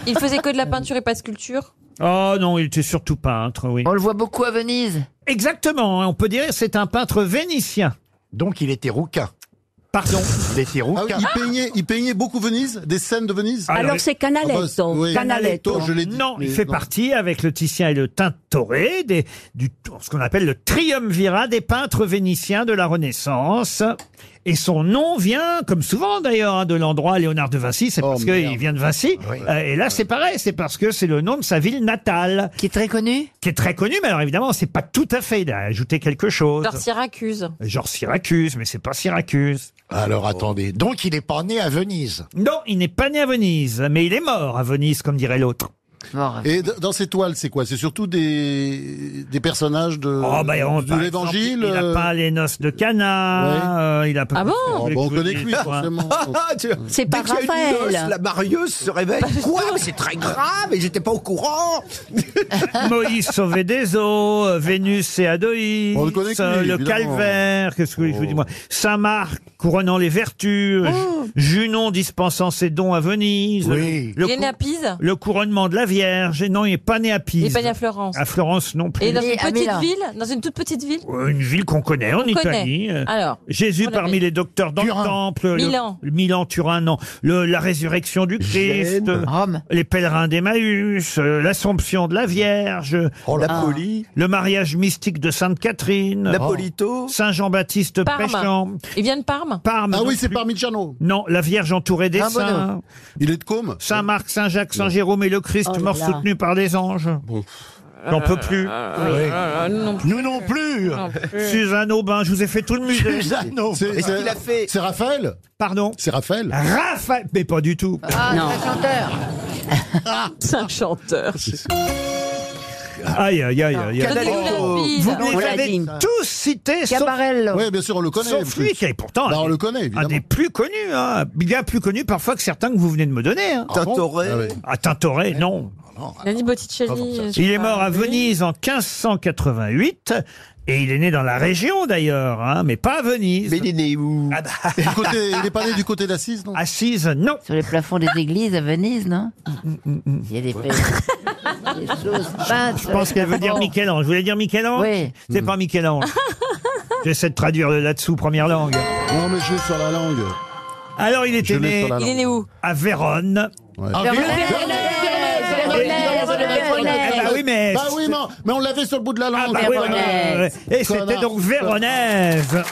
Speaker 3: Il faisait que de la peinture et pas de sculpture.
Speaker 1: Oh non, il était surtout peintre, oui.
Speaker 8: On le voit beaucoup à Venise.
Speaker 1: Exactement, hein, on peut dire que c'est un peintre vénitien.
Speaker 9: Donc il était rouquin.
Speaker 1: Pardon
Speaker 9: Il était
Speaker 22: Ah
Speaker 9: rouquin.
Speaker 22: oui, il, peignait, il peignait beaucoup Venise, des scènes de Venise
Speaker 5: Alors, Alors, c'est Canaletto,
Speaker 10: Ah
Speaker 22: ah
Speaker 10: bah,
Speaker 22: bah, oui.
Speaker 5: Canaletto.
Speaker 22: je l'ai dit.
Speaker 1: Non, il
Speaker 22: Mais
Speaker 1: fait partie avec le Titien et le Tintoret des, du, ce qu'on appelle le triumvirat des peintres vénitiens de la Renaissance. Et son nom vient, comme souvent d'ailleurs, hein, de l'endroit Léonard de Vinci. C'est
Speaker 22: Oh,
Speaker 1: parce qu'il vient de Vinci.
Speaker 22: Ah
Speaker 1: Euh, et là, c'est pareil. C'est parce que c'est le nom de sa ville natale. Qui est très connue Qui est très connue, mais alors évidemment, c'est pas tout à fait. Il a ajouté quelque chose.
Speaker 3: Genre Syracuse.
Speaker 1: Genre Syracuse, mais c'est pas Syracuse.
Speaker 9: Alors attendez, donc il n'est pas né à Venise.
Speaker 1: Non, il n'est pas né à Venise, mais il est mort à Venise, comme dirait l'autre.
Speaker 22: Et d- dans ces toiles, c'est quoi C'est surtout des, des personnages de,
Speaker 1: Oh, bah, on-
Speaker 22: de
Speaker 1: par
Speaker 22: Euh, l'évangile
Speaker 1: exemple, Il a
Speaker 22: euh,
Speaker 1: peint les noces de Cana. euh, il a peint-
Speaker 22: Ah bon
Speaker 1: Vous
Speaker 22: Oh,
Speaker 1: voulez
Speaker 22: bah, on
Speaker 1: que je vous
Speaker 22: connaît
Speaker 1: dise,
Speaker 22: que lui,
Speaker 1: quoi
Speaker 22: forcément.
Speaker 1: Ah,
Speaker 5: C'est pas
Speaker 21: Dès qu'il y a une
Speaker 5: Raphaël.
Speaker 21: noce, la Marius se réveille. Quoi C'est très grave et j'étais pas au courant.
Speaker 1: Moïse sauvé des eaux, euh, Vénus et Adoïs,
Speaker 22: On le connaît que lui,
Speaker 1: euh, le
Speaker 22: évidemment. Oh.
Speaker 1: calvaire, qu'est-ce que je vous dis moi Saint-Marc couronnant les vertus,
Speaker 3: Oh.
Speaker 1: Ju- Junon dispensant ses dons à Venise,
Speaker 9: Oui.
Speaker 1: le,
Speaker 3: Il est né
Speaker 1: cou-
Speaker 3: à Pise
Speaker 1: le couronnement de la Vierge, et non, il n'est pas né à Pise.
Speaker 3: Il est pas né à Florence.
Speaker 1: À Florence non plus.
Speaker 3: Et dans une
Speaker 5: à
Speaker 3: petite
Speaker 5: Milan.
Speaker 3: ville Dans une toute petite ville
Speaker 1: Euh, Une ville qu'on connaît en
Speaker 3: On
Speaker 1: Italie.
Speaker 3: connaît.
Speaker 1: Euh,
Speaker 3: Alors,
Speaker 1: Jésus
Speaker 3: on
Speaker 1: parmi
Speaker 3: l'avait.
Speaker 1: les docteurs dans le temple. le-
Speaker 3: Milan.
Speaker 1: le Milan, Turin, non. Le- la résurrection du Christ. euh, Les pèlerins d'Emmaüs. euh, L'assomption de la Vierge. Ah.
Speaker 21: Napoli.
Speaker 1: Le mariage mystique de Sainte Catherine.
Speaker 21: Napolito.
Speaker 1: Saint Jean-Baptiste Péchamp.
Speaker 3: Parme. Il vient de Parme
Speaker 1: Parme.
Speaker 22: Ah
Speaker 1: non
Speaker 22: oui, c'est
Speaker 1: plus.
Speaker 22: Parmigiano.
Speaker 1: Non, la Vierge entourée des
Speaker 22: Ah, bon,
Speaker 1: saints.
Speaker 22: non. Il est de Côme.
Speaker 1: Saint Marc, Saint Jacques, Saint Jérôme et le Christ
Speaker 5: Oh là
Speaker 1: mort
Speaker 5: là.
Speaker 1: soutenu par les anges. J'en peux plus.
Speaker 9: Ah, Nous non plus.
Speaker 1: Suzanne Aubin, je vous ai fait tout le musée.
Speaker 9: Suzanne Aubin.
Speaker 22: C'est-
Speaker 21: Est-ce
Speaker 22: c'est-
Speaker 21: qu'il a fait-
Speaker 22: C'est Raphaël
Speaker 1: Pardon
Speaker 22: C'est Raphaël
Speaker 1: Raphaël Mais pas du tout.
Speaker 5: Ah, non.
Speaker 3: C'est un chanteur.
Speaker 1: Aïe, aïe, aïe, aïe.
Speaker 22: Ah.
Speaker 1: aïe.
Speaker 3: Donnez-nous la ville.
Speaker 1: Vous
Speaker 22: on
Speaker 1: les
Speaker 22: l'a
Speaker 1: avez
Speaker 22: dit.
Speaker 1: tous cités, sauf,
Speaker 22: Oui, bien sûr, on le connaît. en
Speaker 1: sauf
Speaker 22: plus.
Speaker 1: lui, qui est pourtant
Speaker 22: Bah,
Speaker 1: un,
Speaker 22: on
Speaker 1: des,
Speaker 22: le connaît,
Speaker 1: un
Speaker 22: évidemment.
Speaker 1: des plus connus, hein. bien plus connu parfois que certains que vous venez de me donner. Hein.
Speaker 21: Tintoret.
Speaker 22: Ah ouais.
Speaker 1: Ah, Tintoret, non.
Speaker 3: Il a dit Botticelli. je sais
Speaker 1: Il est
Speaker 3: pas.
Speaker 1: mort à Venise en 1588. Et il est né dans la région d'ailleurs, hein, mais pas à Venise.
Speaker 21: Mais il est né où
Speaker 1: Ah bah,
Speaker 22: Du côté- il est pas né du côté d'Assise, non
Speaker 1: Assise, non.
Speaker 8: Sur les plafonds des églises à Venise, non Il y a des, des choses peintes.
Speaker 1: Je pense qu'elle veut dire Michel-Ange. Vous voulez dire Michel-Ange
Speaker 8: Oui.
Speaker 1: C'est pas Michel-Ange. J'essaie de traduire le là-dessous, première langue.
Speaker 22: Non, mais je l'ai sur la langue.
Speaker 1: Alors, il
Speaker 22: Je
Speaker 1: était
Speaker 22: l'ai
Speaker 1: né
Speaker 22: sur la
Speaker 3: Il est
Speaker 22: langue.
Speaker 3: né où
Speaker 1: à Vérone.
Speaker 22: Ah,
Speaker 9: Véronèse,
Speaker 22: Véronèse,
Speaker 9: Véronèse,
Speaker 1: Ah bah oui, mais...
Speaker 22: Bah oui, mais, mais on l'avait sur le bout de la
Speaker 1: Ah
Speaker 22: langue.
Speaker 1: bah oui, ouais, ouais. Et c'était
Speaker 22: Connard.
Speaker 1: donc Véronèse.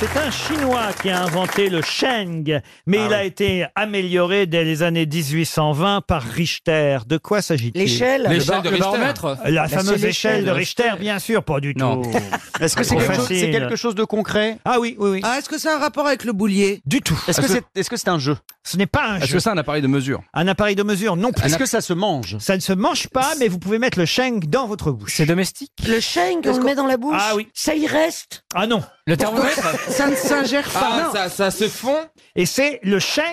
Speaker 1: C'est un Chinois qui a inventé le Sheng, mais il a été amélioré dès les années 1820 par Richter. De quoi s'agit-il
Speaker 29: L'échelle
Speaker 24: L'échelle de Richter.
Speaker 1: La, fameuse échelle de Richter, bien sûr, pas du
Speaker 24: Non.
Speaker 1: tout.
Speaker 2: Est-ce que c'est
Speaker 1: Trop
Speaker 2: quelque, chose- c'est
Speaker 1: facile.
Speaker 2: quelque chose de concret
Speaker 1: Ah oui, oui, oui.
Speaker 13: Ah, est-ce que c'est un rapport avec le boulier
Speaker 1: Du tout.
Speaker 2: Est-ce que
Speaker 24: Est-ce
Speaker 2: c'est est-ce que c'est un jeu
Speaker 1: Ce n'est pas un
Speaker 24: Est-ce
Speaker 1: jeu.
Speaker 24: que c'est un appareil de mesure
Speaker 1: Un appareil de mesure, non plus.
Speaker 2: Est-ce que ça se mange
Speaker 1: Ça ne se mange pas, mais vous pouvez mettre le Sheng dans votre bouche.
Speaker 24: C'est domestique
Speaker 29: Le Schenk, on le met dans la bouche
Speaker 1: Ah oui.
Speaker 29: Ça y reste
Speaker 1: Ah non.
Speaker 24: Le thermomètre
Speaker 13: Ça ne s'ingère
Speaker 12: Ah,
Speaker 13: pas.
Speaker 12: ça, ça se fond
Speaker 1: Et c'est le Sheng,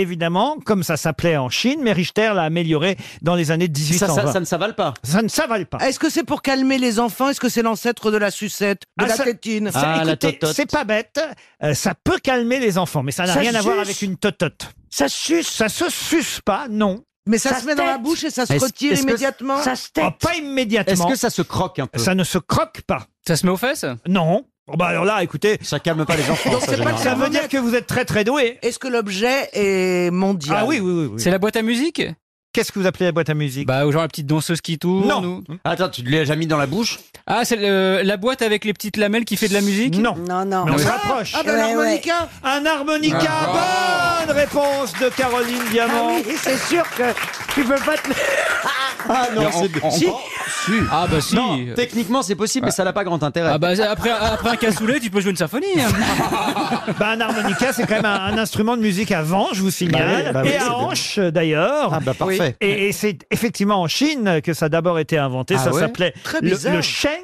Speaker 1: évidemment, comme ça s'appelait en Chine, mais Richter l'a amélioré dans les années
Speaker 2: ça,
Speaker 1: 1820.
Speaker 2: ça- ça ne s'avale pas.
Speaker 1: Ça ne s'avale pas.
Speaker 13: Est-ce que c'est pour calmer les enfants Est-ce que c'est l'ancêtre de la sucette, de
Speaker 1: Ah,
Speaker 13: la
Speaker 1: ça-
Speaker 13: tétine
Speaker 1: Ça,
Speaker 2: Ah, la
Speaker 1: écoutez,
Speaker 2: totote.
Speaker 1: c'est pas bête, euh, ça peut calmer les enfants, mais ça n'a
Speaker 29: Ça
Speaker 1: rien à
Speaker 29: se
Speaker 1: voir
Speaker 29: suce
Speaker 1: avec une totote.
Speaker 29: Ça suce
Speaker 1: Ça se suce pas, non.
Speaker 13: Mais ça,
Speaker 29: Ça
Speaker 13: se met dans la
Speaker 29: tète.
Speaker 13: bouche et ça se
Speaker 2: Est-ce-
Speaker 13: retire
Speaker 2: est-ce que-
Speaker 13: immédiatement
Speaker 29: Ça se
Speaker 1: Oh,
Speaker 29: tète
Speaker 1: pas
Speaker 2: Est-ce
Speaker 1: immédiatement.
Speaker 2: que ça se croque un peu
Speaker 1: Ça ne se croque pas.
Speaker 24: Ça se met aux fesses
Speaker 1: Non. Oh, bah alors là, écoutez,
Speaker 2: Ça calme pas les enfants.
Speaker 13: Donc
Speaker 2: ça,
Speaker 13: c'est pas que
Speaker 1: ça
Speaker 2: généralement.
Speaker 1: veut dire que vous êtes très très doué.
Speaker 13: Est-ce que l'objet est mondial
Speaker 1: Ah oui, oui, oui. oui.
Speaker 24: C'est la boîte à musique
Speaker 1: Qu'est-ce que vous appelez la boîte à musique
Speaker 24: Bah, ou genre la petite danseuse qui tourne
Speaker 1: Non.
Speaker 24: ou-
Speaker 2: Ah, Attends, tu l'as jamais mis dans la bouche
Speaker 24: Ah, c'est le- la boîte avec les petites lamelles qui fait de la musique
Speaker 1: Non.
Speaker 29: Non, non.
Speaker 1: Mais on se
Speaker 24: Ah,
Speaker 1: rapproche.
Speaker 13: Ah, de
Speaker 29: Ouais,
Speaker 13: l'harmonica
Speaker 1: Un harmonica, bonne réponse de Caroline Diamant.
Speaker 29: Ah oui, c'est sûr que tu peux pas te...
Speaker 2: Ah non,
Speaker 24: Mais on-
Speaker 2: c'est.
Speaker 24: on-
Speaker 2: Si.
Speaker 24: Ah bah si
Speaker 2: Non, techniquement c'est possible, mais ça n'a pas grand intérêt. Ah,
Speaker 24: Ah bah après, après un cassoulet, tu peux jouer une symphonie. hein.
Speaker 1: Bah, un harmonica, c'est quand même un, un instrument de musique à vent, je vous
Speaker 2: Bah oui,
Speaker 1: signale,
Speaker 2: bah oui,
Speaker 1: et
Speaker 2: c'est
Speaker 1: à
Speaker 2: bien.
Speaker 1: hanche d'ailleurs.
Speaker 2: Ah bah parfait.
Speaker 1: Et, et c'est effectivement en Chine que ça a d'abord été inventé.
Speaker 2: Ah
Speaker 1: ça
Speaker 2: ouais
Speaker 1: s'appelait
Speaker 13: Très
Speaker 1: le,
Speaker 13: bizarre.
Speaker 1: le Sheng.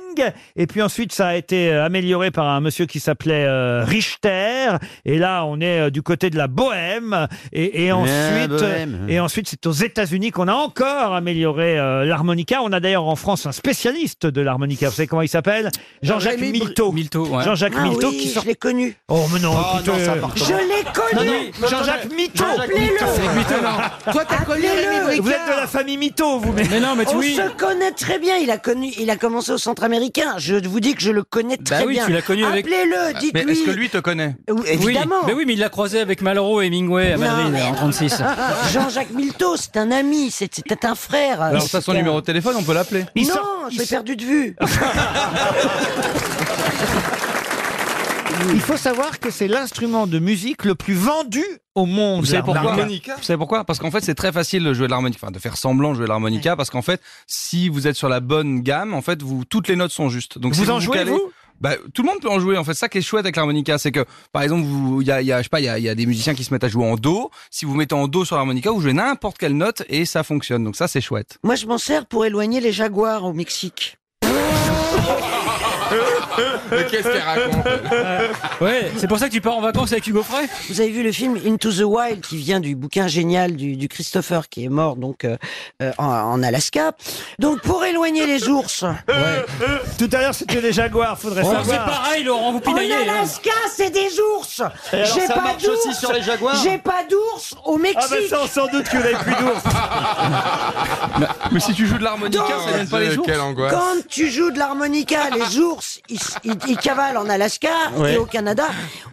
Speaker 1: Et puis ensuite, ça a été euh, amélioré par un monsieur qui s'appelait euh, Richter. Et là, on est euh, du côté de la Bohème. Et, et ensuite,
Speaker 2: Bohème.
Speaker 1: et ensuite, c'est aux États-Unis qu'on a encore amélioré euh, l'harmonica. On a d'ailleurs en en France un spécialiste de l'harmonica. Vous savez comment il s'appelle Jean-Jacques
Speaker 19: Rémi Br-
Speaker 1: Milteau.
Speaker 19: ouais.
Speaker 1: Jean-Jacques
Speaker 19: Ah
Speaker 1: Milteau
Speaker 19: oui,
Speaker 1: qui
Speaker 19: je
Speaker 1: sort-
Speaker 19: l'ai connu.
Speaker 1: Oh, mais non,
Speaker 19: Oh,
Speaker 1: écoutez,
Speaker 19: non, ça,
Speaker 1: euh,
Speaker 19: pardon.
Speaker 1: Je l'ai
Speaker 19: connu.
Speaker 1: Non, non, Jean-Jacques Mito
Speaker 19: Appelez-le.
Speaker 1: Toi, t'as
Speaker 19: connu Rémi Bricard.
Speaker 1: Vous êtes de la famille Mito, vous Mais
Speaker 19: non, On se connaît très bien. Il a connu, il a commencé au centre américain. Je vous dis que je le connais très
Speaker 16: Bah oui,
Speaker 19: bien.
Speaker 16: tu l'as connu avec. Bah,
Speaker 19: Appelez-le, dites-lui.
Speaker 16: Mais est-ce que lui te connaît
Speaker 19: Oui, évidemment.
Speaker 16: Mais oui, mais il l'a croisé avec Malraux et Hemingway à
Speaker 19: Non,
Speaker 16: Madrid
Speaker 19: mais-
Speaker 16: en 36.
Speaker 19: Jean-Jacques Milteau, c'est un ami, c'est- c'était un frère.
Speaker 16: Alors ça, son numéro
Speaker 12: de téléphone, on peut l'appeler.
Speaker 19: Non, je l'ai perdu de vue.
Speaker 1: Il faut savoir que c'est l'instrument de musique le plus vendu au monde.
Speaker 12: Vous savez pourquoi
Speaker 1: L'harmonica.
Speaker 12: Vous savez pourquoi Parce qu'en fait, c'est très facile de jouer de l'harmonica, enfin de faire semblant de jouer de l'harmonica, parce qu'en fait, si vous êtes sur la bonne gamme, en fait, vous toutes les notes sont justes. Donc,
Speaker 1: Vous
Speaker 12: si
Speaker 1: en jouez,
Speaker 12: calez-
Speaker 1: vous
Speaker 12: bah, tout le monde peut en jouer en fait. Ça qui est chouette avec l'harmonica, c'est que par exemple, vous- il y a, il y a- je sais pas, il y a, il y a des musiciens qui se mettent à jouer en do. Si vous mettez en do sur l'harmonica, vous jouez n'importe quelle note et ça fonctionne. Donc ça, c'est chouette.
Speaker 19: Moi, je m'en sers pour éloigner les jaguars au Mexique.
Speaker 12: Mais qu'est-ce qu'elle raconte
Speaker 16: Ouais, c'est pour ça que tu pars en vacances avec Hugo Frey
Speaker 19: Vous avez vu le film Into the Wild qui vient du bouquin génial du, du Christopher qui est mort donc euh, euh, en, en Alaska. Donc pour éloigner les ours.
Speaker 1: Tout à l'heure, c'était les jaguars, faudrait
Speaker 16: Oh,
Speaker 1: savoir.
Speaker 16: c'est pareil, Laurent, vous
Speaker 19: En
Speaker 16: pinaillez. hein.
Speaker 19: Alaska, c'est des ours.
Speaker 1: Et alors,
Speaker 19: J'ai
Speaker 1: ça
Speaker 19: pas
Speaker 1: marche aussi
Speaker 19: d'ours.
Speaker 1: sur les jaguars
Speaker 19: J'ai pas d'ours au Mexique.
Speaker 1: Ah bah ça, on sans doute que vous n'avez plus d'ours.
Speaker 12: Mais si tu joues de l'harmonica,
Speaker 19: Dans-
Speaker 12: ça vient pas les ours. Euh, Quelle angoisse.
Speaker 19: Quand tu joues de l'harmonica, les ours, ils, ils- ils cavalent en Alaska
Speaker 16: Ouais.
Speaker 19: et au Canada.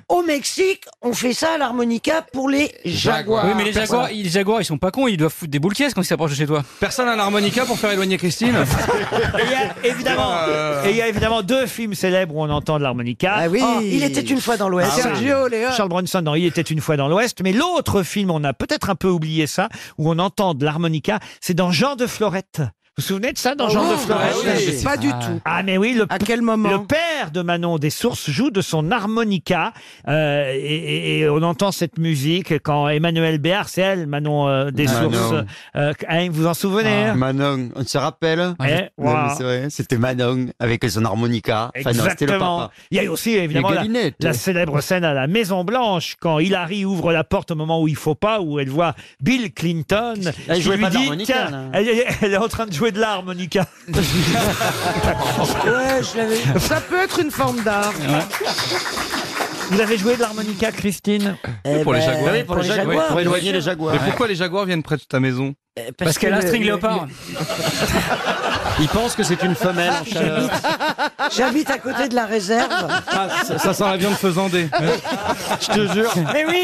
Speaker 19: Au Mexique, on fait ça à l'harmonica pour les jaguars. Ah,
Speaker 16: Oui, mais les jaguars,
Speaker 19: Voilà.
Speaker 16: ils- les jaguars, ils sont pas cons, ils doivent foutre des boules caisses quand ils s'approchent de chez toi.
Speaker 12: Personne n'a un harmonica pour faire éloigner Christine
Speaker 1: Et il y a évidemment,
Speaker 12: Euh.
Speaker 1: et il y a évidemment deux films célèbres où on entend de l'harmonica.
Speaker 19: Oh, il était une fois dans l'Ouest.
Speaker 1: Sergio Ah Charles Bronson, non, il était une fois dans l'Ouest. Mais l'autre film, on a peut-être un peu oublié ça, où on entend de l'harmonica, c'est dans Jean de Florette. Vous vous souvenez de ça dans
Speaker 13: Oh
Speaker 1: Jean
Speaker 13: oui,
Speaker 1: de
Speaker 13: ah
Speaker 1: Florette
Speaker 13: oui, je sais Pas du pas. tout.
Speaker 1: Ah mais oui, le,
Speaker 13: À quel moment
Speaker 1: le père de Manon des Sources joue de son harmonica euh, et, et- et on entend cette musique quand Emmanuel Béard, c'est elle, Manon euh, des
Speaker 9: Manon.
Speaker 1: Sources. euh, hein, vous vous en souvenez hein
Speaker 9: Ah, Manon, on se rappelle
Speaker 1: Eh,
Speaker 9: Ouais, mais
Speaker 1: voilà.
Speaker 9: c'est vrai, C'était Manon avec son harmonica. Enfin, non, c'était le
Speaker 1: Exactement.
Speaker 9: papa.
Speaker 1: Il y a eu aussi évidemment
Speaker 9: Les
Speaker 1: la,
Speaker 9: galinettes. euh.
Speaker 1: la célèbre scène à la Maison Blanche quand Hillary ouvre la porte au moment où il faut pas, où elle voit Bill Clinton.
Speaker 9: Elle
Speaker 1: qui
Speaker 9: jouait
Speaker 1: lui
Speaker 9: pas
Speaker 1: dit,
Speaker 9: d'harmonica, là.
Speaker 1: tiens, elle, elle est en train de jouer de l'harmonica.
Speaker 13: Ouais, je l'avais. Ça peut être une forme d'art.
Speaker 1: Vous avez joué de l'harmonica, Christine
Speaker 9: Euh,
Speaker 12: Pour les jaguars.
Speaker 13: oui, pour les jaguars,
Speaker 12: oui,
Speaker 13: bien
Speaker 12: éloigner
Speaker 13: sûr.
Speaker 12: les jaguars. Mais
Speaker 13: Ouais.
Speaker 12: pourquoi les jaguars viennent près de ta maison
Speaker 16: Parce qu'elle a un string léopard.
Speaker 9: Il pense que c'est une femelle en chaleur.
Speaker 19: J'habite à côté de la réserve.
Speaker 12: ça, ça sent la viande faisandée.
Speaker 9: Je te jure.
Speaker 19: Mais oui,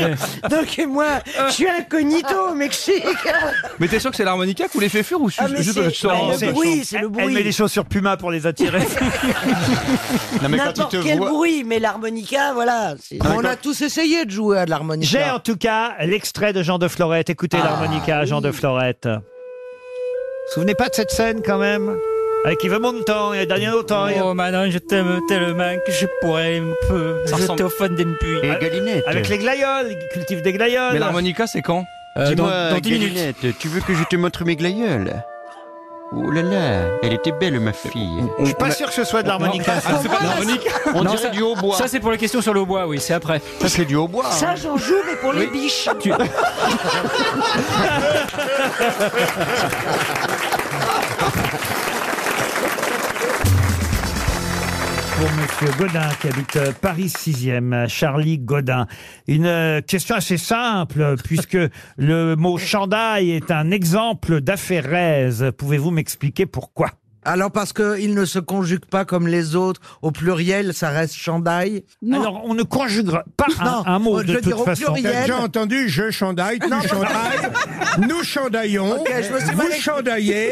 Speaker 19: donc et moi, je suis incognito au Mexique.
Speaker 12: Mais t'es sûr que c'est l'harmonica ou les fait fure ou
Speaker 19: Ah, mais
Speaker 12: juste je
Speaker 19: c'est-
Speaker 12: sors
Speaker 19: mais
Speaker 12: en Bah,
Speaker 19: le
Speaker 12: robe
Speaker 19: bruit, c'est le
Speaker 1: Elle
Speaker 19: bruit.
Speaker 1: met les chaussures Puma pour les attirer.
Speaker 9: Non, mais quand il
Speaker 19: N'importe
Speaker 9: te
Speaker 19: quel
Speaker 9: voit-
Speaker 19: bruit, mais l'harmonica, voilà. c'est-
Speaker 13: On a tous essayé de jouer à de l'harmonica.
Speaker 1: J'ai en tout cas l'extrait de Jean de Florette. Écoutez
Speaker 9: Ah.
Speaker 1: l'harmonica, Jean de Florette. Vous souvenez pas de cette scène quand même Avec Yves Montand et Daniel Auteuil.
Speaker 33: Oh Manon, je t'aime tellement que je pourrais un peu.
Speaker 1: Ça
Speaker 33: Je
Speaker 1: ressemble-
Speaker 33: te fan depuis.
Speaker 9: Et Galinette.
Speaker 1: Avec les glaïoles, ils cultivent des glaïoles.
Speaker 12: Mais l'harmonica, c'est quand
Speaker 16: Euh,
Speaker 9: Dis-moi,
Speaker 33: dans- dans dix
Speaker 9: Galinette, tu veux que je te montre mes glaïeuls Oh là là, elle était belle, ma fille.
Speaker 16: Euh,
Speaker 1: Je suis pas sûr que ce soit de l'harmonica.
Speaker 9: Ah, c'est pas de l'harmonica On
Speaker 16: Non,
Speaker 9: dirait
Speaker 16: ça-
Speaker 9: du hautbois.
Speaker 16: Ça, c'est pour les questions sur le hautbois, oui, c'est après.
Speaker 9: Ça, c'est du hautbois. hein.
Speaker 19: Ça, j'en joue, mais pour les biches.
Speaker 16: Tu-
Speaker 13: Ah,
Speaker 1: pour Monsieur Godin qui habite euh, Paris 6e, Charlie Godin. Une euh, question assez simple puisque le mot chandail est un exemple d'affaireuse. Pouvez-vous m'expliquer pourquoi
Speaker 13: Alors parce qu'ils ne se conjuguent pas comme les autres, au pluriel, ça reste chandail. Euh,
Speaker 1: Alors on ne conjugue pas un- un mot,
Speaker 13: je
Speaker 1: de
Speaker 13: veux dire
Speaker 1: toute
Speaker 13: au
Speaker 1: façon.
Speaker 13: pluriel.
Speaker 1: Quelqu'un
Speaker 13: entendu je chandaille,
Speaker 1: tu
Speaker 13: chandailles,
Speaker 15: Nous chandaillons,
Speaker 13: Ok, je me suis mal
Speaker 15: vous
Speaker 13: exprimé.
Speaker 15: chandaillez,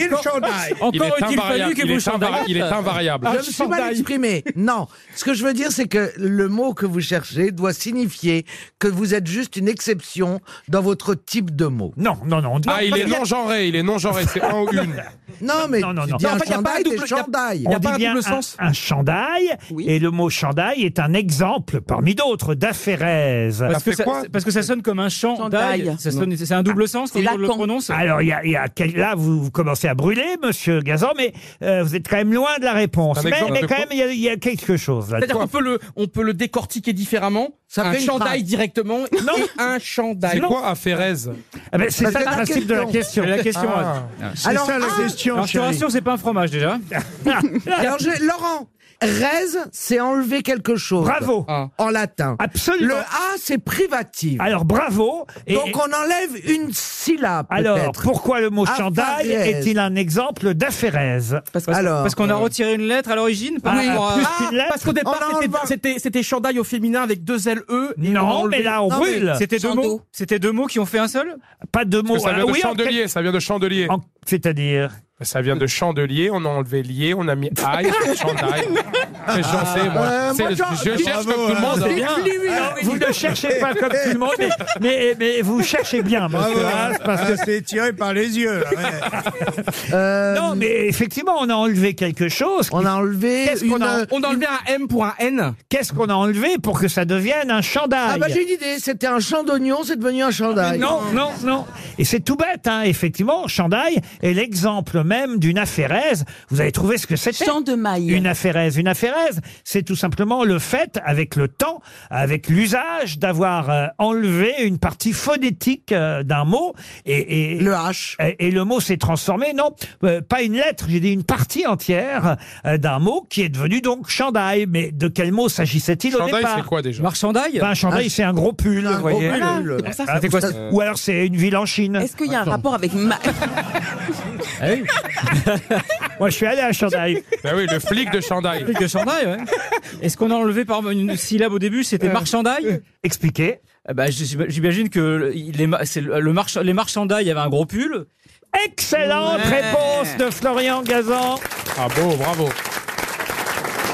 Speaker 15: il
Speaker 13: Encore-
Speaker 15: chandaille.
Speaker 13: Encore Il est est-il invariable, fallu que il vous est chandailliez
Speaker 15: chandaillez
Speaker 13: invari- il est
Speaker 15: invariable.
Speaker 13: Ah, Je me suis mal exprimé. Non, ce que je veux dire, c'est que le mot que vous cherchez doit signifier que vous êtes juste une exception dans votre type de mot.
Speaker 1: Non, non, non.
Speaker 15: Ah, il est non-genré, il est non-genré, c'est un ou une.
Speaker 13: Non, mais
Speaker 1: Non, non,
Speaker 13: tu
Speaker 1: non.
Speaker 13: dis
Speaker 1: Non, en
Speaker 13: un
Speaker 1: fait, y a pas un
Speaker 13: chandail,
Speaker 1: double-
Speaker 13: des
Speaker 1: y a-
Speaker 13: chandailles.
Speaker 1: On dit bien un, un chandail, et le mot chandail est un exemple parmi d'autres d'affaireuse.
Speaker 16: Parce que, ça, parce que ça sonne comme un chant
Speaker 1: Chandail. Ah,
Speaker 16: d'ail. Ça sonne- C'est un double sens quand on le prononce.
Speaker 1: Alors, il y a, il y a quel- là, vous, vous commencez à brûler, monsieur Gazan, mais euh, vous êtes quand même loin de la réponse.
Speaker 34: Un
Speaker 1: Mais,
Speaker 34: exemple
Speaker 1: mais
Speaker 34: de
Speaker 1: quand
Speaker 34: quoi
Speaker 1: même, il y a- il y, a quelque chose là.
Speaker 34: C'est-à-dire qu'on peut le, on peut le décortiquer différemment
Speaker 13: Ça
Speaker 16: un
Speaker 13: fait une
Speaker 16: chandail
Speaker 13: trace.
Speaker 16: directement. Non, un chandail.
Speaker 13: C'est quoi
Speaker 16: un ferrez
Speaker 13: Ah ben, c'est ça le principe de la question.
Speaker 16: La question.
Speaker 13: Ah.
Speaker 16: ouais.
Speaker 13: C'est Alors, ça la ah. question,
Speaker 16: Alors, je te
Speaker 13: chérie.
Speaker 16: rassure, c'est pas un fromage déjà.
Speaker 1: Ah.
Speaker 13: Alors, je- Laurent, res, c'est enlever quelque chose.
Speaker 16: Bravo.
Speaker 15: Ah.
Speaker 13: En latin.
Speaker 1: Absolument.
Speaker 13: Le A, c'est privative.
Speaker 1: Alors, bravo. Et-
Speaker 13: Donc, on enlève une syllabe.
Speaker 1: Alors,
Speaker 13: peut-être.
Speaker 1: pourquoi le mot
Speaker 13: Ah,
Speaker 1: chandail
Speaker 13: Farès.
Speaker 1: est-il un exemple d'aphérèse
Speaker 16: parce qu'on a retiré une lettre à l'origine
Speaker 13: Ah,
Speaker 16: par
Speaker 1: Oui.
Speaker 16: rapport à- Ah,
Speaker 1: Plus qu'une lettre.
Speaker 16: Parce qu'au départ,
Speaker 1: On a
Speaker 16: c'était- c'était- c'était chandail au féminin avec deux LE. et
Speaker 1: Non,
Speaker 16: on a enlevé-
Speaker 1: mais là, on
Speaker 16: Non, mais
Speaker 1: brûle.
Speaker 16: C'était deux
Speaker 1: Chandeau.
Speaker 16: mots. C'était deux mots qui ont fait un seul.
Speaker 1: Pas deux mots.
Speaker 26: Parce que ça
Speaker 1: Ah,
Speaker 26: vient de
Speaker 1: oui, en
Speaker 26: chandelier, ça vient de chandelier.
Speaker 1: C'est-à-dire
Speaker 26: Ça vient de chandelier, on a enlevé lié, on a mis aïe, chandail. Mais J'en sais, moi.
Speaker 1: Euh,
Speaker 26: C'est-
Speaker 1: moi, j'en-
Speaker 26: je cherche comme tout le monde.
Speaker 1: C'est hein. bien. Alors, Vous ne cherchez pas comme tout le monde, mais, mais, mais vous cherchez bien, monsieur Haas, Ah, parce que
Speaker 15: Ah, c'est tiré par les yeux. hein. là, ouais.
Speaker 1: Non, mais effectivement, on a enlevé quelque chose. Euh, On a enlevé.
Speaker 16: une- on a enlevé
Speaker 1: un M pour un N. Qu'est-ce qu'on a enlevé pour que ça devienne un chandail
Speaker 13: Ah bah j'ai une idée, c'était un champ d'oignon, c'est devenu un chandail.
Speaker 1: Non, non, non. Et c'est tout bête, hein. effectivement. Chandail est l'exemple même d'une affairèse. Vous avez trouvé ce que c'était Champ de maille. Une affairèse. Une affairèse, c'est tout simplement le fait, avec le temps, avec l'usage, d'avoir euh, enlevé une partie phonétique euh, d'un mot. Et, le H. Et, et le mot s'est transformé, non, euh, pas une lettre, j'ai dit une partie entière euh, d'un mot qui est devenu donc chandail. Mais de quel mot s'agissait-il au
Speaker 26: Chandail,
Speaker 1: départ
Speaker 26: c'est quoi déjà
Speaker 1: Marchandail Un chandail,
Speaker 26: Ah,
Speaker 1: c'est un gros pull.
Speaker 26: un gros
Speaker 1: voyez.
Speaker 26: pull.
Speaker 1: Ah,
Speaker 26: C'est pour ça,
Speaker 1: Ah,
Speaker 26: c'est
Speaker 1: c'est quoi,
Speaker 26: pour
Speaker 1: c'est-
Speaker 26: ça.
Speaker 1: Ou alors c'est une ville en Chine. Ah
Speaker 3: Est-ce qu'il y a un rapport avec ma...
Speaker 1: Hey. Moi, je suis allé à Chandail.
Speaker 26: Ben oui, le flic de chandail.
Speaker 16: Bah Flic de chandail, ouais. Est-ce qu'on a enlevé par une syllabe au début C'était marchandail
Speaker 1: Euh, Expliquez.
Speaker 16: Bah, j'im- J'imagine que le- il- les, ma- c'est le, le march- les marchandailles avaient un gros pull.
Speaker 1: Excellente
Speaker 16: Ouais.
Speaker 1: Ah, réponse de Florian Gazan.
Speaker 26: Ah bon, bravo.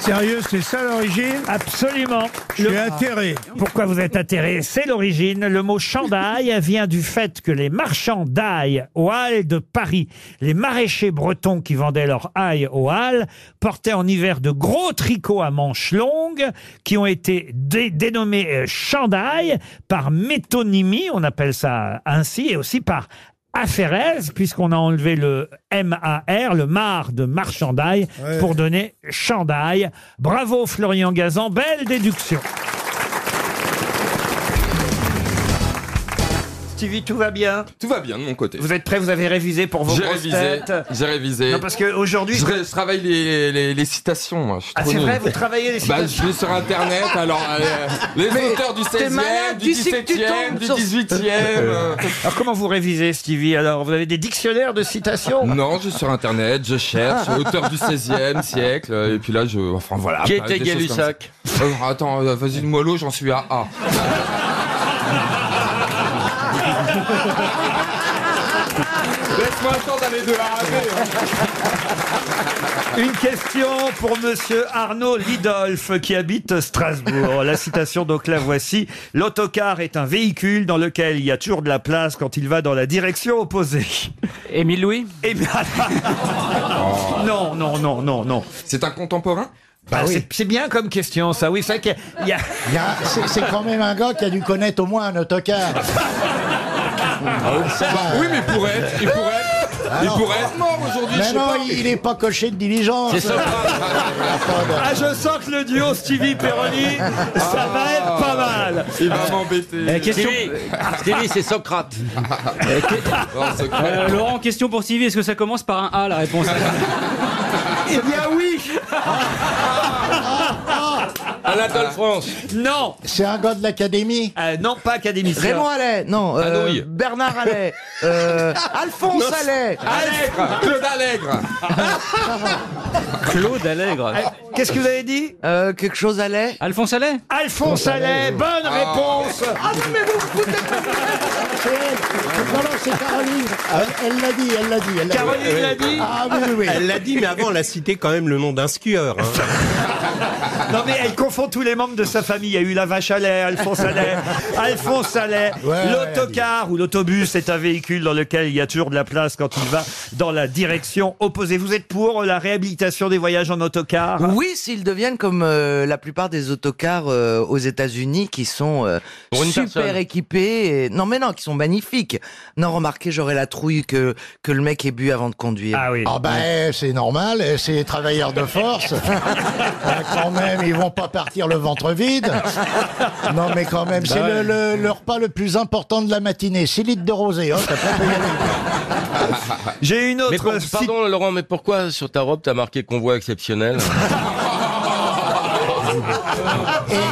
Speaker 15: Sérieux, c'est ça l'origine
Speaker 1: Absolument.
Speaker 15: Je suis atterré.
Speaker 1: Pourquoi vous êtes atterré C'est l'origine. Le mot chandail vient du fait que les marchands d'ail aux halles de Paris, les maraîchers bretons qui vendaient leur ail aux halles, portaient en hiver de gros tricots à manches longues qui ont été dé- dénommés euh, chandail par métonymie, on appelle ça ainsi, et aussi par affairèse, puisqu'on a enlevé le MAR, le mar de marchandail,
Speaker 15: Ouais.
Speaker 1: pour donner chandail. Bravo Florian Gazan, belle déduction.
Speaker 25: Stevie, tout va bien
Speaker 26: Tout va bien de mon côté.
Speaker 25: Vous êtes prêts Vous avez révisé pour vos
Speaker 26: J'ai
Speaker 25: grosses
Speaker 26: révisé.
Speaker 25: têtes
Speaker 26: J'ai révisé.
Speaker 25: Non, parce que aujourd'hui-
Speaker 26: je, ré- je travaille les, les- les citations. moi, je suis
Speaker 25: Ah,
Speaker 26: trop
Speaker 25: c'est
Speaker 26: nul.
Speaker 25: vrai, vous travaillez les
Speaker 26: Bah,
Speaker 25: citations
Speaker 26: je vais sur internet. Alors, euh, les
Speaker 25: Mais
Speaker 26: auteurs du
Speaker 25: t'es
Speaker 26: 16e,
Speaker 25: malade,
Speaker 26: du
Speaker 25: tu sais que tu
Speaker 26: 17e,
Speaker 25: tombes
Speaker 26: du
Speaker 25: sur-
Speaker 26: 18e. euh.
Speaker 25: Alors comment vous révisez, Stevie Alors, vous avez des dictionnaires de citations
Speaker 26: Non, je suis sur internet, je cherche, auteur du 16e siècle, euh, et puis là, je. Enfin voilà.
Speaker 25: Qui
Speaker 26: bah,
Speaker 25: était
Speaker 26: des choses comme
Speaker 25: Gay-Lussac
Speaker 26: ça. Euh, Attends, euh, vas-y, mollo, j'en suis à A. Laisse-moi le temps d'aller de A à hein.
Speaker 1: Une question pour monsieur Arnaud Lidolf qui habite Strasbourg. La citation donc la voici. L'autocar est un véhicule dans lequel il y a toujours de la place quand il va dans la direction opposée. Eh
Speaker 16: Émile Louis
Speaker 1: Non, non, non, non, non.
Speaker 26: C'est un contemporain
Speaker 1: Bah, c'est- C'est bien comme question, ça. Oui, c'est vrai qu'il y a...
Speaker 16: Il y a-
Speaker 9: C'est c'est quand même un gars qui a dû connaître au moins un autocar.
Speaker 26: Bah, oui, mais il pourrait être, il pourrait être, il
Speaker 9: Alors.
Speaker 26: pourrait être mort aujourd'hui, je
Speaker 9: Ah Mais
Speaker 26: sais
Speaker 9: non,
Speaker 26: pas.
Speaker 9: il n'est pas coché de diligence.
Speaker 26: C'est ça.
Speaker 1: Ah, je sens que le duo Stevie Perroni,
Speaker 3: Ah.
Speaker 1: ça va être pas mal.
Speaker 26: Il va m'embêter.
Speaker 7: Eh,
Speaker 16: Euh, question-
Speaker 7: Ah,
Speaker 26: c'est Socrate.
Speaker 16: Euh, Laurent, question pour Sylvie. Est-ce que ça commence par un A la réponse
Speaker 1: Eh bien oui
Speaker 26: Anatole France.
Speaker 1: Non Euh,
Speaker 9: C'est un gars de l'académie
Speaker 1: Non, pas académicien.
Speaker 13: Raymond Allais, non. euh,
Speaker 16: Anouilh.
Speaker 13: Bernard Allais. euh, Alphonse
Speaker 16: Non,
Speaker 13: Allais.
Speaker 26: Allègre Claude Allègre
Speaker 16: Claude Allègre.
Speaker 1: Ah, Qu'est-ce que vous avez dit
Speaker 13: Quelque chose Allais.
Speaker 16: Alphonse Allais
Speaker 1: Alphonse Allais, bonne
Speaker 9: Ah.
Speaker 1: réponse
Speaker 13: Ah non, mais vous vous foutez pas de ma gueule.
Speaker 9: Non, non, c'est Caroline. Elle- Elle l'a dit, elle l'a dit. elle l'a dit.
Speaker 13: Caroline l'a dit
Speaker 9: Ah oui, oui, oui.
Speaker 25: Elle l'a dit, mais avant, elle a cité quand même le nom d'un skieur. hein.
Speaker 1: Non mais elle confond tous les membres de sa famille. Il y a eu la vache à lait, Alphonse Allais, Alphonse Allais.
Speaker 25: ouais,
Speaker 1: L'autocar ou l'autobus est un véhicule dans lequel il y a toujours de la place quand il va dans la direction opposée. Vous êtes pour la réhabilitation des voyages en autocar
Speaker 13: Oui, s'ils deviennent comme euh, la plupart des autocars euh, aux États-Unis qui sont euh,
Speaker 1: Pour une
Speaker 13: super
Speaker 1: personne.
Speaker 13: équipés. et- Non, mais non, qui sont magnifiques. Non, remarquez, j'aurais la trouille que, que le mec ait bu avant de conduire.
Speaker 1: Ah oui.
Speaker 9: Ah ben, c'est normal, eh, c'est travailleur de force. Ah, quand même, même, ils vont pas partir le ventre vide. Non, mais quand
Speaker 26: Bah
Speaker 9: même, c'est le, le- le repas le plus important de la matinée. 6 litres de rosé. hop, après, on peut y aller.
Speaker 1: J'ai une autre.
Speaker 7: pardon, Laurent, mais pourquoi sur ta robe t'as marqué convoi exceptionnel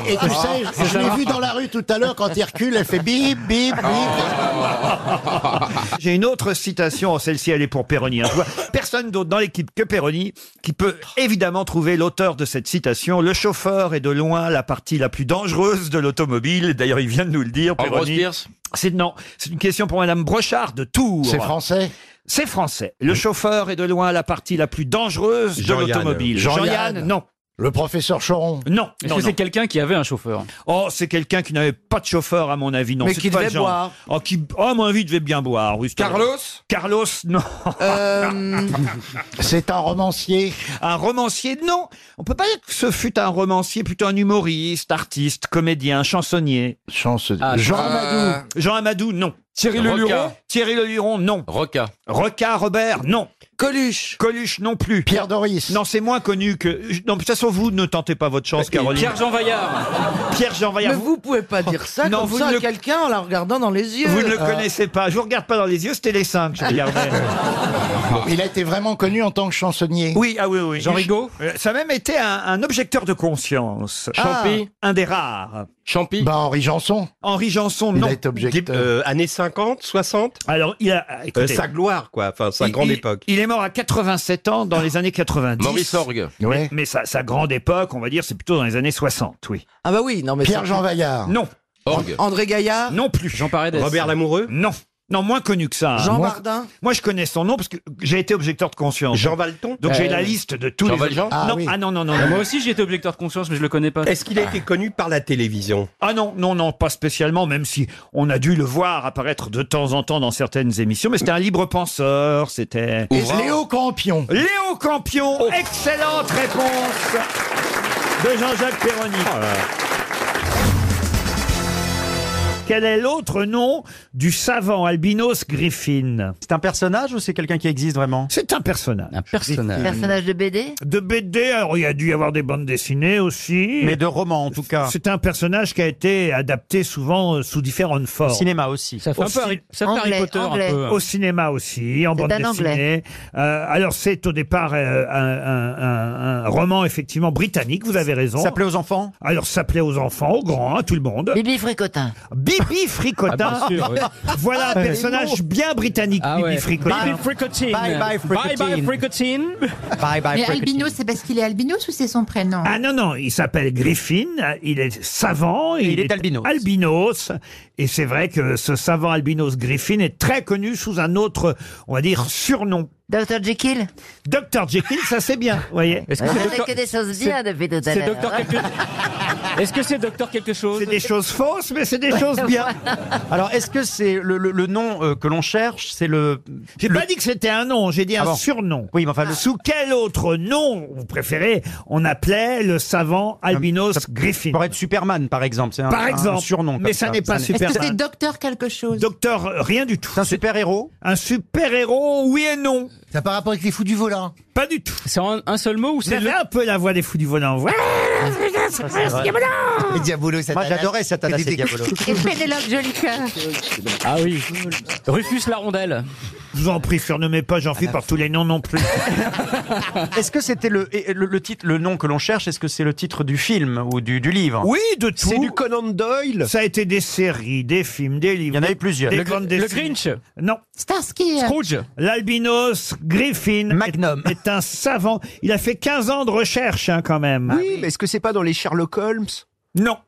Speaker 9: Et, et tu sais, je- je l'ai vu dans la rue tout à l'heure, quand il recule, elle fait bip, bip, bip.
Speaker 1: J'ai une autre citation, oh, celle-ci elle est pour Perroni. hein. Je vois Personne d'autre dans l'équipe que Perroni qui peut évidemment trouver l'auteur de cette citation. Le chauffeur est de loin la partie la plus dangereuse de l'automobile. D'ailleurs, il vient de nous le dire.
Speaker 7: Ambrose
Speaker 1: Perroni.
Speaker 7: Bierce
Speaker 1: C'est non, c'est une question pour Madame Brochard de Tours.
Speaker 9: C'est français
Speaker 1: C'est français. Le chauffeur est de loin la partie la plus dangereuse de
Speaker 9: Jean-Yann.
Speaker 1: l'automobile.
Speaker 9: Jean-Yann.
Speaker 1: non.
Speaker 9: Le professeur Choron
Speaker 1: Non.
Speaker 16: Est-ce
Speaker 1: non,
Speaker 16: que
Speaker 1: non.
Speaker 16: c'est quelqu'un qui avait un chauffeur
Speaker 1: Oh, c'est quelqu'un qui n'avait pas de chauffeur, à mon avis, non.
Speaker 16: Mais
Speaker 1: c'est
Speaker 16: qui
Speaker 1: pas le
Speaker 16: devait
Speaker 1: genre.
Speaker 16: boire.
Speaker 1: Oh, qui, oh, à mon avis, devait bien boire. oui, c'est vrai.
Speaker 12: Carlos
Speaker 1: Carlos, non.
Speaker 9: C'est un romancier.
Speaker 1: Un romancier, non. On peut pas dire que ce fut un romancier, plutôt un humoriste, artiste, comédien, chansonnier.
Speaker 9: Chance.
Speaker 16: Ah,
Speaker 1: Jean
Speaker 9: euh,
Speaker 1: Amadou. Jean Amadou, non. Thierry
Speaker 7: Le Luron
Speaker 1: Thierry Le Luron, non.
Speaker 7: Roca.
Speaker 1: Roca Robert, non. Coluche. Coluche non plus.
Speaker 9: Pierre Doris.
Speaker 1: Non, c'est moins connu que. Non, de toute façon, vous ne tentez pas votre
Speaker 7: Euh,
Speaker 1: chance, Caroline.
Speaker 16: Pierre-Jean Vaillard.
Speaker 1: Pierre-Jean Vaillard.
Speaker 13: Mais vous pouvez pas dire ça
Speaker 1: Non,
Speaker 13: comme
Speaker 1: vous
Speaker 13: ça
Speaker 1: ne
Speaker 13: à
Speaker 1: le-
Speaker 13: quelqu'un en la regardant dans les yeux.
Speaker 1: Vous ne le
Speaker 13: Ah.
Speaker 1: connaissez pas. Je vous regarde pas dans les yeux, c'était les cinq que je regardais.
Speaker 9: Il a été vraiment connu en tant que chansonnier.
Speaker 1: Oui, ah oui, oui.
Speaker 9: Jean Rigaud Ah.
Speaker 1: Euh, Ça a même été un, un objecteur de conscience.
Speaker 9: Champy
Speaker 1: Un des rares.
Speaker 7: Champy euh,
Speaker 9: Bah, Henri Janson.
Speaker 1: Henri Janson, non.
Speaker 9: Il a été objecteur.
Speaker 7: Années 50, 60
Speaker 1: Alors, il a.
Speaker 7: Euh,
Speaker 1: écoutez,
Speaker 7: Sa gloire, quoi. Enfin, sa
Speaker 1: il-
Speaker 7: grande
Speaker 1: il-
Speaker 7: époque.
Speaker 1: Il est mort à 87 ans dans les années 90.
Speaker 7: Maurice Orgue.
Speaker 1: Mais, mais sa, sa grande époque, on va dire, c'est plutôt dans les années 60, oui.
Speaker 13: Ah bah oui, non mais ça-
Speaker 9: Pierre-Jean Vaillard.
Speaker 1: Non.
Speaker 7: Orgue.
Speaker 13: André Gaillard,
Speaker 1: Non plus. Jean Paredes.
Speaker 7: Robert Lamoureux
Speaker 1: Non. Non, moins connu que ça. hein.
Speaker 13: Jean
Speaker 1: Moi-
Speaker 13: Bardin.
Speaker 1: Moi, je connais son nom parce que j'ai été objecteur de conscience.
Speaker 7: Jean Valton
Speaker 1: Donc, j'ai
Speaker 7: Euh,
Speaker 1: la liste de tous
Speaker 7: Jean
Speaker 1: les.
Speaker 7: Valjean
Speaker 1: non,
Speaker 7: Ah oui.
Speaker 1: ah non, non, non.
Speaker 16: Ah,
Speaker 1: non.
Speaker 16: Moi aussi j'ai été objecteur de conscience mais je le connais pas. Ah.
Speaker 7: Est-ce qu'il a été connu par la télévision
Speaker 1: Ah non, non, non, pas spécialement, même si on a dû le voir apparaître de temps en temps dans certaines émissions, mais c'était un libre penseur, c'était...
Speaker 9: Et Léo Campion.
Speaker 1: Léo Campion,
Speaker 7: Oh.
Speaker 1: excellente réponse de Jean-Jacques Perroni.
Speaker 2: Oh
Speaker 1: Quel est l'autre nom du savant albinos Griffin
Speaker 2: C'est un personnage ou c'est quelqu'un qui existe vraiment
Speaker 1: C'est un personnage.
Speaker 2: Un personnage.
Speaker 8: Personnage de BD
Speaker 1: De BD, alors il y a dû y avoir des bandes dessinées aussi.
Speaker 2: Mais de roman en tout cas.
Speaker 1: C'est un personnage qui a été adapté souvent euh, sous différentes formes.
Speaker 2: Cinéma aussi.
Speaker 16: Ça fait un
Speaker 1: Aussi-
Speaker 16: peu Harry, ça fait Harry
Speaker 8: Anglais,
Speaker 16: Potter
Speaker 8: anglais.
Speaker 16: un peu. hein.
Speaker 1: Au cinéma aussi, en
Speaker 8: C'est
Speaker 1: bande
Speaker 8: un
Speaker 1: dessinée.
Speaker 8: Anglais.
Speaker 1: Euh, alors c'est au départ euh, un, un- un- un roman effectivement britannique, vous avez raison.
Speaker 2: Ça plaît aux enfants
Speaker 1: Alors ça plaît aux enfants, aux grands, à tout le monde.
Speaker 8: Bibi Fricotin.
Speaker 2: Ah,
Speaker 1: Bibi Fricotin,
Speaker 16: Ah, bien sûr, oui.
Speaker 1: voilà un personnage bien britannique,
Speaker 16: Ah
Speaker 1: Bibi
Speaker 16: ouais.
Speaker 1: Fricotin.
Speaker 16: Bibi Fricotine.
Speaker 2: Bye bye
Speaker 16: Bye bye Fricotine.
Speaker 2: Bye bye
Speaker 20: Mais Eh ben, albinos, c'est parce qu'il est albinos ou c'est son prénom
Speaker 1: Ah non, non, il s'appelle Griffin, il est savant.
Speaker 2: Et il est albinos.
Speaker 1: albinos, Et c'est vrai que ce savant albinos Griffin est très connu sous un autre, on va dire, surnom.
Speaker 8: Dr. Jekyll Euh,
Speaker 1: Dr. Jekyll, ça c'est bien, vous voyez.
Speaker 16: Est-ce que
Speaker 8: On
Speaker 16: c'est
Speaker 8: fait
Speaker 16: docteur-
Speaker 8: que des choses
Speaker 16: c'est-
Speaker 8: bien depuis tout à
Speaker 16: c'est
Speaker 8: l'heure.
Speaker 16: docteur quelque... Est-ce que c'est docteur quelque chose
Speaker 1: C'est des choses fausses, mais c'est des choses bien.
Speaker 2: Alors est-ce que c'est le, le- le nom euh, que l'on cherche C'est le.
Speaker 1: J'ai pas dit que c'était un nom, j'ai dit
Speaker 2: Ah
Speaker 1: un
Speaker 2: bon.
Speaker 1: surnom.
Speaker 2: Oui, mais enfin le
Speaker 1: Sous quel autre nom, vous préférez, on appelait le savant albinos Griffin
Speaker 2: pourrait être Superman par exemple. C'est un,
Speaker 1: Par
Speaker 2: un- un
Speaker 1: exemple.
Speaker 2: surnom.
Speaker 1: Mais
Speaker 2: comme
Speaker 1: ça n'est pas
Speaker 20: Est-ce que c'est
Speaker 1: Superman.
Speaker 20: docteur quelque chose
Speaker 1: Docteur, euh, rien du tout.
Speaker 2: C'est un super héros.
Speaker 1: Un super-héros, oui et non.
Speaker 9: Ça par rapport avec les fous du volant.
Speaker 1: Pas du tout.
Speaker 16: C'est en un seul mot ou
Speaker 1: Vous
Speaker 16: c'est
Speaker 1: avez
Speaker 16: le
Speaker 1: un peu la voix des fous du volant. Ouais.
Speaker 9: Les diabolos, ça
Speaker 2: Moi j'adorais Satanas et Diabolo.
Speaker 20: Et Pénélope Jolicoeur
Speaker 16: Ah oui. Rufus la rondelle.
Speaker 1: Je vous en prie, surnommez pas j'en
Speaker 2: Ah,
Speaker 1: philippe par tous les noms non plus.
Speaker 2: Est-ce que c'était le, et- et le, le titre, le nom que l'on cherche Est-ce que c'est le titre du film ou du, du livre
Speaker 1: Oui, de tout.
Speaker 7: C'est du Conan Doyle
Speaker 1: Ça a été des séries, des films, des
Speaker 2: Il
Speaker 1: livres.
Speaker 2: y en avait
Speaker 1: des-
Speaker 2: plusieurs.
Speaker 1: des
Speaker 2: Le-
Speaker 1: grandes
Speaker 16: Le
Speaker 1: dessines.
Speaker 16: Grinch.
Speaker 1: Non.
Speaker 20: Starsky euh,
Speaker 16: Scrooge.
Speaker 1: L'albinos Griffin
Speaker 2: Magnum.
Speaker 1: est, est un savant. Il a fait 15 ans de recherche hein, quand même.
Speaker 7: Oui, mais est-ce que c'est pas dans les Sherlock Holmes
Speaker 1: Non.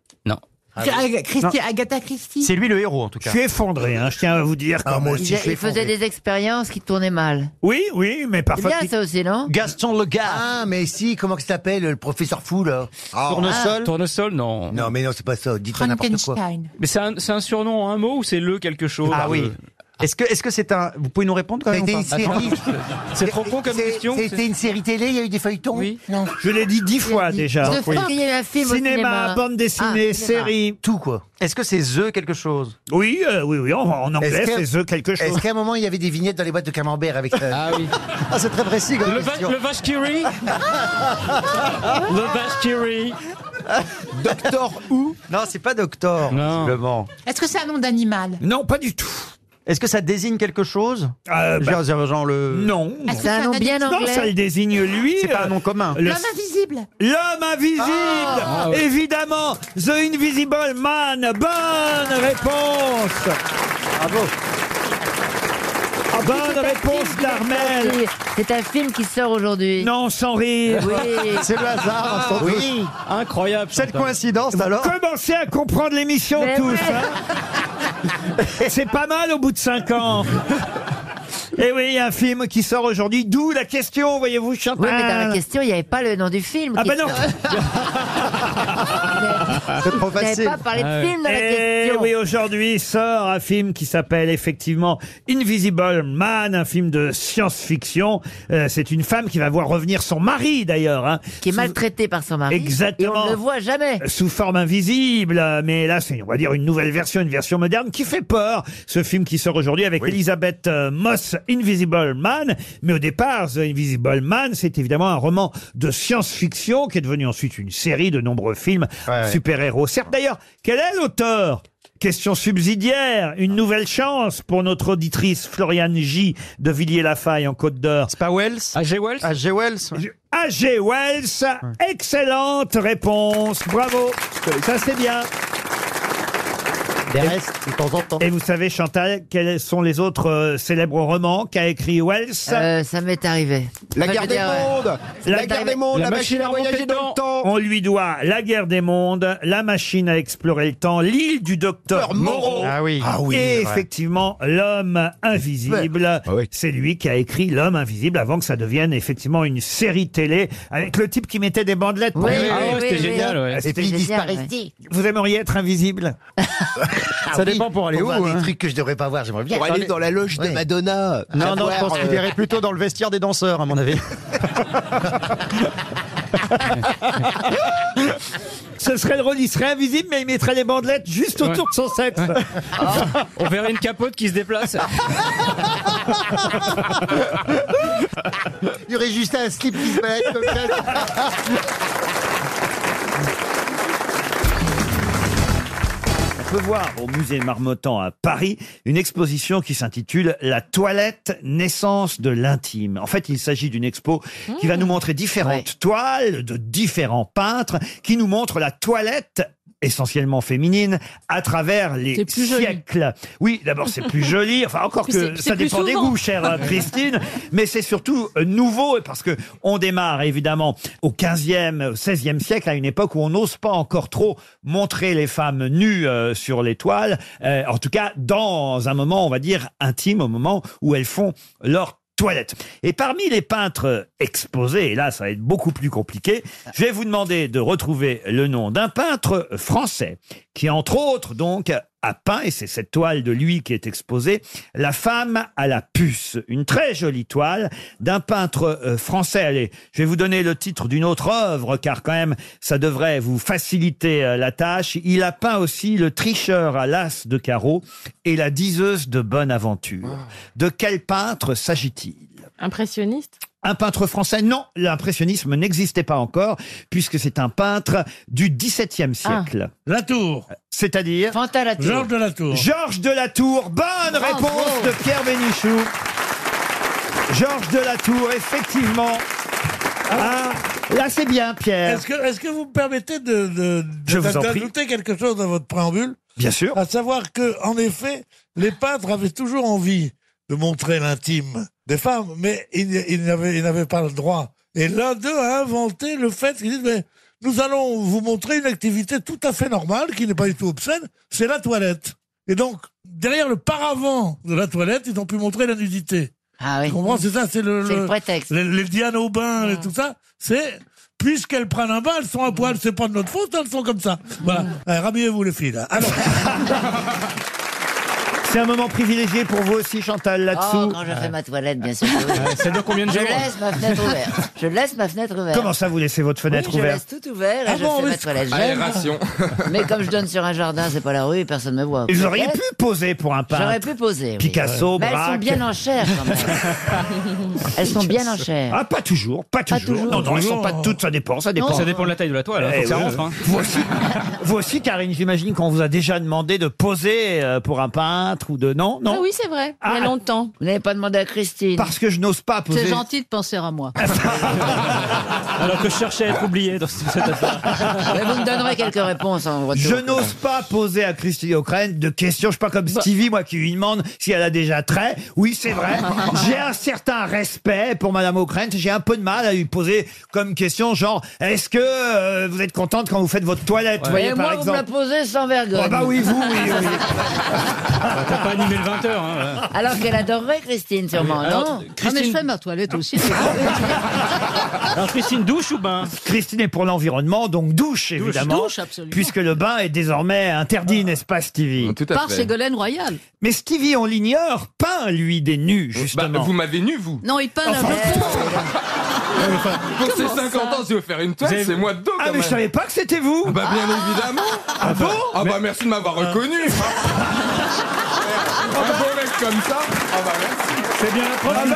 Speaker 16: Ah
Speaker 9: Ah
Speaker 20: Ag- Christi- Agatha Christie
Speaker 2: C'est lui le héros en tout
Speaker 1: Je
Speaker 2: cas.
Speaker 1: suis effondré, hein, je tiens à vous dire.
Speaker 9: Ah,
Speaker 1: quand même.
Speaker 8: Il, il faisait des expériences qui tournaient mal.
Speaker 1: Oui, oui, mais
Speaker 8: C'est
Speaker 1: parfois.
Speaker 8: bien ça aussi, non
Speaker 2: Gaston Le Gars.
Speaker 9: Ah, mais si, comment que ça s'appelle le professeur fou, là
Speaker 2: Tournesol.
Speaker 16: Tournesol, non.
Speaker 9: Non, mais non, c'est pas ça. Dites pas n'importe quoi.
Speaker 20: Frankenstein.
Speaker 16: Mais c'est un, c'est un surnom en un mot ou c'est le quelque chose
Speaker 2: Ah oui.
Speaker 9: Est-ce que est-ce que c'est un vous pouvez nous répondre quand
Speaker 16: Ça a
Speaker 9: même
Speaker 16: été
Speaker 9: ou
Speaker 16: une
Speaker 9: pas
Speaker 16: série.
Speaker 9: C'est trop con comme
Speaker 16: C'est-
Speaker 9: question,
Speaker 16: C'était
Speaker 9: c'est-
Speaker 16: une série télé, il y a eu des feuilletons Non.
Speaker 1: Je l'ai dit dix fois déjà.
Speaker 16: De
Speaker 1: Oui.
Speaker 16: Franck, il y a eu un film au
Speaker 1: cinéma,
Speaker 16: cinéma.
Speaker 1: bande dessinée,
Speaker 16: Ah, cinéma.
Speaker 1: série.
Speaker 16: Tout quoi.
Speaker 9: Est-ce que c'est The quelque chose
Speaker 1: Oui, euh, oui, oui, en, en anglais,
Speaker 16: Est-ce que-
Speaker 1: c'est The quelque chose.
Speaker 16: Est-ce qu'à un moment il y avait des vignettes dans les boîtes de camembert avec Ah oui. Ah c'est très précis comme
Speaker 19: Le, va-
Speaker 16: question. Ah.
Speaker 19: le vache qui rit Le vache qui rit
Speaker 9: Doctor Who Non, c'est pas Doctor. Non.
Speaker 5: Est-ce que c'est un nom d'animal
Speaker 9: Bah
Speaker 1: Non, pas du tout.
Speaker 9: Est-ce que ça désigne quelque chose
Speaker 1: bah,
Speaker 9: Je veux dire, genre le
Speaker 1: Non.
Speaker 5: Est-ce que C'est un nom bien
Speaker 1: Non,
Speaker 5: anglais
Speaker 1: ça le désigne lui.
Speaker 9: C'est pas un nom commun.
Speaker 1: le-
Speaker 5: Ah, L'homme invisible
Speaker 1: L'homme invisible
Speaker 5: Ah. Ah ouais.
Speaker 1: Évidemment The Invisible Man Bonne réponse Bravo Bonne réponse d'Armel
Speaker 8: C'est un film qui sort aujourd'hui.
Speaker 1: Non, sans rire
Speaker 8: Oui. Ah.
Speaker 9: C'est le
Speaker 1: Ah.
Speaker 9: hasard, sans doute.
Speaker 35: Incroyable.
Speaker 9: Cette coïncidence alors
Speaker 1: Commencez à comprendre l'émission
Speaker 16: Mais
Speaker 1: tous
Speaker 16: ouais.
Speaker 1: hein. C'est pas mal au bout de 5 ans Et oui, il y a un film qui sort aujourd'hui, d'où la question, voyez-vous, Chantal
Speaker 8: Oui, mais dans la question, il n'y avait pas le nom du film.
Speaker 1: Ah
Speaker 8: qui-
Speaker 1: bah non
Speaker 8: C'est trop Vous n'avez facile. Ah. pas parlé de Ah oui. film dans la
Speaker 1: Eh
Speaker 8: question.
Speaker 1: oui, aujourd'hui sort un film qui s'appelle effectivement Invisible Man, un film de science-fiction. Euh, c'est une femme qui va voir revenir son mari d'ailleurs. hein.
Speaker 8: Qui est maltraité par son mari.
Speaker 1: Exactement.
Speaker 8: Et on ne le voit jamais.
Speaker 1: Sous forme invisible, euh, mais là c'est, on va dire, une nouvelle version, une version moderne qui fait peur. Ce film qui sort aujourd'hui avec Elisabeth euh, Moss, Invisible Man. Mais au départ, The Invisible Man, c'est évidemment un roman de science-fiction qui est devenu ensuite une série de nombreux films super-héros. Certes d'ailleurs, quel est l'auteur Question subsidiaire, une nouvelle chance pour notre auditrice Floriane J de Villiers-la-Faille en Côte d'Or. C'est
Speaker 9: pas Wells
Speaker 35: A.G. Wells
Speaker 9: A.G. Wells
Speaker 1: A.G. Wells, excellente réponse, bravo, ça c'est bien.
Speaker 36: Des restes, de temps en temps.
Speaker 1: Et vous savez, Chantal, quels sont les autres euh, célèbres romans qu'a écrit Wells
Speaker 8: Euh, ça m'est arrivé.
Speaker 1: La
Speaker 8: Enfin, je
Speaker 1: guerre
Speaker 8: veux
Speaker 1: des
Speaker 8: ouais.
Speaker 1: mondes
Speaker 8: euh, Ça
Speaker 1: La
Speaker 8: m'est
Speaker 1: guerre
Speaker 8: arrivé.
Speaker 1: des mondes, la machine à voyager dans le temps On lui doit La guerre des mondes, La machine à explorer le temps, L'île du docteur Moreau.
Speaker 9: Ah oui. Ah oui,
Speaker 1: Et
Speaker 9: c'est vrai.
Speaker 1: effectivement, L'homme invisible. C'est lui qui a écrit L'homme invisible avant que ça devienne effectivement une série télé avec le type qui mettait des bandelettes. pour
Speaker 35: Oui,
Speaker 1: les-
Speaker 35: oui, Ah ouais, oui, c'était oui, génial, oui. ouais.
Speaker 1: Ah,
Speaker 35: Et
Speaker 1: c'était
Speaker 35: puis il
Speaker 1: génial,
Speaker 35: disparaissait.
Speaker 1: ouais. Vous aimeriez être invisible
Speaker 35: Ça dépend pour aller
Speaker 16: Ah Pour
Speaker 35: où,
Speaker 16: voir
Speaker 35: hein.
Speaker 16: Des trucs que je devrais pas voir, j'aimerais bien.
Speaker 13: Pour aller dans la loge de Madonna.
Speaker 9: Non, non,
Speaker 13: Savoir,
Speaker 9: je pense
Speaker 13: euh,
Speaker 9: qu'il irait plutôt dans le vestiaire des danseurs, à mon avis.
Speaker 1: Ce serait drôle, il serait invisible, mais il mettrait des bandelettes juste autour de son sexe.
Speaker 35: On verrait une capote qui se déplace.
Speaker 16: Il y aurait juste un slip qui se balade comme ça.
Speaker 1: On peut voir au musée Marmottan à Paris une exposition qui s'intitule La toilette, naissance de l'intime. En fait, il s'agit d'une expo qui
Speaker 16: Hmm.
Speaker 1: va nous montrer différentes toiles de différents peintres qui nous montrent la toilette essentiellement féminine à travers les
Speaker 16: C'est plus joli.
Speaker 1: siècles. Oui, d'abord c'est plus joli, enfin encore
Speaker 16: Puis
Speaker 1: que
Speaker 16: c'est-
Speaker 1: ça
Speaker 16: c'est plus
Speaker 1: dépend des
Speaker 16: souvent.
Speaker 1: goûts, chère euh, Christine, mais c'est surtout euh, nouveau parce que on démarre évidemment au 15e, au 16e siècle à une époque où on n'ose pas encore trop montrer les femmes nues euh, sur les toiles, euh, en tout cas dans un moment on va dire intime au moment où elles font leur toilette. Et parmi les peintres exposés, et là ça va être beaucoup plus compliqué, je vais vous demander de retrouver le nom d'un peintre français qui entre autres donc a peint, et c'est cette toile de lui qui est exposée, La femme à la puce, une très jolie toile d'un peintre euh, français. Allez, je vais vous donner le titre d'une autre œuvre, car quand même, ça devrait vous faciliter euh, la tâche. Il a peint aussi Le tricheur à l'as de carreau et La diseuse de bonne aventure. De quel peintre s'agit-il
Speaker 37: Impressionniste
Speaker 1: un peintre français Non, l'impressionnisme n'existait pas encore, puisque c'est un peintre du XVIIe
Speaker 9: Ah.
Speaker 1: siècle. Latour C'est-à-dire
Speaker 16: Georges de Latour.
Speaker 1: Georges de Latour. Bonne
Speaker 16: Bravo.
Speaker 1: réponse de Pierre Bénichou. Georges de Latour, effectivement. Ah, là c'est bien, Pierre.
Speaker 10: Est-ce que, est-ce que vous me permettez de, de,
Speaker 1: Je
Speaker 10: de-
Speaker 1: vous en
Speaker 10: d'ajouter quelque chose dans votre préambule
Speaker 1: Bien sûr.
Speaker 10: À savoir que, en effet, les peintres avaient toujours envie de montrer l'intime des femmes, mais ils, ils n'avaient, ils n'avaient pas le droit. Et l'un d'eux a inventé le fait qu'ils disent, mais nous allons vous montrer une activité tout à fait normale, qui n'est pas du tout obscène, c'est la toilette. Et donc, derrière le paravent de la toilette, ils ont pu montrer la nudité.
Speaker 8: Ah
Speaker 10: Tu comprends C'est ça, c'est le,
Speaker 8: C'est le prétexte.
Speaker 10: Les, les Diane Aubin et tout ça, c'est puisqu'elles prennent un bain, elles sont à poil, c'est pas de notre
Speaker 38: Mm.
Speaker 10: faute, elles sont comme ça. Voilà. Eh, Rhabillez-vous les filles là. Alors.
Speaker 1: C'est un moment privilégié pour vous aussi, Chantal, là-dessous.
Speaker 8: Oh, quand je fais ma toilette, bien sûr.
Speaker 16: Ah,
Speaker 1: C'est de combien de
Speaker 8: Je
Speaker 1: jours
Speaker 8: laisse ma fenêtre ouverte. Je laisse ma fenêtre ouverte.
Speaker 1: Comment ça, vous laissez votre fenêtre
Speaker 8: Oui,
Speaker 1: ouverte
Speaker 8: Je laisse tout ouvert et
Speaker 1: Ah
Speaker 8: je
Speaker 1: bon,
Speaker 8: fais ma
Speaker 1: oui.
Speaker 8: toilette. J'aime.
Speaker 1: Aération.
Speaker 8: Mais comme je donne sur un jardin, c'est pas la rue, personne me voit.
Speaker 1: Vous auriez
Speaker 8: Peut-être.
Speaker 1: pu poser pour un peintre.
Speaker 8: J'aurais pu poser. oui.
Speaker 1: Picasso,
Speaker 8: Mais
Speaker 1: Braque.
Speaker 8: elles sont bien en chair quand même. elles sont bien en chair.
Speaker 1: Ah, pas toujours, pas toujours. Non, non, elles sont pas toutes, ça dépend, ça dépend.
Speaker 8: Non. Ça
Speaker 16: dépend de la taille de la toile, hein,
Speaker 1: Eh
Speaker 16: faut que ça
Speaker 9: Ah,
Speaker 1: oui,
Speaker 16: rentre, hein.
Speaker 1: oui. Vous aussi, vous aussi, Karine, j'imagine qu'on vous a déjà demandé de poser euh, pour un peintre ou de... Non, non
Speaker 38: Ah oui, c'est vrai.
Speaker 1: Ah.
Speaker 38: Il y a longtemps.
Speaker 8: Vous n'avez pas demandé à Christine.
Speaker 1: Parce que je n'ose pas poser...
Speaker 3: C'est gentil de penser à moi.
Speaker 16: Alors que je cherchais à être oublié dans cette affaire.
Speaker 8: Mais vous me donnerez quelques réponses
Speaker 3: hein,
Speaker 8: en retour.
Speaker 1: Je n'ose pas poser à Christine O'Crane de questions. Je suis pas comme Stevie, moi, qui lui demande si elle a déjà trait. Oui, c'est vrai. J'ai un certain respect pour Madame O'Crane. J'ai un peu de mal à lui poser comme question, genre, est-ce que euh, vous êtes contente quand vous faites votre toilette, vous voyez,
Speaker 8: Et moi,
Speaker 1: par
Speaker 8: vous me la
Speaker 1: exemple
Speaker 8: posez sans vergogne.
Speaker 1: Ah bah oui, vous, oui, oui.
Speaker 16: T'as pas animé le 20h. Hein,
Speaker 8: Alors qu'elle adorerait Christine, sûrement,
Speaker 16: Ah oui, alors,
Speaker 8: non
Speaker 3: Ah, mais je fais ma toilette aussi.
Speaker 1: Ah,
Speaker 3: c'est vrai.
Speaker 1: bah,
Speaker 16: Alors, Christine, douche ou bain
Speaker 1: Christine est pour l'environnement, donc douche, évidemment.
Speaker 3: douche, absolument.
Speaker 1: puisque le bain est désormais interdit, n'est-ce pas, Stevie
Speaker 3: Par Ségolène Royal.
Speaker 1: Mais Stevie, on l'ignore, peint, lui, des nus, justement.
Speaker 12: Bah, vous m'avez nu, vous
Speaker 3: Non, il peint la
Speaker 1: eh
Speaker 12: Pour ces
Speaker 3: Comment
Speaker 12: 50
Speaker 3: ça
Speaker 12: ans, si vous faire une toile,
Speaker 1: Vous avez-
Speaker 12: c'est moi dedans.
Speaker 1: Ah,
Speaker 12: quand
Speaker 1: mais
Speaker 12: même.
Speaker 1: je savais pas que c'était vous
Speaker 12: Bah, bien évidemment. Ah bon Ah, bah, merci de m'avoir reconnu.
Speaker 1: Ah.
Speaker 12: Un beau mec comme ça. Ah, bah, merci. bah,
Speaker 16: C'est bien la preuve
Speaker 1: Ah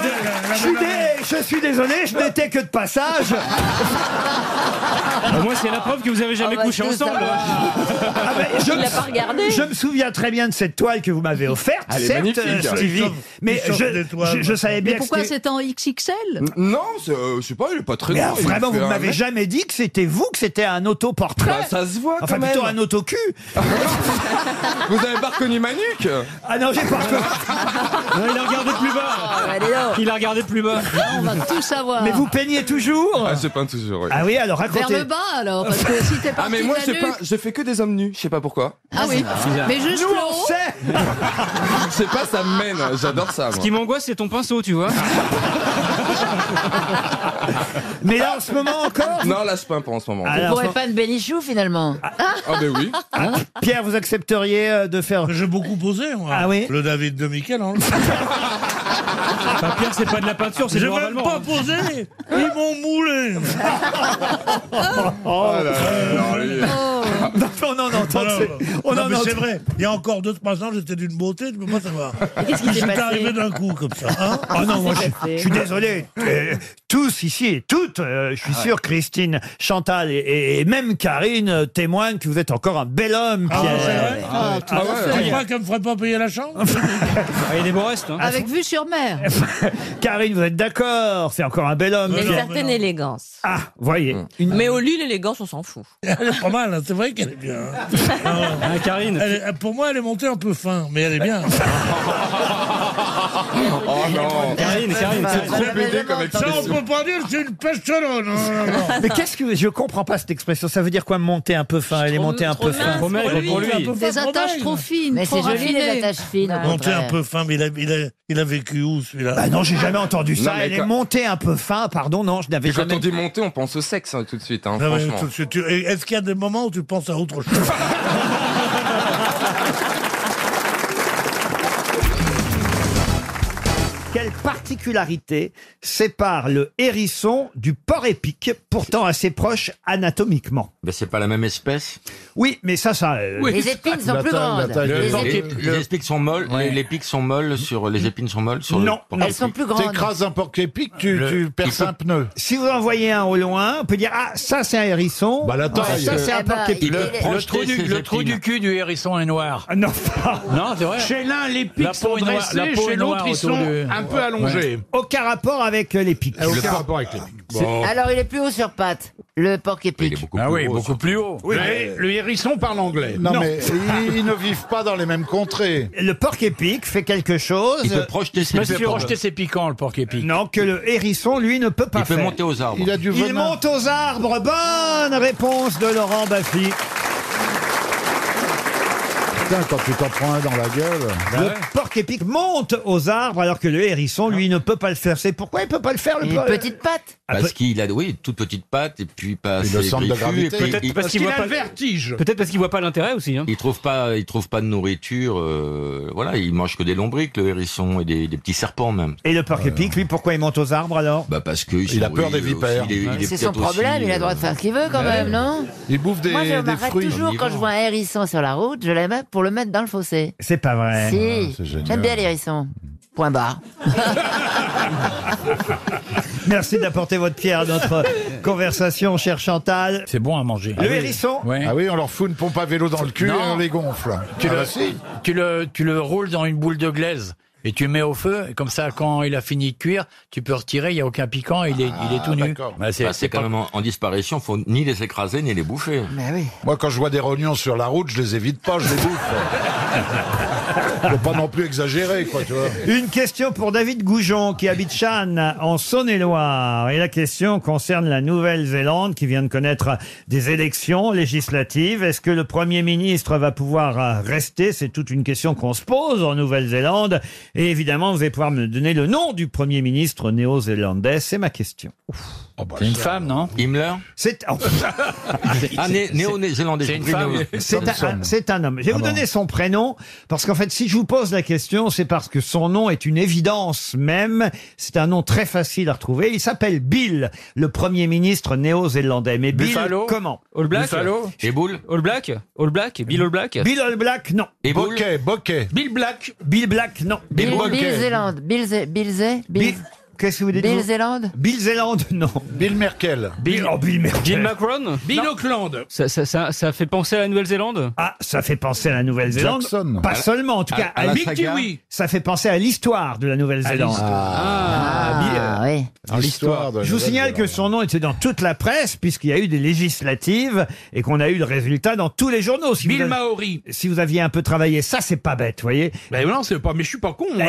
Speaker 1: ben, je, suis dé- je suis désolé, je n'étais que de passage.
Speaker 16: Au moins, Ah, c'est la preuve que vous avez jamais couché ensemble. hein.
Speaker 1: Ah ben,
Speaker 38: bah,
Speaker 1: je
Speaker 38: Il
Speaker 1: me
Speaker 38: l'a
Speaker 1: sou-
Speaker 38: pas regardé.
Speaker 1: Je me souviens très bien de cette toile que vous m'avez offerte,
Speaker 12: Elle est
Speaker 1: certes,
Speaker 12: magnifique.
Speaker 1: euh, Stevie,
Speaker 12: Ils sortent-
Speaker 1: mais
Speaker 12: ils sortent
Speaker 1: je,
Speaker 12: des toiles,
Speaker 1: je- je savais bien
Speaker 3: Mais pourquoi
Speaker 1: que c'était-
Speaker 3: c'est en XXL
Speaker 12: Non, c'est, euh, je sais pas, il est pas très
Speaker 1: Mais
Speaker 12: grand.
Speaker 1: alors,
Speaker 12: il
Speaker 1: vraiment,
Speaker 12: fait
Speaker 1: vous ne
Speaker 12: un
Speaker 1: m'avez
Speaker 12: mètre.
Speaker 1: jamais dit que c'était vous, que c'était un autoportrait.
Speaker 12: Bah, ça se voit,
Speaker 1: enfin,
Speaker 12: quand
Speaker 1: plutôt
Speaker 12: même.
Speaker 1: un autocul.
Speaker 12: Vous avez pas reconnu ma nuque
Speaker 1: Ah non, j'ai pas
Speaker 16: Non, il a regardé plus bas.
Speaker 3: bah, dis donc.
Speaker 16: Il a regardé plus bas.
Speaker 3: On va tout savoir.
Speaker 1: Mais vous peignez toujours
Speaker 12: Ah, c'est pas toujours. oui.
Speaker 1: Ah oui, alors
Speaker 3: Vers
Speaker 1: racontez.
Speaker 3: le bas alors, parce que si t'es
Speaker 12: Ah,
Speaker 3: parti
Speaker 12: mais moi,
Speaker 3: de la
Speaker 12: j'ai pas,
Speaker 3: nuque-
Speaker 12: je fais que des hommes nus, je sais pas pourquoi.
Speaker 3: Ah oui, mais juste
Speaker 1: Nous,
Speaker 3: le
Speaker 38: Oh.
Speaker 1: on
Speaker 3: haut.
Speaker 1: sait
Speaker 12: Je sais pas, ça me mène, j'adore ça.
Speaker 16: Ce
Speaker 12: Moi.
Speaker 16: qui m'angoisse, c'est ton pinceau, tu vois.
Speaker 1: Mais là, en ce moment encore
Speaker 12: Non, là, je peins pas en ce moment.
Speaker 1: Ah,
Speaker 8: Vous
Speaker 1: là, en ce
Speaker 8: pourrez
Speaker 1: moment-
Speaker 8: pas de bénichou, finalement.
Speaker 12: Ah, ben oui.
Speaker 9: Hein,
Speaker 1: Pierre, vous accepteriez euh, de faire...
Speaker 10: J'ai beaucoup posé, moi.
Speaker 1: Ah oui
Speaker 10: Le David de Michael. Hein.
Speaker 9: Ah.
Speaker 16: Enfin, Pierre, c'est pas de la peinture, c'est
Speaker 10: J'ai
Speaker 16: du
Speaker 10: même
Speaker 16: allemand.
Speaker 10: pas
Speaker 1: hein.
Speaker 10: posé. Ils m'ont moulé.
Speaker 12: Oh là là, alors, lui.
Speaker 1: Oh. Non, on en entend.
Speaker 10: Non, non,
Speaker 1: c'est- On
Speaker 10: non,
Speaker 1: en
Speaker 10: mais
Speaker 1: entend.
Speaker 10: c'est vrai. Il y a encore 2-3 ans, j'étais d'une beauté, tu peux pas savoir.
Speaker 38: Qu'est-ce qui s'est
Speaker 10: J'étais
Speaker 38: passé
Speaker 10: arrivé d'un coup comme ça. hein.
Speaker 1: Ah non, moi
Speaker 38: Qu'est-ce qui s'est
Speaker 1: je,
Speaker 38: passé
Speaker 1: je suis désolé. Euh, tous ici et toutes, euh, je
Speaker 7: Ah
Speaker 1: suis sûr, Christine, Chantal et, et- et même Karine euh, témoignent que vous êtes encore un bel homme,
Speaker 10: Ah,
Speaker 1: Pierre.
Speaker 10: c'est vrai
Speaker 3: Ah, tout à
Speaker 10: Tu
Speaker 3: fait.
Speaker 10: crois qu'elle me ferait pas payer la chambre
Speaker 16: Ah, il y a des beaux restes. Hein.
Speaker 3: Avec vue sur mer.
Speaker 1: Eh, Karine, vous êtes d'accord, c'est encore un bel homme.
Speaker 38: Mais
Speaker 1: Pierre.
Speaker 38: certaine élégance.
Speaker 1: Ah, voyez.
Speaker 7: Mm.
Speaker 1: Une-
Speaker 38: Mais au lit, l'élégance, on s'en fout.
Speaker 10: Elle est pas mal, hein, c'est vrai qu'elle est bien. hein.
Speaker 16: Hein, Karine.
Speaker 10: Elle est- pour moi, elle est montée un peu fin, mais elle est bien.
Speaker 12: Oh non.
Speaker 16: Karine, Karine.
Speaker 12: C'est trop
Speaker 8: jamais
Speaker 12: pédé comme
Speaker 10: Ça, on
Speaker 12: expression.
Speaker 10: peut pas dire que c'est une pêcherone. hein, non, non.
Speaker 1: Mais qu'est-ce que je comprends pas cette expression Ça veut dire quoi monter un peu fin Elle est
Speaker 38: Trop-
Speaker 1: montée un
Speaker 38: trop
Speaker 1: peu fin.
Speaker 38: mince
Speaker 16: Trop maigre pour lui.
Speaker 10: Un peu fin,
Speaker 3: Des
Speaker 10: trop
Speaker 3: attaches
Speaker 10: maigre.
Speaker 3: trop fines.
Speaker 8: Mais
Speaker 3: trop
Speaker 8: c'est joli,
Speaker 3: raffinées.
Speaker 8: les attaches fines. au
Speaker 10: Montée un
Speaker 8: contraire.
Speaker 10: peu fin, mais il a, il a, il a vécu où celui-là
Speaker 1: Ah non, j'ai jamais entendu ça.
Speaker 12: Non, mais
Speaker 1: Elle est
Speaker 12: quand-
Speaker 1: montée un peu fin, pardon, non, je n'avais
Speaker 12: Et quand
Speaker 1: jamais.
Speaker 12: on dit monter, on pense au sexe hein, tout de suite, hein,
Speaker 10: Ah ouais,
Speaker 12: franchement.
Speaker 10: tout de suite, tu- et Est-ce qu'il y a des moments où tu penses à autre chose
Speaker 1: Quelle particularité sépare le hérisson du porc épic, pourtant assez proche anatomiquement
Speaker 7: Mais Ben, c'est pas la même espèce.
Speaker 1: Oui, mais ça, ça. euh,
Speaker 8: Les épines sont
Speaker 6: La
Speaker 8: plus
Speaker 6: taille, la
Speaker 8: grandes.
Speaker 6: taille
Speaker 8: Les
Speaker 6: des-
Speaker 8: épines-
Speaker 7: Les, les espics sont molles, les, les pics sont molles sur les épines sont molles sur le-
Speaker 1: Non,
Speaker 7: pour-
Speaker 8: Elles sont plus grandes.
Speaker 6: T'écrases un porc épic, tu,
Speaker 7: Le-
Speaker 6: tu perces un pneu.
Speaker 1: Si vous en voyez un au loin, on peut dire Ah, ça, c'est un hérisson.
Speaker 6: Bah, la
Speaker 1: Ah,
Speaker 6: taille.
Speaker 9: euh,
Speaker 1: ça, c'est
Speaker 8: Eh
Speaker 1: un
Speaker 8: ben,
Speaker 1: porc épic.
Speaker 8: il-
Speaker 1: Le-
Speaker 8: il-
Speaker 9: Le trou, du,
Speaker 7: ses
Speaker 9: le trou
Speaker 7: épines.
Speaker 9: du cul du hérisson est noir.
Speaker 1: Ah, Non, pas-
Speaker 9: Non, c'est vrai.
Speaker 39: Chez l'un, les
Speaker 9: La
Speaker 40: pics
Speaker 9: peau
Speaker 40: sont
Speaker 9: est noire, la
Speaker 40: dressés,
Speaker 9: peau
Speaker 40: chez
Speaker 9: est
Speaker 40: l'autre
Speaker 9: noire
Speaker 40: ils
Speaker 9: autour
Speaker 40: sont
Speaker 9: du-
Speaker 40: un peu allongés.
Speaker 1: aucun rapport avec euh, les pics.
Speaker 39: Aucun rapport avec les
Speaker 8: Alors, il est plus haut sur pattes, le porc
Speaker 7: Il
Speaker 8: épic.
Speaker 7: est beaucoup
Speaker 9: Ah
Speaker 7: plus
Speaker 9: oui,
Speaker 7: gros,
Speaker 9: beaucoup
Speaker 7: ça.
Speaker 9: plus haut.
Speaker 39: Le- Le hérisson parle anglais.
Speaker 6: Non, mais ils, ils ne vivent pas dans les mêmes contrées.
Speaker 1: Le porc épic fait quelque chose
Speaker 7: Il peut
Speaker 1: euh,
Speaker 7: projeter ses
Speaker 9: Il
Speaker 7: il
Speaker 9: peut
Speaker 7: peut-
Speaker 9: rejeter ses piquants, le porc épic.
Speaker 1: non, que le hérisson, lui, ne peut pas
Speaker 7: Il peut
Speaker 1: faire.
Speaker 7: monter aux arbres.
Speaker 6: Il a du
Speaker 1: Il
Speaker 6: venin.
Speaker 1: monte aux arbres. Bonne réponse de Laurent Baffy.
Speaker 9: Putain, quand tu t'en prends un dans la gueule.
Speaker 1: le porc-épic monte aux arbres alors que le hérisson, lui, ne peut pas le faire. C'est pourquoi il peut pas le faire le
Speaker 8: Il a une
Speaker 1: porc-
Speaker 8: petite patte.
Speaker 1: Ah,
Speaker 7: Parce qu'il a, oui, toute petite patte et puis pas
Speaker 9: Il le
Speaker 7: assez
Speaker 9: centre de
Speaker 7: griffu, et
Speaker 9: gravité.
Speaker 7: puis
Speaker 9: Peut-être
Speaker 7: il-
Speaker 9: parce qu'il
Speaker 7: il
Speaker 9: voit
Speaker 7: a
Speaker 9: pas
Speaker 7: le
Speaker 9: le-
Speaker 7: vertige.
Speaker 24: Peut-être parce qu'il voit pas l'intérêt aussi. Hein.
Speaker 7: Il trouve pas, il trouve pas de nourriture. euh, voilà, il mange que des lombriques, le hérisson et des, des petits serpents même.
Speaker 1: Et le porc-épic, lui, pourquoi il monte aux arbres alors
Speaker 7: Bah parce que
Speaker 1: Il a peur des vipères.
Speaker 8: Ah, C'est son problème,
Speaker 7: euh,
Speaker 8: il a le droit de faire ce qu'il veut quand
Speaker 7: Ouais.
Speaker 8: même, non
Speaker 7: Il bouffe
Speaker 8: Moi, je m'arrête toujours quand je vois un hérisson sur la route, je l'aime pour le mettre dans le fossé.
Speaker 1: C'est pas vrai.
Speaker 7: Ah,
Speaker 8: Si, j'aime bien les hérissons. Point barre.
Speaker 1: Merci d'apporter votre pierre à notre conversation, cher Chantal.
Speaker 19: C'est bon à manger.
Speaker 1: Le hérisson
Speaker 19: Ah
Speaker 9: oui, on leur fout une pompe à vélo dans le cul
Speaker 19: Non.
Speaker 9: et on les gonfle.
Speaker 19: Tu,
Speaker 9: Ah
Speaker 19: le,
Speaker 9: bah si.
Speaker 19: tu, le, tu le roules dans une boule de glaise et tu mets au feu. Et comme ça, quand il a fini de cuire, tu peux retirer, il n'y a aucun piquant, il est, il
Speaker 9: Ah,
Speaker 19: est tout nu.
Speaker 7: Bah, c'est quand même en, en disparition, faut ni les écraser ni les bouffer.
Speaker 9: Moi, quand je vois des rognons sur la route, je les évite pas, je les bouffe. Faut pas non plus exagérer, quoi, tu vois.
Speaker 1: Une question pour David Goujon qui habite Chan en Saône-et-Loire. Et la question concerne la Nouvelle-Zélande qui vient de connaître des élections législatives. Est-ce que le Premier ministre va pouvoir euh, rester C'est toute une question qu'on se pose en Nouvelle-Zélande. Et évidemment, vous allez pouvoir me donner le nom du Premier ministre néo-zélandais. C'est ma question.
Speaker 19: c'est une femme, non
Speaker 7: Himmler
Speaker 1: C'est... oh.
Speaker 7: Ah, né- néo-zélandais.
Speaker 19: c'est
Speaker 7: j'ai
Speaker 19: une
Speaker 7: compris,
Speaker 19: femme.
Speaker 7: néo-
Speaker 1: C'est un, c'est un homme. Je vais vous donner son prénom, parce qu'en fait, si je vous pose la question, c'est parce que son nom est une évidence même. C'est un nom très facile à retrouver. Il s'appelle Bill, le premier ministre néo-zélandais. Mais Bill,
Speaker 24: Buffalo
Speaker 1: comment
Speaker 24: All Black
Speaker 1: Buffalo
Speaker 7: Et Bull
Speaker 24: All Black All Black Bill All Black
Speaker 1: Bill All Black, non.
Speaker 7: Et Bull
Speaker 9: Bokeh, bokeh.
Speaker 24: Bill Black
Speaker 1: Bill Black, non.
Speaker 8: Bill, Bill Zélande. Bill Zé- Bill Zé- Bill-
Speaker 1: Qu'est-ce que vous dites
Speaker 8: Bill
Speaker 1: vous
Speaker 8: Zélande
Speaker 1: Bill Zélande, non.
Speaker 9: Bill Merkel.
Speaker 1: Bill, oh, Bill Merkel.
Speaker 24: Jim Macron
Speaker 19: Bill
Speaker 24: Auckland ça, ça, ça, ça fait penser à la Nouvelle-Zélande
Speaker 1: Ah, ça fait penser à la Nouvelle-Zélande.
Speaker 19: Jackson.
Speaker 1: Pas
Speaker 24: À-
Speaker 1: seulement, en tout
Speaker 24: à-
Speaker 1: cas.
Speaker 24: à la Big saga. Kiwi.
Speaker 1: Ça fait penser à l'histoire de la Nouvelle-Zélande.
Speaker 8: Ah, oui.
Speaker 9: l'histoire
Speaker 1: Je vous
Speaker 9: signale.
Speaker 1: signale que son nom était dans toute la presse, puisqu'il y a eu des législatives et qu'on a eu le résultat dans tous les journaux. Si
Speaker 19: Bill
Speaker 1: vous avez-
Speaker 19: Maori.
Speaker 1: Si vous aviez un peu travaillé, ça, c'est pas bête, vous voyez.
Speaker 19: Ben non, c'est pas, mais je suis pas con. hein.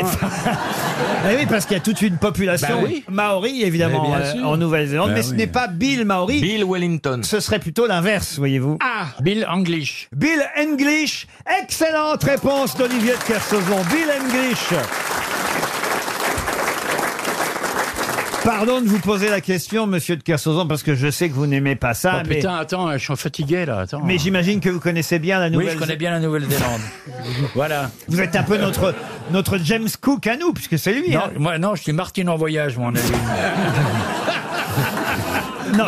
Speaker 1: Eh oui, parce qu'il y a toute une population
Speaker 19: Bah oui.
Speaker 1: maori, évidemment,
Speaker 19: Mais bien
Speaker 1: euh,
Speaker 19: sûr.
Speaker 1: en Nouvelle-Zélande,
Speaker 19: Bah
Speaker 1: mais ce
Speaker 19: oui.
Speaker 1: n'est pas Bill Maori.
Speaker 7: Bill Wellington.
Speaker 1: Ce serait plutôt l'inverse, voyez-vous.
Speaker 19: Ah Bill English.
Speaker 1: Bill English. Excellente réponse d'Olivier de Kersauzon. Bill English. Pardon de vous poser la question, monsieur de Kersauzon, parce que je sais que vous n'aimez pas ça.
Speaker 19: Oh,
Speaker 1: Ah, mais...
Speaker 19: Putain, attends, je suis fatigué là. Attends.
Speaker 1: Mais j'imagine que vous connaissez bien la
Speaker 19: oui,
Speaker 1: nouvelle.
Speaker 19: je connais bien la Nouvelle-Zélande. voilà.
Speaker 1: Vous êtes un peu notre, notre James Cook à nous, puisque c'est lui.
Speaker 19: Non,
Speaker 1: hein.
Speaker 19: moi, non, je suis Martine en voyage, mon ami.
Speaker 1: Non,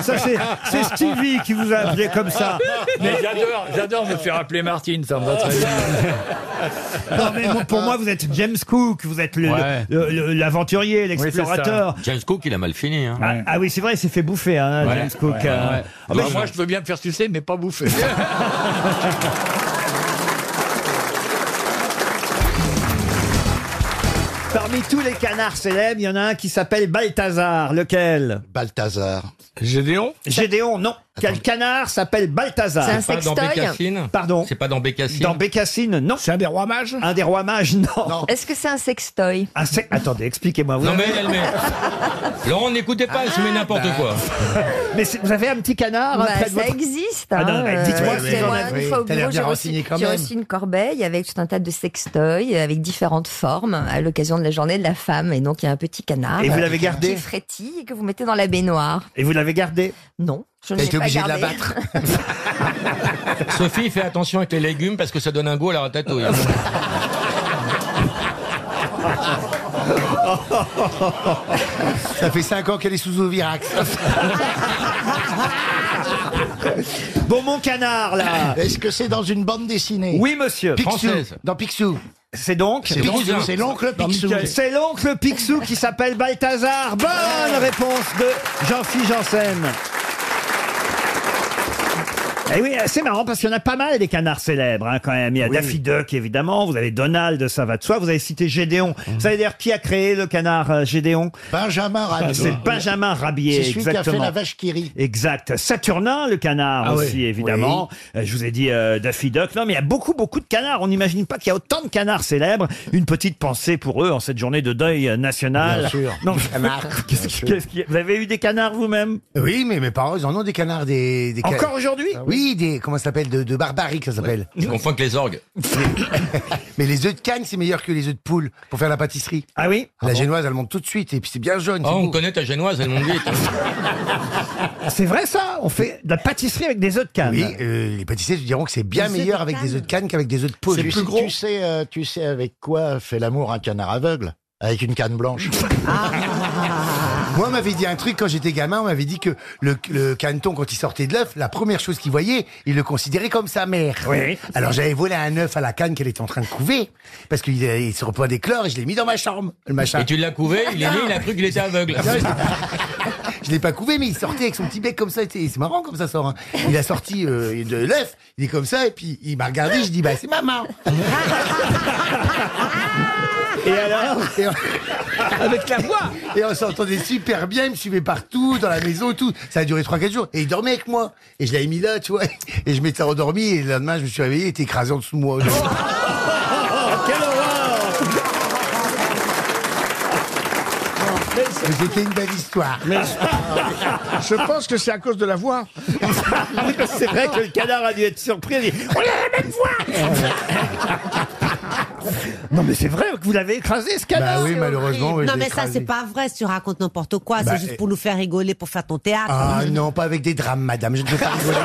Speaker 1: ça c'est c'est Stevie qui vous a appelé comme ça.
Speaker 19: Mais j'adore, j'adore me faire appeler Martine, ça me va très bien.
Speaker 1: Non, mais bon, pour moi, vous êtes James Cook, vous êtes le-
Speaker 19: Ouais.
Speaker 1: le- le- l'aventurier, l'explorateur.
Speaker 7: James Cook, il a mal fini. Hein.
Speaker 1: ah, ah oui, c'est vrai, il s'est fait bouffer, hein,
Speaker 19: Ouais,
Speaker 1: James Cook.
Speaker 19: ouais,
Speaker 1: euh.
Speaker 19: ouais.
Speaker 1: Ah
Speaker 19: Mais
Speaker 1: bah,
Speaker 19: moi, je veux bien me faire sucer, mais pas bouffer.
Speaker 1: Parmi tous les canards célèbres, il y en a un qui s'appelle Balthazar. Lequel
Speaker 9: Balthazar.
Speaker 26: Gédéon
Speaker 1: Gédéon, non. Quel canard s'appelle Balthazar
Speaker 8: C'est un
Speaker 7: Pas dans Bécassine
Speaker 1: Pardon
Speaker 7: C'est pas dans Bécassine
Speaker 1: Dans Bécassine, non. C'est un des rois mages Un des rois mages, non.
Speaker 10: Est-ce que c'est un sextoy
Speaker 1: Un sec- Attendez, expliquez-moi. vous
Speaker 7: Non mais
Speaker 1: avez-
Speaker 7: elle met. Laurent, n'écoutez pas, elle se met n'importe quoi.
Speaker 1: Mais c'est- vous avez un petit canard hein,
Speaker 10: Bah,
Speaker 1: près de
Speaker 10: Ça
Speaker 1: votre-
Speaker 10: existe.
Speaker 1: Ah
Speaker 10: hein,
Speaker 1: non, mais
Speaker 10: euh,
Speaker 1: dites-moi
Speaker 10: parce
Speaker 1: si
Speaker 10: que
Speaker 1: j'en
Speaker 10: moi,
Speaker 1: ai-
Speaker 10: une
Speaker 1: oui,
Speaker 10: fois au
Speaker 1: t'as l'air
Speaker 10: bureau, j'ai reçu,
Speaker 1: bien renseigné quand
Speaker 10: j'ai
Speaker 1: même.
Speaker 10: reçu une corbeille avec tout un tas de sextoys, avec différentes formes, à l'occasion de la journée de la femme. Et donc, il y a un petit canard
Speaker 1: Et vous
Speaker 10: euh,
Speaker 1: l'avez gardé
Speaker 10: qui frétille et que vous mettez dans la baignoire.
Speaker 1: Et vous l'avez gardé
Speaker 10: Non, je ne
Speaker 7: T'as
Speaker 10: l'ai
Speaker 7: été
Speaker 10: pas
Speaker 7: obligé de
Speaker 10: gardé.
Speaker 7: l'abattre. Sophie, fais attention avec les légumes parce que ça donne un goût à la ratatouille.
Speaker 22: Ça fait 5 ans qu'elle est sous Ovirax.
Speaker 1: Bon, mon canard, là
Speaker 9: Est-ce que c'est dans une bande dessinée
Speaker 1: Oui, monsieur.
Speaker 9: Picsou.
Speaker 1: Française.
Speaker 9: Dans Picsou.
Speaker 1: C'est donc
Speaker 9: C'est Picsou,
Speaker 1: Picsou.
Speaker 9: c'est l'oncle Picsou.
Speaker 1: C'est l'oncle Picsou qui s'appelle Balthazar. Bonne réponse de Jean-Philippe Janssen. Et Eh oui, c'est marrant parce qu'il y en a pas mal des canards célèbres hein, quand même. Il y a Daffy Duck évidemment, vous avez Donald, ça va de soi, vous avez cité Gédéon.
Speaker 9: Mhm.
Speaker 1: Vous savez d'ailleurs qui a créé le canard euh, Gédéon
Speaker 9: Benjamin Rabier.
Speaker 1: C'est Benjamin Rabier,
Speaker 9: C'est celui qui a fait
Speaker 1: exactement.
Speaker 9: la vache qui rit.
Speaker 1: Exact. Saturnin, le canard
Speaker 9: Ah oui.
Speaker 1: aussi, évidemment. Euh, Je vous ai dit euh, Daffy Duck. Non, mais il y a beaucoup, beaucoup de canards. On n'imagine pas qu'il y a autant de canards célèbres. Une petite pensée pour eux en cette journée de deuil euh, national.
Speaker 22: Bien sûr.
Speaker 1: Non,
Speaker 22: Canard.
Speaker 1: Qu'est-ce qui- qu'est-ce qui- Vous avez eu des canards vous-même
Speaker 22: Oui, mais mes parents, ils en ont des canards. Des, des ca-
Speaker 1: Encore aujourd'hui
Speaker 22: Oui, oui, des, comment ça s'appelle, de, de barbarie que ça s'appelle.
Speaker 7: Je confonds que les orgues.
Speaker 22: Mais les œufs de canne, c'est meilleur que les œufs de poule pour faire la pâtisserie.
Speaker 1: Ah oui
Speaker 22: La génoise, elle monte tout de suite et puis c'est bien jaune.
Speaker 7: Oh,
Speaker 22: c'est
Speaker 7: on
Speaker 22: beau.
Speaker 7: connaît ta génoise, elle monte vite.
Speaker 1: Ah, C'est vrai ça On fait de la pâtisserie avec des œufs de canne.
Speaker 22: Oui, euh, les pâtissiers te diront que c'est bien
Speaker 9: Les œufs
Speaker 22: meilleur
Speaker 9: de
Speaker 22: avec
Speaker 9: canne.
Speaker 22: des œufs de canne qu'avec des œufs de poule.
Speaker 9: tu, sais- tu sais, euh, tu sais avec quoi fait l'amour un canard aveugle Avec une canne blanche.
Speaker 7: Ah.
Speaker 22: Moi, on m'avait dit un truc quand j'étais gamin. On m'avait dit que le, le caneton, quand il sortait de l'œuf, la première chose qu'il voyait, il le considérait comme sa mère.
Speaker 1: Oui.
Speaker 22: Alors j'avais volé un œuf à la canne qu'elle était en train de couver parce qu'il euh, il se repoint des chlores et je l'ai mis dans ma chambre. Le machin.
Speaker 7: Et tu l'as couvé, il est né, il a cru qu'il était aveugle.
Speaker 22: Je l'ai pas couvé, mais il sortait avec son petit bec comme ça. C'est c'est marrant comme ça sort. hein. Il a sorti euh, de l'œuf, il est comme ça, et puis il m'a regardé. Je dis, bah c'est maman.
Speaker 1: Et alors
Speaker 22: Avec la voix Et on s'entendait super bien, il me suivait partout, dans la maison, tout. Ça a duré 3-4 jours. Et il dormait avec moi. Et je l'avais mis là, tu vois. Et je m'étais endormi, et le lendemain, je me suis réveillé, il était écrasé en dessous de moi.
Speaker 1: Oh, Ah, Quelle
Speaker 22: Mais c'était une belle histoire.
Speaker 15: Je pense que c'est à cause de la voix.
Speaker 1: C'est vrai Ah que le canard a dû être surpris. il dit, On a la même
Speaker 9: Eh
Speaker 1: voix Non, mais c'est vrai que vous l'avez écrasé, ce canard
Speaker 22: Bah oui, malheureusement, oui,
Speaker 6: non
Speaker 22: je l'ai
Speaker 6: mais ça
Speaker 22: écrasé.
Speaker 6: c'est pas vrai, si tu racontes n'importe quoi,
Speaker 22: Bah,
Speaker 6: c'est juste
Speaker 22: et-
Speaker 6: pour nous faire rigoler, pour faire ton théâtre.
Speaker 22: Ah non, pas avec des drames, madame. Je ne veux pas rigoler.